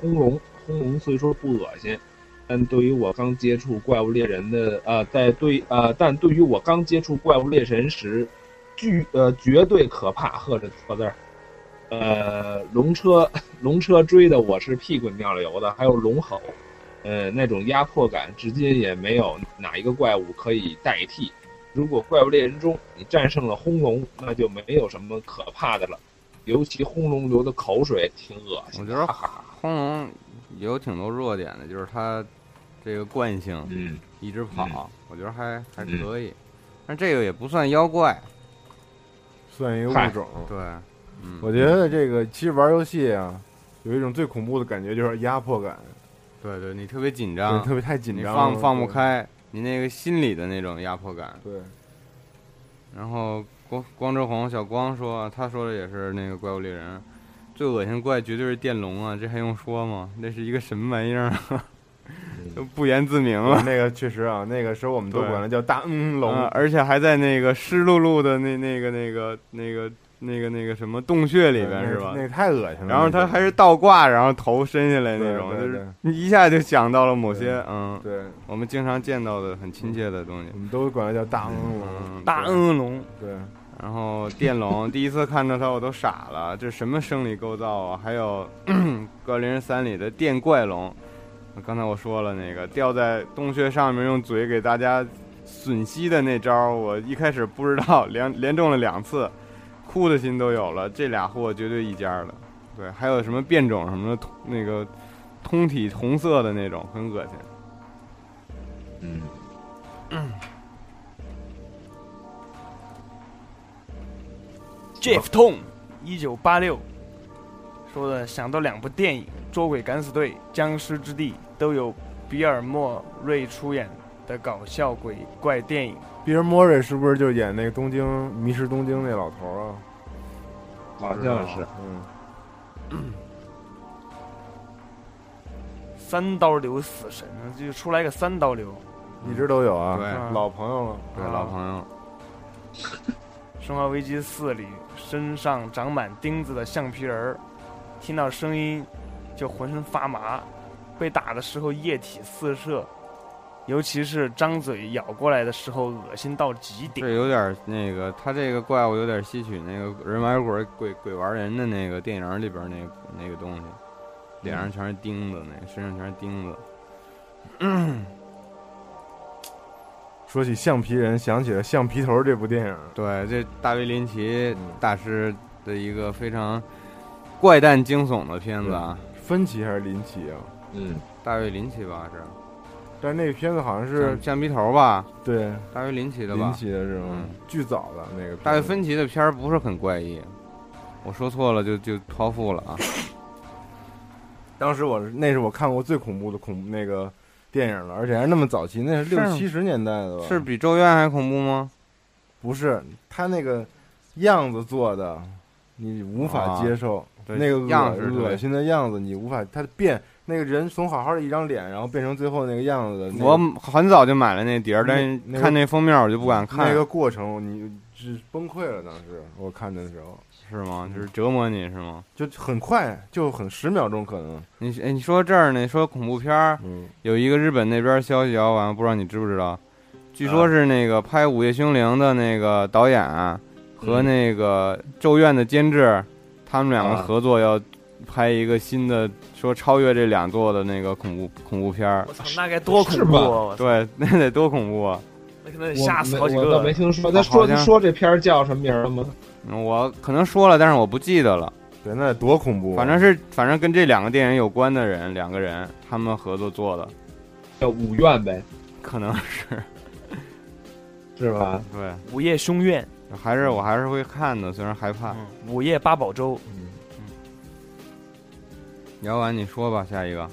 S4: 轰龙轰龙虽说不恶心，但对于我刚接触怪物猎人的呃，在对呃，但对于我刚接触怪物猎人时，巨呃绝对可怕，呵这错字儿。呃，龙车 龙车追的我是屁滚尿流的，还有龙吼，呃，那种压迫感至今也没有哪一个怪物可以代替。如果怪物猎人中你战胜了轰龙，那就没有什么可怕的了。尤其轰龙流的口水挺恶心
S3: 我
S4: 的，
S3: 觉得
S4: 哈哈哈。
S3: 轰龙有挺多弱点的，就是它这个惯性
S4: 嗯，
S3: 一直跑，我觉得还还
S4: 嗯
S3: 可以。但这个也不算妖怪，
S2: 算一个
S4: 嗨
S2: 物种。
S3: 对，嗯，
S2: 我觉得这个其实玩游戏啊，有一种最恐怖的感觉就是压迫感，
S3: 对对，你特别紧
S2: 对
S3: 张，
S2: 特别太紧
S3: 啊你
S2: 张了，
S3: 放放
S2: 对
S3: 不。开，你那个心理的那种压迫感。
S2: 对，
S3: 然后光光之红小光说，他说的也是那个怪物猎人，最恶心怪绝对是电龙啊，这还用说吗？那是一个什么玩意儿啊？
S2: 嗯
S3: 都不言自明了。
S2: 那个确实啊，那个时候我们都
S3: 嗯对
S2: 管它叫大嗯
S3: 嗯
S2: 龙，
S3: 而且还在那个湿漉漉的那那个那个那个那个那个什么洞穴里边
S2: 对
S3: 是吧
S2: 那？那太恶心了。
S3: 然后他还是倒挂，然后头伸下来那种，
S2: 对
S3: 就
S2: 对
S3: 是你一下就想到了某
S2: 对
S3: 些嗯，
S2: 对，
S3: 我们经常见到的很亲切的东西
S2: 我。们都管它叫大嗯龙。
S3: 嗯，
S8: 大
S3: 对
S8: 恩龙，
S2: 对，
S3: 然后电龙 第一次看到它，我都傻了，这什么生理构造啊？还有 《怪物猎人三》里的电怪龙，刚才我说了那个吊在洞穴上面用嘴给大家吮吸的那招儿，我一开始不知道，连 连中了两次，哭的心都有了。这俩货绝对一家儿的，对，还有什么变种什么的，通那个通体红色的那种，很恶心。
S4: 嗯，
S8: Jeff Tom，一九八六，说的想到两部电影《捉鬼敢死队》《僵尸之地》，都有比尔莫瑞出演的搞笑鬼怪电影。
S2: 比尔莫瑞是不是就演那个东京迷失东京那老头儿啊？
S4: 好像是。
S2: 嗯，
S8: 三刀流死神，就出来个三刀流，
S2: 一直都有啊，
S3: 对
S8: 嗯
S2: 老朋友了。
S3: 对，
S8: 啊
S3: 老朋友，
S8: 《生化危机四》里身上长满钉子的橡皮人儿，听到声音就浑身发麻，被打的时候液体四射，尤其是张嘴咬过来的时候，恶心到极点
S3: 这。有点儿那个，他这个怪物有点吸取那个人玩鬼鬼鬼玩人的那个电影里边那个那个东西，脸上全是钉子，那个身上全是钉子。
S2: 说起橡皮人，想起了《橡皮头》这部电影，
S3: 对，这大卫林奇大师的一个非常怪诞惊悚的片子啊，
S2: 分歧还是林奇啊？
S4: 嗯，
S3: 大卫林奇吧是
S2: 但那个片子好像是
S3: 橡橡皮头吧，
S2: 对
S3: 大卫林奇的
S2: 林
S3: 吧，
S2: 奇的是吗
S3: 嗯？
S2: 巨早的那个片子
S3: 大卫芬奇的片儿不是很怪异，我说错了就就超负了啊。
S2: 当时我是那是我看过最恐怖的恐那个电影了，而且还是那么早期，那是
S3: 是吗
S2: 六七十年代的吧？
S3: 是比《咒怨》还恐怖吗？
S2: 不是他那个样子做的，你无法
S3: 啊
S2: 接受、
S3: 对
S2: 那个恶
S3: 样式对
S2: 恶心的样子，你无法他变那个人从好好的一张脸，然后变成最后那个样子的、那个，
S3: 我很早就买了那碟儿，但是
S2: 那那个
S3: 看那封面我就不敢看。
S2: 那个过程你是崩溃了，当时我看的时候
S3: 是吗？就是折磨你是吗？
S2: 就很快，就很十秒钟可能，
S3: 你哎，你说这儿呢？你说恐怖片儿，
S2: 嗯，
S3: 有一个日本那边消息啊，完了不知道你知不知道？据说是那个拍《午夜凶铃》的那个导演啊和那个《咒怨》的监制，他们两个
S4: 啊
S3: 合作要拍一个新的，说超越这两座的那个恐怖恐怖片儿
S8: 我。操，那该多恐
S4: 是
S8: 怖
S4: 吧
S8: 啊！我操，
S3: 对， 那得多恐怖啊！
S8: 那可能得
S4: 我
S8: 吓死好几
S4: 没我倒
S8: 个
S4: 没。听说。
S3: 好
S4: 他说
S3: 像
S4: 说这片儿叫什么名儿了吗？
S3: 嗯我可能说了，但是我不记得了。
S2: 对，那得多恐怖啊，
S3: 反正是，反正跟这两个电影有关的人，两个人他们合作做的，
S4: 叫五院呗，
S3: 可能是
S4: 是吧？
S3: 对。
S8: 午夜凶院，
S3: 还是我还是会看的，虽然害
S4: 啊
S3: 怕。
S8: 嗯，午夜八宝粥，
S3: 聊完你说吧，下一个。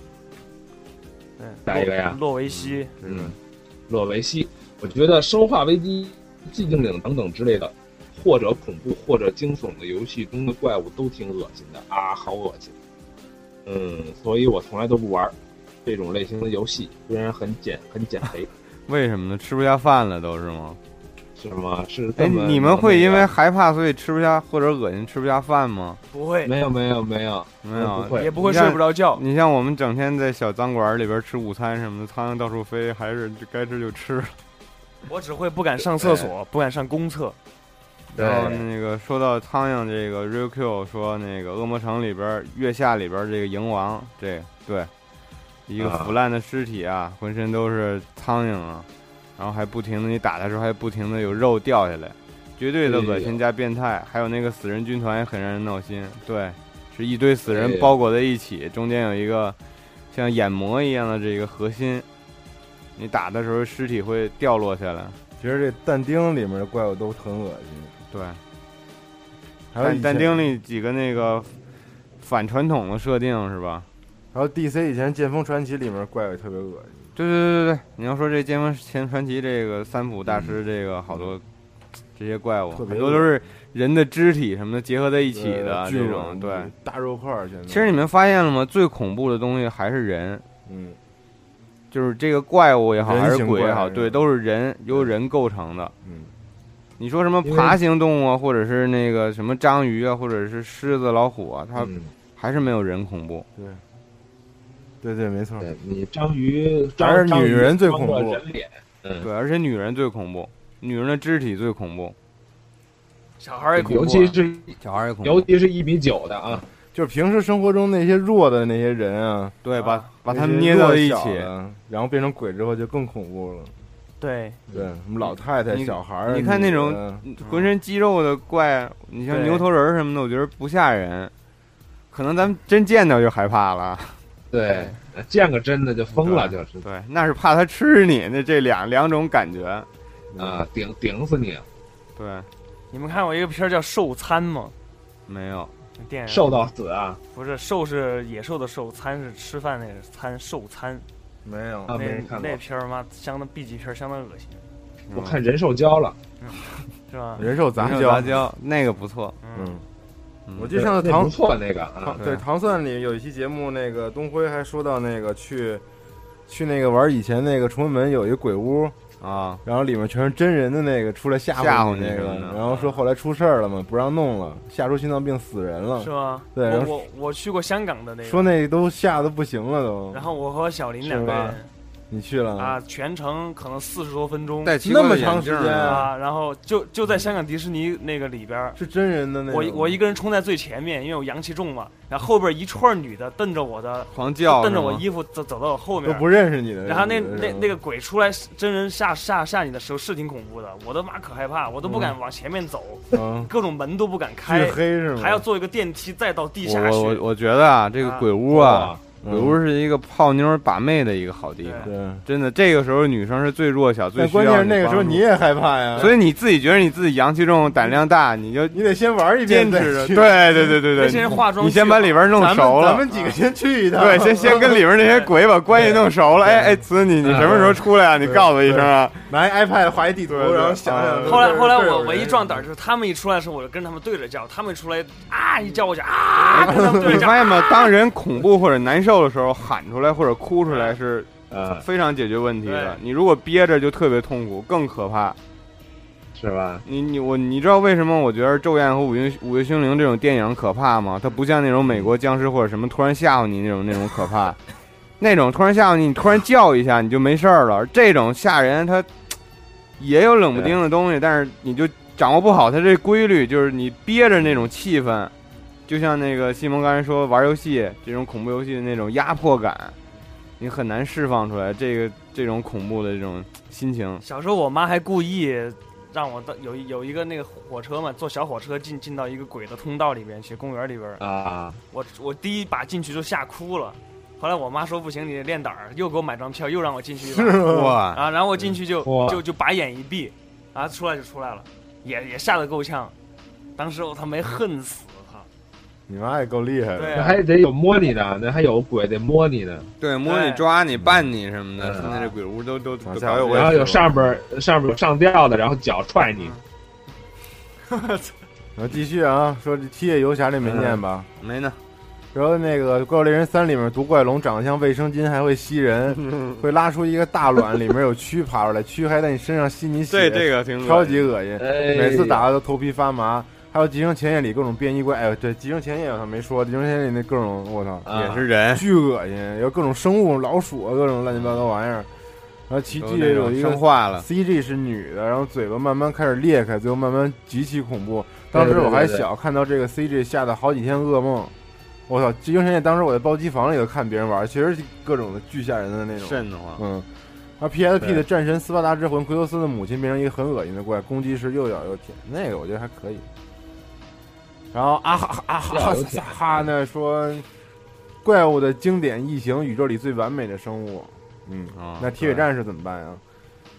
S8: 对，
S4: 嗯下一个呀
S8: 洛维西，
S4: 嗯，洛维西，我觉得《生化危机》《寂静岭》等等之类的，或者恐怖或者惊悚的游戏中的怪物都挺恶心的啊，好恶心。嗯，所以我从来都不玩儿这种类型的游戏，虽然很减很减肥，
S3: 为什么呢？吃不下饭了都是吗？
S4: 是吗？是
S3: 哎，
S4: 根本
S3: 你们会因为害怕所以吃不下或者恶心吃不下饭吗？
S8: 不会，
S4: 没有没有没有
S3: 没有，
S4: 不会
S8: 也不会
S3: 你看
S8: 睡不着觉。
S3: 你像我们整天在小脏馆里边吃午餐什么的，苍蝇到处飞，还是就该吃就吃。
S8: 我只会不敢上厕所，不敢上公厕。
S3: 然后那个说到苍蝇这个 r e Q 说那个恶魔城里边月下里边这个蝇王，这个对，一个
S4: 啊
S3: 腐烂的尸体啊，浑身都是苍蝇啊，然后还不停的你打它的时候还不停的有肉掉下来，绝对的
S4: 哎呦
S3: 恶心加变态。还有那个死人军团也很让人闹心，对，是一堆死
S4: 哎
S3: 人
S4: 呦
S3: 包裹在一起，中间有一个像眼膜一样的这个核心，你打的时候尸体会掉落下来，
S2: 其实这但丁里面的怪物都很恶心，
S3: 对。
S2: 还有以前
S3: 但但丁里几个那个反传统的设定是吧？
S2: 还有 DC 以前《剑锋传奇》里面的怪物也特别恶心，
S3: 对对对对对，你要说这《剑锋前传奇》这个三浦大师这个好多这些怪物，
S2: 特别
S3: 很多都是人的肢体什么的结合在一起的
S2: 呃
S3: 这
S2: 巨
S3: 种。
S2: 种
S3: 对，
S2: 大肉块儿现在。
S3: 其实你们发现了吗？最恐怖的东西还是人，
S2: 嗯，
S3: 就是这个怪物也好，
S2: 人
S3: 还是
S2: 形
S3: 鬼也
S2: 怪
S3: 好，
S2: 是
S3: 对，
S2: 吧
S3: 都是人由人构成的。
S2: 嗯，
S3: 你说什么
S4: 因为
S3: 爬行动物啊，或者是那个什么章鱼啊，或者是狮子、老虎啊，它
S4: 嗯
S3: 还是没有人恐怖。
S2: 对对，没错。
S4: 对你章鱼，章
S2: 还是
S4: 章鱼
S2: 女人最恐怖
S4: 装着人脸，嗯，
S3: 对，而且女人最恐怖，女人的肢体最恐怖，
S8: 小孩儿也恐怖啊、
S4: 尤其是
S3: 小孩也恐
S4: 尤其是一米九的啊，
S2: 就是平时生活中那些弱的那些人啊，
S3: 对，把把
S2: 那
S3: 他
S2: 些
S3: 们捏到一
S2: 弱小
S3: 起。
S2: 的，然后变成鬼之后就更恐怖了。
S8: 对，
S2: 对，什么老太太、
S3: 嗯你
S2: 小孩儿，
S3: 你看那种啊
S2: 女人
S3: 浑身肌肉的怪，你像
S8: 对
S3: 牛头人儿什么的，我觉得不吓人。可能咱们真见到就害怕 了，
S4: 对，见个真的就疯了，
S3: 对
S4: 就是
S3: 对，那是怕他吃你，那这两两种感觉，
S4: 啊，顶顶死你，
S3: 对，
S8: 你们看过一个片儿叫《兽餐》吗？
S3: 没有，
S8: 电影
S4: 瘦到死啊
S8: 不是兽是野兽的兽，餐是吃饭那个餐，兽餐
S2: 没有
S4: 啊，没人
S8: 那
S4: 看过
S8: 那，片儿妈相当 B 级片儿，相当恶心，
S4: 我看人兽交了，
S8: 是吧？
S2: 人兽杂
S3: 没有
S2: 交
S3: 杂。交那个不错，
S2: 嗯，
S3: 嗯
S2: 我记
S4: 对
S2: 得上次
S4: 那不
S2: 唐
S4: 错那个啊
S2: 唐，对唐蒜里有一期节目，那个东辉还说到那个去去那个玩以前那个崇文门有一个鬼屋，
S3: 啊，
S2: 然后里面全是真人的那个出来吓
S3: 吓唬
S2: 唬
S3: 你
S2: 那个
S3: 什么的，
S2: 然后说后来出事儿了嘛，不让弄了，吓出心脏病死人了
S8: 是，吗？
S2: 嗯对然
S8: 我
S2: 后
S8: 我我去过香港的那
S2: 说
S8: 个，
S2: 那都吓得不行了都。
S8: 然后我和小林两个
S2: 是吧
S8: 人
S2: 你去了
S8: 啊，全程可能四十多分钟
S3: 戴奇
S2: 那么
S3: 怪的眼
S2: 长时
S3: 镜儿
S2: 间
S3: 呢
S8: 啊，然后就就在香港迪士尼那个里边儿，
S2: 是真人的那
S8: 我
S2: 种
S8: 我一个人冲在最前面，因为我阳气重嘛，然后后边一串女的瞪着我的，
S3: 狂叫
S8: 瞪着我
S3: 是吗
S8: 衣服走走到我后面
S2: 都，不认识你的种。
S8: 然后那那那个鬼出来真人吓吓吓你的时候是挺恐怖的，我都妈可害怕，我都不敢往前面走，
S2: 嗯，
S8: 各种门都不敢开
S2: 巨，黑是吗？
S8: 还要坐一个电梯再到地下
S3: 我我
S8: 去。
S3: 我觉得啊，这个
S8: 啊
S3: 鬼屋啊，
S2: 嗯
S3: 鬼屋是一个泡妞儿把妹的一个好地方。
S8: 对
S2: 对。
S3: 真的，这个时候女生是最弱小、最
S2: 但
S3: 需要
S2: 关键是那个时候
S3: 帮助
S2: 你，也害怕呀，
S3: 所以你自己觉得你自己阳气重、胆量大，你就
S2: 你得先玩一遍
S3: 坚
S2: 再
S3: 持着。
S2: 去
S3: 对对对对对，
S8: 那些人化妆
S3: 你先把里边弄
S2: 咱们
S3: 熟
S2: 咱
S3: 了，
S2: 们几个先去一趟。
S3: 对，先先跟里边那些鬼把关系弄熟了。哎哎，子你你什么时候出来啊？你告诉我一声啊。
S2: 拿一 iPad 画一地图，
S3: 对对
S2: 然后想想。
S3: 啊
S8: 后来
S2: 对
S8: 后来
S2: 对
S8: 我
S2: 对
S8: 我一壮胆儿，就是他们一出来的时候，我就跟他们对着叫，他们一出来啊一叫我就啊跟他们对
S3: 你
S8: 着
S3: 发
S8: 叫。
S3: 现吗？当人恐怖或者难受的时候，喊出来或者哭出来是
S4: 啊，
S3: 非常解决问题的
S8: 对。
S3: 你如果憋着，就特别痛苦，更可怕。
S4: 是吧？
S3: 你你我你知道为什么我觉得《昼宴》和《午夜午夜凶铃》这种电影可怕吗？它不像那种美国僵尸或者什么突然吓唬你那种那种可怕，那种突然吓唬你，你突然叫一下你就没事儿了。这种吓人它也有冷不丁的东西，但是你就掌握不好它这规律，就是你憋着那种气氛，就像那个西蒙刚才说玩游戏这种恐怖游戏的那种压迫感，你很难释放出来这个这种恐怖的这种心情。
S8: 小时候我妈还故意让我到有一有一个那个火车嘛，坐小火车进进到一个鬼的通道里边去，公园里边儿。
S4: 啊，
S8: 我我第一把进去就吓哭了，后来我妈说不行，你练胆儿，又给我买张票，又让我进去一把。
S3: 哇！
S8: 啊，然后我进去就
S4: 哇
S8: 就就把眼一闭，啊然后出来就出来了，也也吓得够呛。当时我他没恨死，我操！啊
S2: 你妈也够厉
S3: 嗯
S2: 害的。
S4: 那还得有摸你的，那还有鬼得摸你呢。
S3: 对，摸你、抓你、绊你什么的，
S4: 嗯
S3: 现在这鬼屋都都都
S2: 啊哎
S3: 搞
S2: 下回我也
S4: 然后有
S3: 定了
S4: 上边儿上边儿有上吊的，然后脚踹你。
S2: 然后继续啊，说这《七夜游侠》这没念吧？
S3: 没呢？
S2: 然后那个《怪物猎人三》里面毒怪龙长得像卫生巾，还会吸人， 会拉出一个大卵，里面有蛆爬出来，蛆还在你身上吸你血，
S3: 对，这个挺恶心
S2: 超级恶心。
S4: 哎
S2: 每次打的都头皮发麻。还有《极生前夜》里各种变异怪，哎呦，对，《极生前夜》我操没说，《极生前夜》里那各种我操，
S4: 啊
S3: 也是人，
S2: 巨恶心，有各种生物、老鼠啊，各种乱七八糟玩意儿。然后奇
S3: 都
S2: 迹
S3: 那
S2: 有
S3: 种
S2: 一个
S3: 生化了，
S2: CG 是女的，然后嘴巴慢慢开始裂开，最后慢慢极其恐怖。当时我还
S4: 对对
S2: 小，看到这个 CG 吓得好几天噩梦。我操！极星神夜当时我在包机房里头看别人玩，其实各种的巨吓人的那种。
S3: 瘆得慌。
S2: 嗯，啊，PSP
S3: 对
S2: 的战神斯巴达之魂，奎托斯的母亲变成一个很恶心的怪，攻击时又咬又舔，那个我觉得还可以。然后啊哈啊哈
S4: 又
S2: 啊
S4: 咬又舔
S2: 哈哈呢说，嗯怪物的经典异形，宇宙里最完美的生物。嗯，
S3: 啊
S2: 那铁血战士怎么办呀？
S3: 对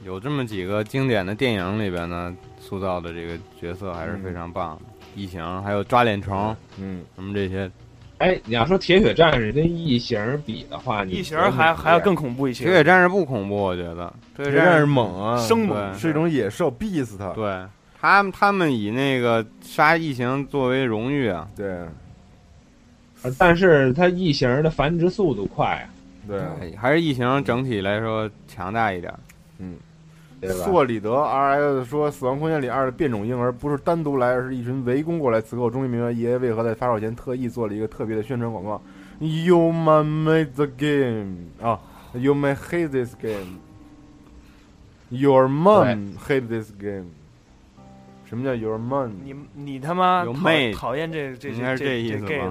S3: 有这么几个经典的电影里边呢，塑造的这个角色还是非常棒的。异形，还有抓脸虫，
S2: 嗯，
S3: 什么这些，
S4: 哎，你要说铁血战士跟异形比的话，你
S8: 异形儿还还要更恐怖一
S3: 铁血
S8: 些，
S3: 战士不恐怖，我觉得铁
S2: 铁
S3: 血
S2: 血战
S3: 战
S2: 士
S3: 士
S2: 猛啊，
S8: 生
S3: 嗯对
S8: 猛
S2: 是一种野兽，逼死他。
S3: 对他们他们以那个杀异形作为荣誉啊，
S2: 对
S4: 但是它异形的繁殖速度快，啊
S2: 对，
S3: 哎还是异形整体来说强大一点。
S4: 对吧？
S2: 索里德 R X 说，《死亡空间》里二的变种婴儿不是单独来，而是一群围攻过来。此刻我终于明白 E A 为何在发售前特意做了一个特别的宣传广告。You may make the game 啊、y o u may hate this game. Your mom hate this game. 什么叫 your mom？
S8: 你你他妈
S3: 有
S8: 讨
S3: 妹
S8: 讨厌这这
S3: 应该
S8: 这
S3: 是这意思吧
S8: gay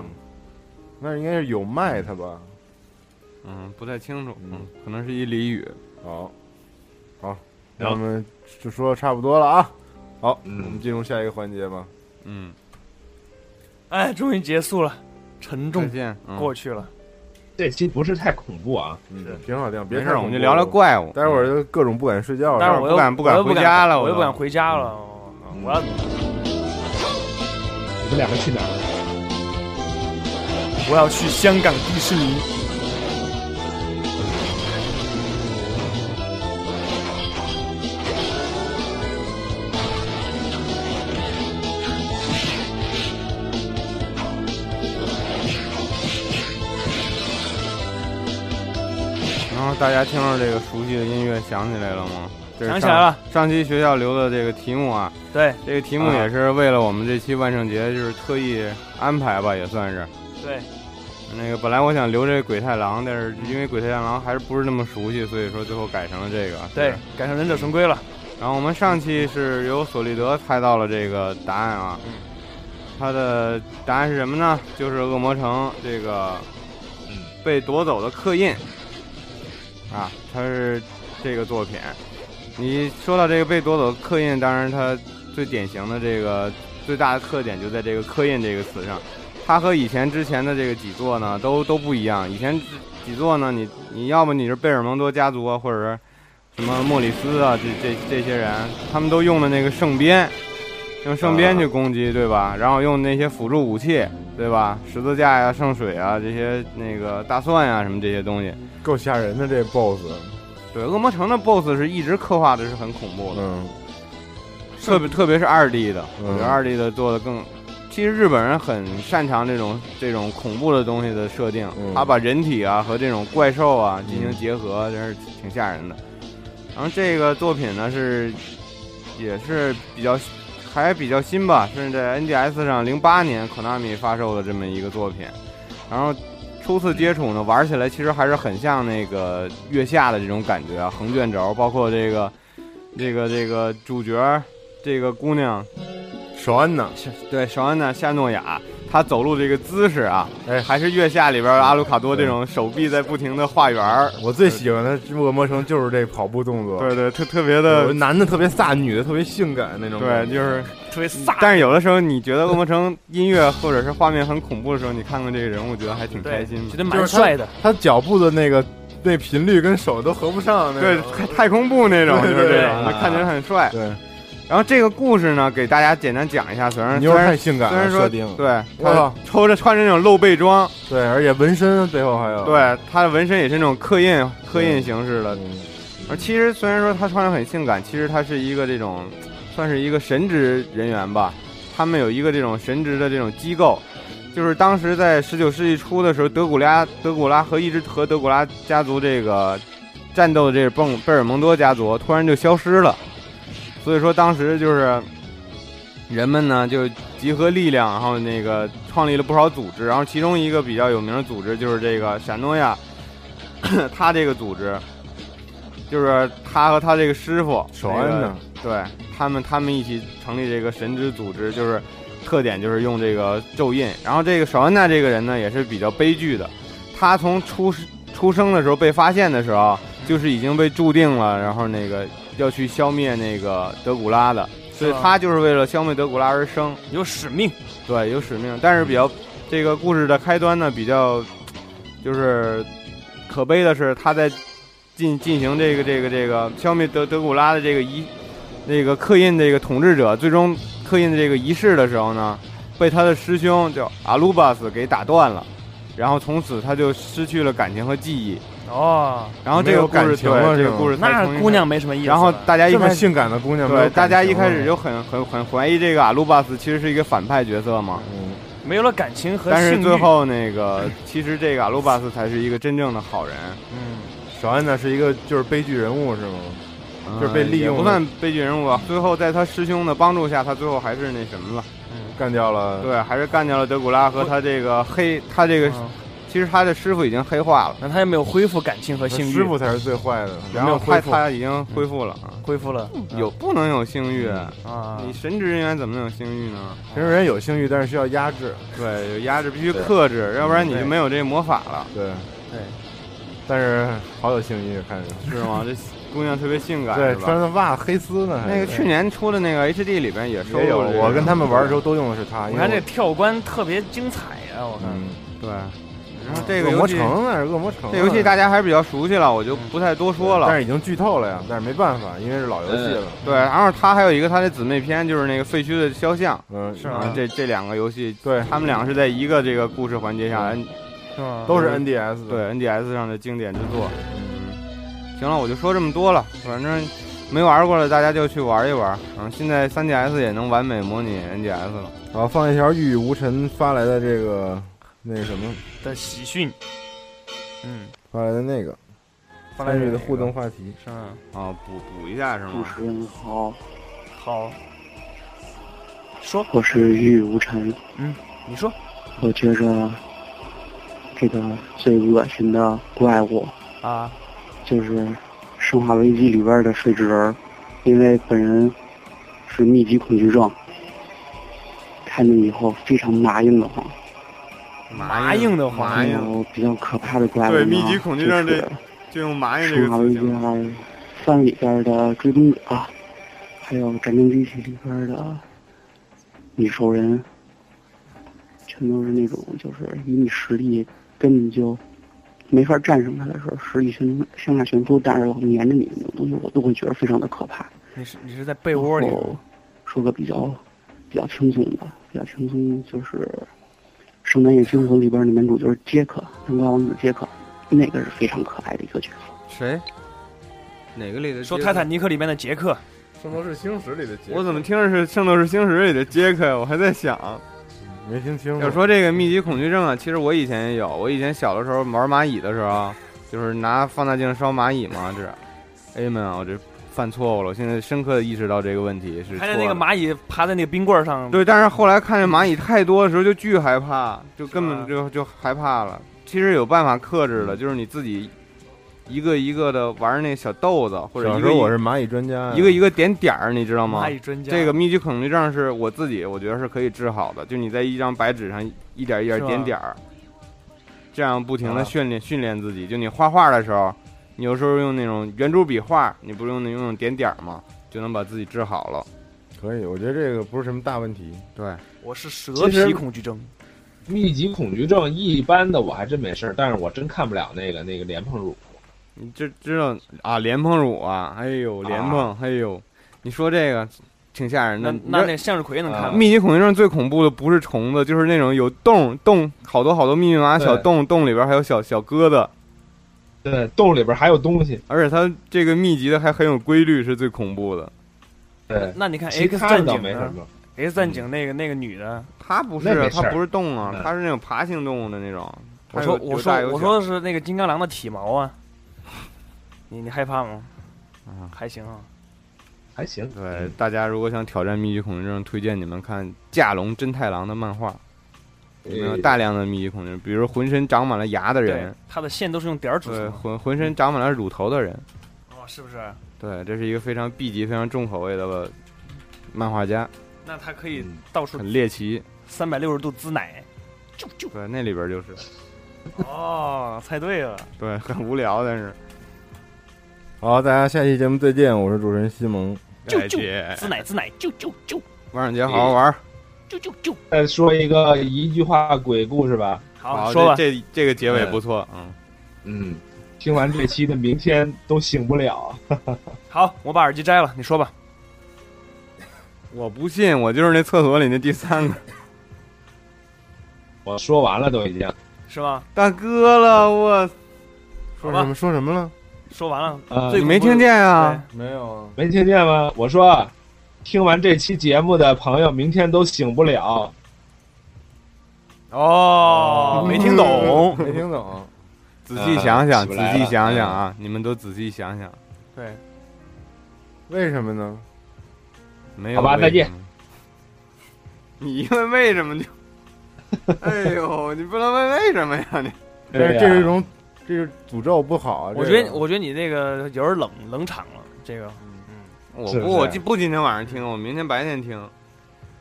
S2: 那应该是有卖它吧？
S3: 嗯，不太清楚，
S2: 嗯
S3: 嗯，可能是一俚语。
S2: 好，好，那我们就说差不多了啊。好，
S4: 嗯
S2: 我们进入下一个环节吧。
S3: 嗯，
S8: 哎，终于结束了，沉
S3: 再
S8: 重
S3: 见。嗯
S8: 过去了。
S4: 这期不是太恐怖啊，
S2: 嗯，挺好，挺好。别
S3: 没
S2: 看
S3: 事儿，我
S2: 恐
S3: 们就
S2: 怖
S3: 聊聊
S2: 了。
S3: 怪物。嗯
S2: 待会儿就各种不敢睡觉了。
S8: 但是我又
S3: 不敢不敢
S8: 我又
S3: 回家了
S8: 我又
S3: 我
S8: 不敢
S3: 都嗯
S8: 回家了，我要
S4: 你们两个去哪儿？
S8: 我要去香港迪士尼。
S3: 嗯然后大家听着这个熟悉的音乐，想起来了吗？这是
S8: 想起来了
S3: 上。上期学校留的这个题目啊，
S8: 对
S3: 这个题目
S8: 啊
S3: 也是为了我们这期万圣节就是特意安排吧，也算是。
S8: 对，
S3: 那个本来我想留这鬼太郎，但是因为鬼太郎还是不是那么熟悉，所以说最后改成了这个。
S8: 对
S3: 是，
S8: 改成忍者神龟了。
S3: 然后我们上期是由索利德猜到了这个答案啊，他的答案是什么呢？就是恶魔城这个被夺走的刻印啊，它是这个作品。你说到这个被夺走的刻印，当然它最典型的这个最大的特点就在这个刻印这个词上，它和以前之前的这个几座呢都都不一样。以前几座呢，你你要么你是贝尔蒙多家族啊，或者是什么莫里斯啊，这这这些人，他们都用的那个圣鞭，用圣鞭去攻击，对吧？然后用那些辅助武器，对吧？十字架呀、圣水啊，这些那个大蒜呀、什么这些东西。
S2: 够吓人的这 boss，
S3: 对，恶魔城的 BOSS 是一直刻画的是很恐怖的，
S2: 嗯，
S3: 特别特别是二 D 的，
S2: 嗯
S3: 我觉得二 D 的做的更。其实日本人很擅长这种这种恐怖的东西的设定，
S2: 嗯
S3: 他把人体啊和这种怪兽啊进行结合，真是挺吓人的。然后这个作品呢是也是比较还比较新吧，是在 NDS 上零八年 Konami 发售的这么一个作品。然后初次接触呢，玩起来其实还是很像那个月下的这种感觉啊，横卷轴，包括这个这个这个主角儿这个姑娘，
S2: 手安呢？
S3: 是 对手安娜夏诺雅，她走路这个姿势啊，
S2: 哎
S3: 还是月下里边儿阿鲁卡多这种手臂在不停的画圆儿，
S2: 我最喜欢的恶魔城就是这跑步动作，
S3: 对对，特特别
S2: 有
S3: 的
S2: 的男的特别飒，女的特别性感那种
S3: 对，
S2: 感觉。
S3: 就是
S8: 特别飒。
S3: 嗯但是有的时候你觉得恶魔城音乐或者是画面很恐怖的时候，你看看这个人物，觉得还挺开
S8: 对，
S3: 心
S8: 觉得
S3: 的。
S2: 就
S8: 蛮
S2: 是他
S8: 帅的。
S2: 他脚步的那个那频率跟手都合不上那
S3: 对
S2: 种。，
S3: 太空步那种，
S2: 对
S3: 就是
S8: 对对
S3: 这种，看起来很帅。
S2: 对，
S3: 然后这个故事呢，给大家简单讲一下，虽然
S2: 你又
S3: 虽
S2: 是
S3: 然
S2: 太性感
S3: 虽然
S2: 了，
S3: 说
S2: 设定
S3: 对，
S2: 我操
S3: 他抽着穿着那种露背装，
S2: 对，而且纹身背后还有，
S3: 对，他的纹身也是那种刻印刻印形式的。
S2: 嗯
S3: 而其实虽然说他穿着很性感，其实他是一个这种，算是一个神职人员吧。他们有一个这种神职的这种机构，就是当时在十九世纪初的时候，德古拉德古拉和一直和德古拉家族这个战斗的这个蹦贝尔蒙多家族突然就消失了，所以说当时就是人们呢就集合力量，然后那个创立了不少组织，然后其中一个比较有名的组织就是这个闪 诺亚， 他这个组织。就是他和他这个师傅
S2: 手恩呢，
S3: 对他们，他们一起成立这个神之组织，就是特点就是用这个咒印。然后这个少安娜这个人呢，也是比较悲剧的，他从出世出生的时候被发现的时候，就是已经被注定了，然后那个要去消灭那个德古拉的，所以
S8: 吧
S3: 他就是为了消灭德古拉而生，
S8: 有使命，
S3: 对，有使命。但是比较这个故事的开端呢，比较就是可悲的是，他在进进行这个这个这个消灭德德古拉的这个仪，那个刻印这个统治者最终刻印的这个仪式的时候呢，被他的师兄叫阿鲁巴斯给打断了，然后从此他就失去了感情和记忆。
S8: 哦，
S3: 然后这个故
S2: 没有
S3: 事
S2: 感情
S3: 对
S2: 了是
S3: 这个
S2: 吗
S3: 故事才
S8: 那
S3: 重新
S8: 姑娘没什么意
S3: 开
S8: 思
S3: 始，
S8: 了。
S3: 然后大家一
S2: 这么
S3: 开始
S2: 性感的姑娘，没有
S3: 对
S2: 感
S3: 大家一
S2: 情嗯
S3: 开
S2: 了
S3: 始就很很很怀疑这个阿鲁巴斯其实是一个反派角色嘛。
S2: 嗯
S8: 没有了感情和
S3: 但
S8: 性
S3: 是
S8: 欲
S3: 最，后那个，其实这个阿鲁巴斯才是一个真正的好人，
S8: 嗯，
S2: 小安娜是一个就是悲剧人物是吗？
S3: 嗯
S2: 就是被利用了
S3: 也不算悲剧人物吧。最后在他师兄的帮助下，他最后还是那什么了，
S2: 干掉了，
S3: 对，还是干掉了德古拉和他这个黑，他这个
S8: 嗯
S3: 其实他的师傅已经黑化了，
S8: 那他也没有恢复感情和性欲，
S2: 师傅才是最坏的，
S3: 然
S2: 没
S3: 后
S2: 有
S3: 他
S2: 恢复。嗯
S3: 他已经嗯恢复了啊。
S8: 恢复了
S3: 有不能有性欲，
S8: 啊
S3: 你神职人员怎么能有性欲呢？
S2: 平时人有性欲，但是需要压制，
S3: 对，有压制必须克制，要不然你就没有这魔法了，
S2: 对
S8: 对。
S2: 但是好有性欲，看着。
S3: 是吗？这姑娘特别性感，
S2: 对，
S3: 是
S2: 穿
S3: 吧？
S2: 的袜子黑丝呢，还
S3: 那个
S2: 是
S3: 去年出的那个 HD 里边也收
S2: 也有，
S3: 录了这个
S2: 我跟他们玩的时候都用的是它。
S8: 你
S2: 因为
S8: 看这
S2: 我，
S8: 跳关特别精彩呀、我看、
S2: 哎嗯，
S3: 对，然后这个
S2: 恶
S3: 游
S2: 魔
S3: 戏，
S2: 城那是恶魔城啊，
S3: 这游戏大家还是比较熟悉了，我就不太多说
S2: 但
S3: 了。
S2: 是已经剧透了呀，但是没办法，因为是老游戏了。
S3: 对，然后它还有一个它的姊妹篇，就是那个废墟的肖像。
S2: 嗯，
S8: 是
S3: 啊
S8: 吗，
S3: 这这两个游戏，
S2: 对，
S3: 他们两个是在一个这个故事环节下，
S8: 是吗？
S2: 都是 NDS 的。
S3: 对 NDS 上的经典之作。行了，我就说这么多了，反正没玩过的大家就去玩一玩。嗯，现在 3DS 也能完美模拟 NDS 了。
S2: 好，放一条玉宇无尘发来的这个那什么
S8: 的喜讯，嗯，
S2: 发来的那个
S8: 放来
S2: 参与
S8: 这
S2: 的
S8: 个
S2: 互动话题。
S8: 是吗？
S3: 啊，补补一下是吗？
S9: 持人好，
S8: 好，说，
S9: 我是玉无尘。
S8: 你说，
S9: 我觉着这个最恶心的怪物
S8: 啊，
S9: 就是《生化危机》里边的睡纸人儿，因为本人是密集恐惧症，看见以后非常麻硬的慌。
S8: 麻硬的话
S3: 麻
S9: 然
S3: 硬，
S9: 后比较可怕的怪物呢
S3: 哎对密集恐惧症
S9: 就是
S3: 就用麻硬这
S9: 生
S3: 个
S9: 化危
S3: 词
S9: 机
S3: 形容。
S8: 啊
S9: 二三里边的追踪者，还有战争机器里边的女兽人，全都是那种就是以你实力根本就没法战胜他的时候，实力相相差悬殊，但是老黏着你那种东西，我都会觉得非常的可怕。
S8: 你是你是在被窝里
S9: 然后说个比较比较轻松的，比较轻松就是《圣诞夜惊魂》里边的男主就是杰克，南瓜王子杰克，那个是非常可爱的一个角色。
S3: 谁？ 哪个里的？
S8: 说《泰坦尼克》里面的杰克，
S2: 《圣斗士星矢》里的节
S3: 我怎么听着是《圣斗士星矢》里的杰克呀？我还在想，
S2: 没听清楚？
S3: 要说这个密集恐惧症啊，其实我以前也有。我以前小的时候玩蚂蚁的时候，啊就是拿放大镜烧蚂蚁嘛，这。哎们啊，我这犯错误了，我现在深刻的意识到这个问题是错
S8: 看见那个
S3: 了。
S8: 蚂蚁爬在那个冰棍儿上，
S3: 对，但是后来看见蚂蚁太多的时候，就巨害怕，就根本就就害怕了。其实有办法克制
S8: 嗯
S3: 的，就是你自己一个一个的玩那小豆子，或者
S2: 小
S3: 一
S2: 时
S3: 个
S2: 候我是蚂蚁专家呀，
S3: 一个一个点点儿，你知道吗？
S8: 蚂蚁专家，
S3: 这个密集恐惧症是我自己，我觉得是可以治好的，就你在一张白纸上一点一点
S8: 是吧
S3: 点点儿，这样不停的
S8: 啊
S3: 训练训练自己。就你画画的时候，你有时候用那种圆珠笔画，你不是用那用那种点点儿吗？就能把自己治好了。
S2: 可以，我觉得这个不是什么大问题。
S3: 对，
S8: 我是蛇
S4: 其实
S8: 皮恐惧症，
S4: 密集恐惧症一般的我还真没事儿，但是我真看不了那个那个莲蓬乳。
S8: 啊
S3: 你知知道啊，莲蓬乳啊，哎呦莲蓬，哎呦，你说这个挺吓人的。
S8: 那那向日葵能看吗？
S3: 密集恐惧症最恐怖的不是虫子，就是那种有洞洞，好多好多密密麻麻小
S4: 对
S3: 洞，洞里边还有小小疙瘩，
S4: 对，洞里边还有东西。
S3: 而且它这个密集的还很有规律，是最恐怖的。
S4: 对
S8: 嗯那你看
S4: 其
S8: X
S4: 他的
S8: 战
S4: 倒
S8: 警
S4: 没什
S8: 呢
S4: 么。
S8: X 战警那个那个女的，
S3: 她不是
S8: 那没
S3: 啊，
S8: 事
S3: 它
S8: 儿
S3: 不是洞啊
S8: 嗯，
S3: 它是那种爬行动物的那种。
S8: 我
S3: 它
S8: 说
S3: 有
S8: 我
S3: 有大有
S8: 说我
S3: 小
S8: 说的是那个金刚狼的体毛啊，你你害怕吗？还行啊，
S4: 还行。
S3: 对，大家如果想挑战密集恐惧症，推荐你们看架龙真太郎的漫画，里
S4: 呃
S3: 面有
S8: 哎
S3: 大量的密集恐惧症，比如浑身长满了牙的
S8: 对
S3: 人，，
S8: 它的线都是用点儿组成
S3: 对，
S8: 的，
S3: 浑浑身长满了乳头的人，
S8: 哦，是不是？
S3: 对，这是一个非常 B 级、非常重口味的漫画家，
S8: 那它可以到处
S3: 很猎奇。
S8: 三百六十度滋奶。
S3: 对，那里边就是，
S8: 哦，猜对了，
S3: 对，很无聊，但是
S2: 好，大家下期节目再见，我是主持人西蒙。
S3: 再见
S8: 滋奶滋奶，啾啾啾
S3: 万圣节好好玩儿。
S8: 啾啾啾。
S4: 再说一个一句话鬼故事吧。
S3: 好，
S4: 啊说吧。哎
S3: 这这这个结尾不错，嗯
S4: 嗯，听完这期的，明天都醒不了。
S8: 好，我把耳机摘了，你说吧。
S3: 我不信，我就是那厕所里那第三个
S4: 我说完了都已经。
S8: 是吗？
S3: 大哥了，
S4: 啊
S3: 我
S8: 说什么
S2: 说什么了？
S8: 说完了，
S4: 呃，
S8: 最恐怖的？
S3: 啊？
S2: 没有啊。
S4: 没听见吗？我说，听完这期节目的朋友，明天都醒不了。
S8: 哦，没听懂，
S2: 嗯没听懂。
S3: 仔细想想，
S4: 啊起不
S3: 仔
S4: 来
S3: 细
S4: 了
S3: 想想啊，你们都仔细想想，
S8: 对，
S2: 为什么呢？
S3: 没有
S4: 好吧，
S3: 为
S4: 再见。
S3: 你因为为什 么就？哎呦，你不能问为什么呀你？
S2: 但
S4: 对
S2: 是
S4: 呀
S2: 这是一种，这是诅咒不好啊。
S8: 我
S2: 这
S8: 觉
S2: 个
S8: 得我觉得你那个有点冷冷场了，这个，嗯，
S3: 我
S4: 是不
S3: 不，
S4: 是啊
S3: 我今不今天晚上听，我明天白天听。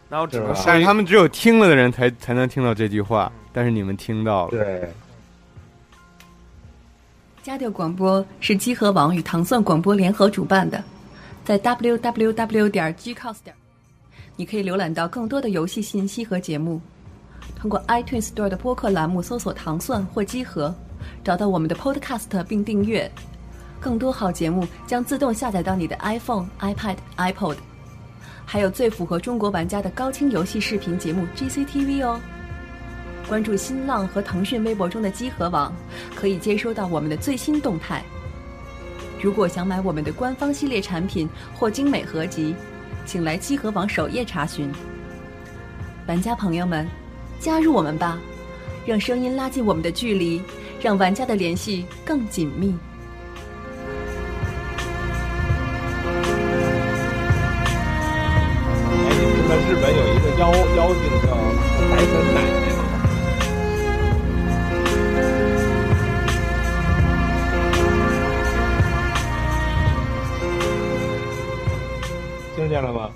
S8: 然后只能
S4: 是吧
S8: 说
S3: 但
S8: 一
S3: 是他们只有听了的人才才能听到这句话，但是你们听到了。
S4: 对，
S10: 家调广播是积禾网与糖蒜广播联合主办的，在 www 点 gcos 点，你可以浏览到更多的游戏信息和节目。通过 iTunes Store 的播客栏目搜索“糖蒜”或“积禾”，找到我们的 Podcast 并订阅。更多好节目将自动下载到你的 iPhone、iPad、iPod，还有最符合中国玩家的高清游戏视频节目 GCTV 哦。关注新浪和腾讯微博中的积禾网，可以接收到我们的最新动态。如果想买我们的官方系列产品或精美合集，请来积禾网首页查询。玩家朋友们，加入我们吧，让声音拉近我们的距离，让玩家的联系更紧密。
S4: 哎，你知道日本有一个妖妖精叫白粉奶奶吗？听见了吗？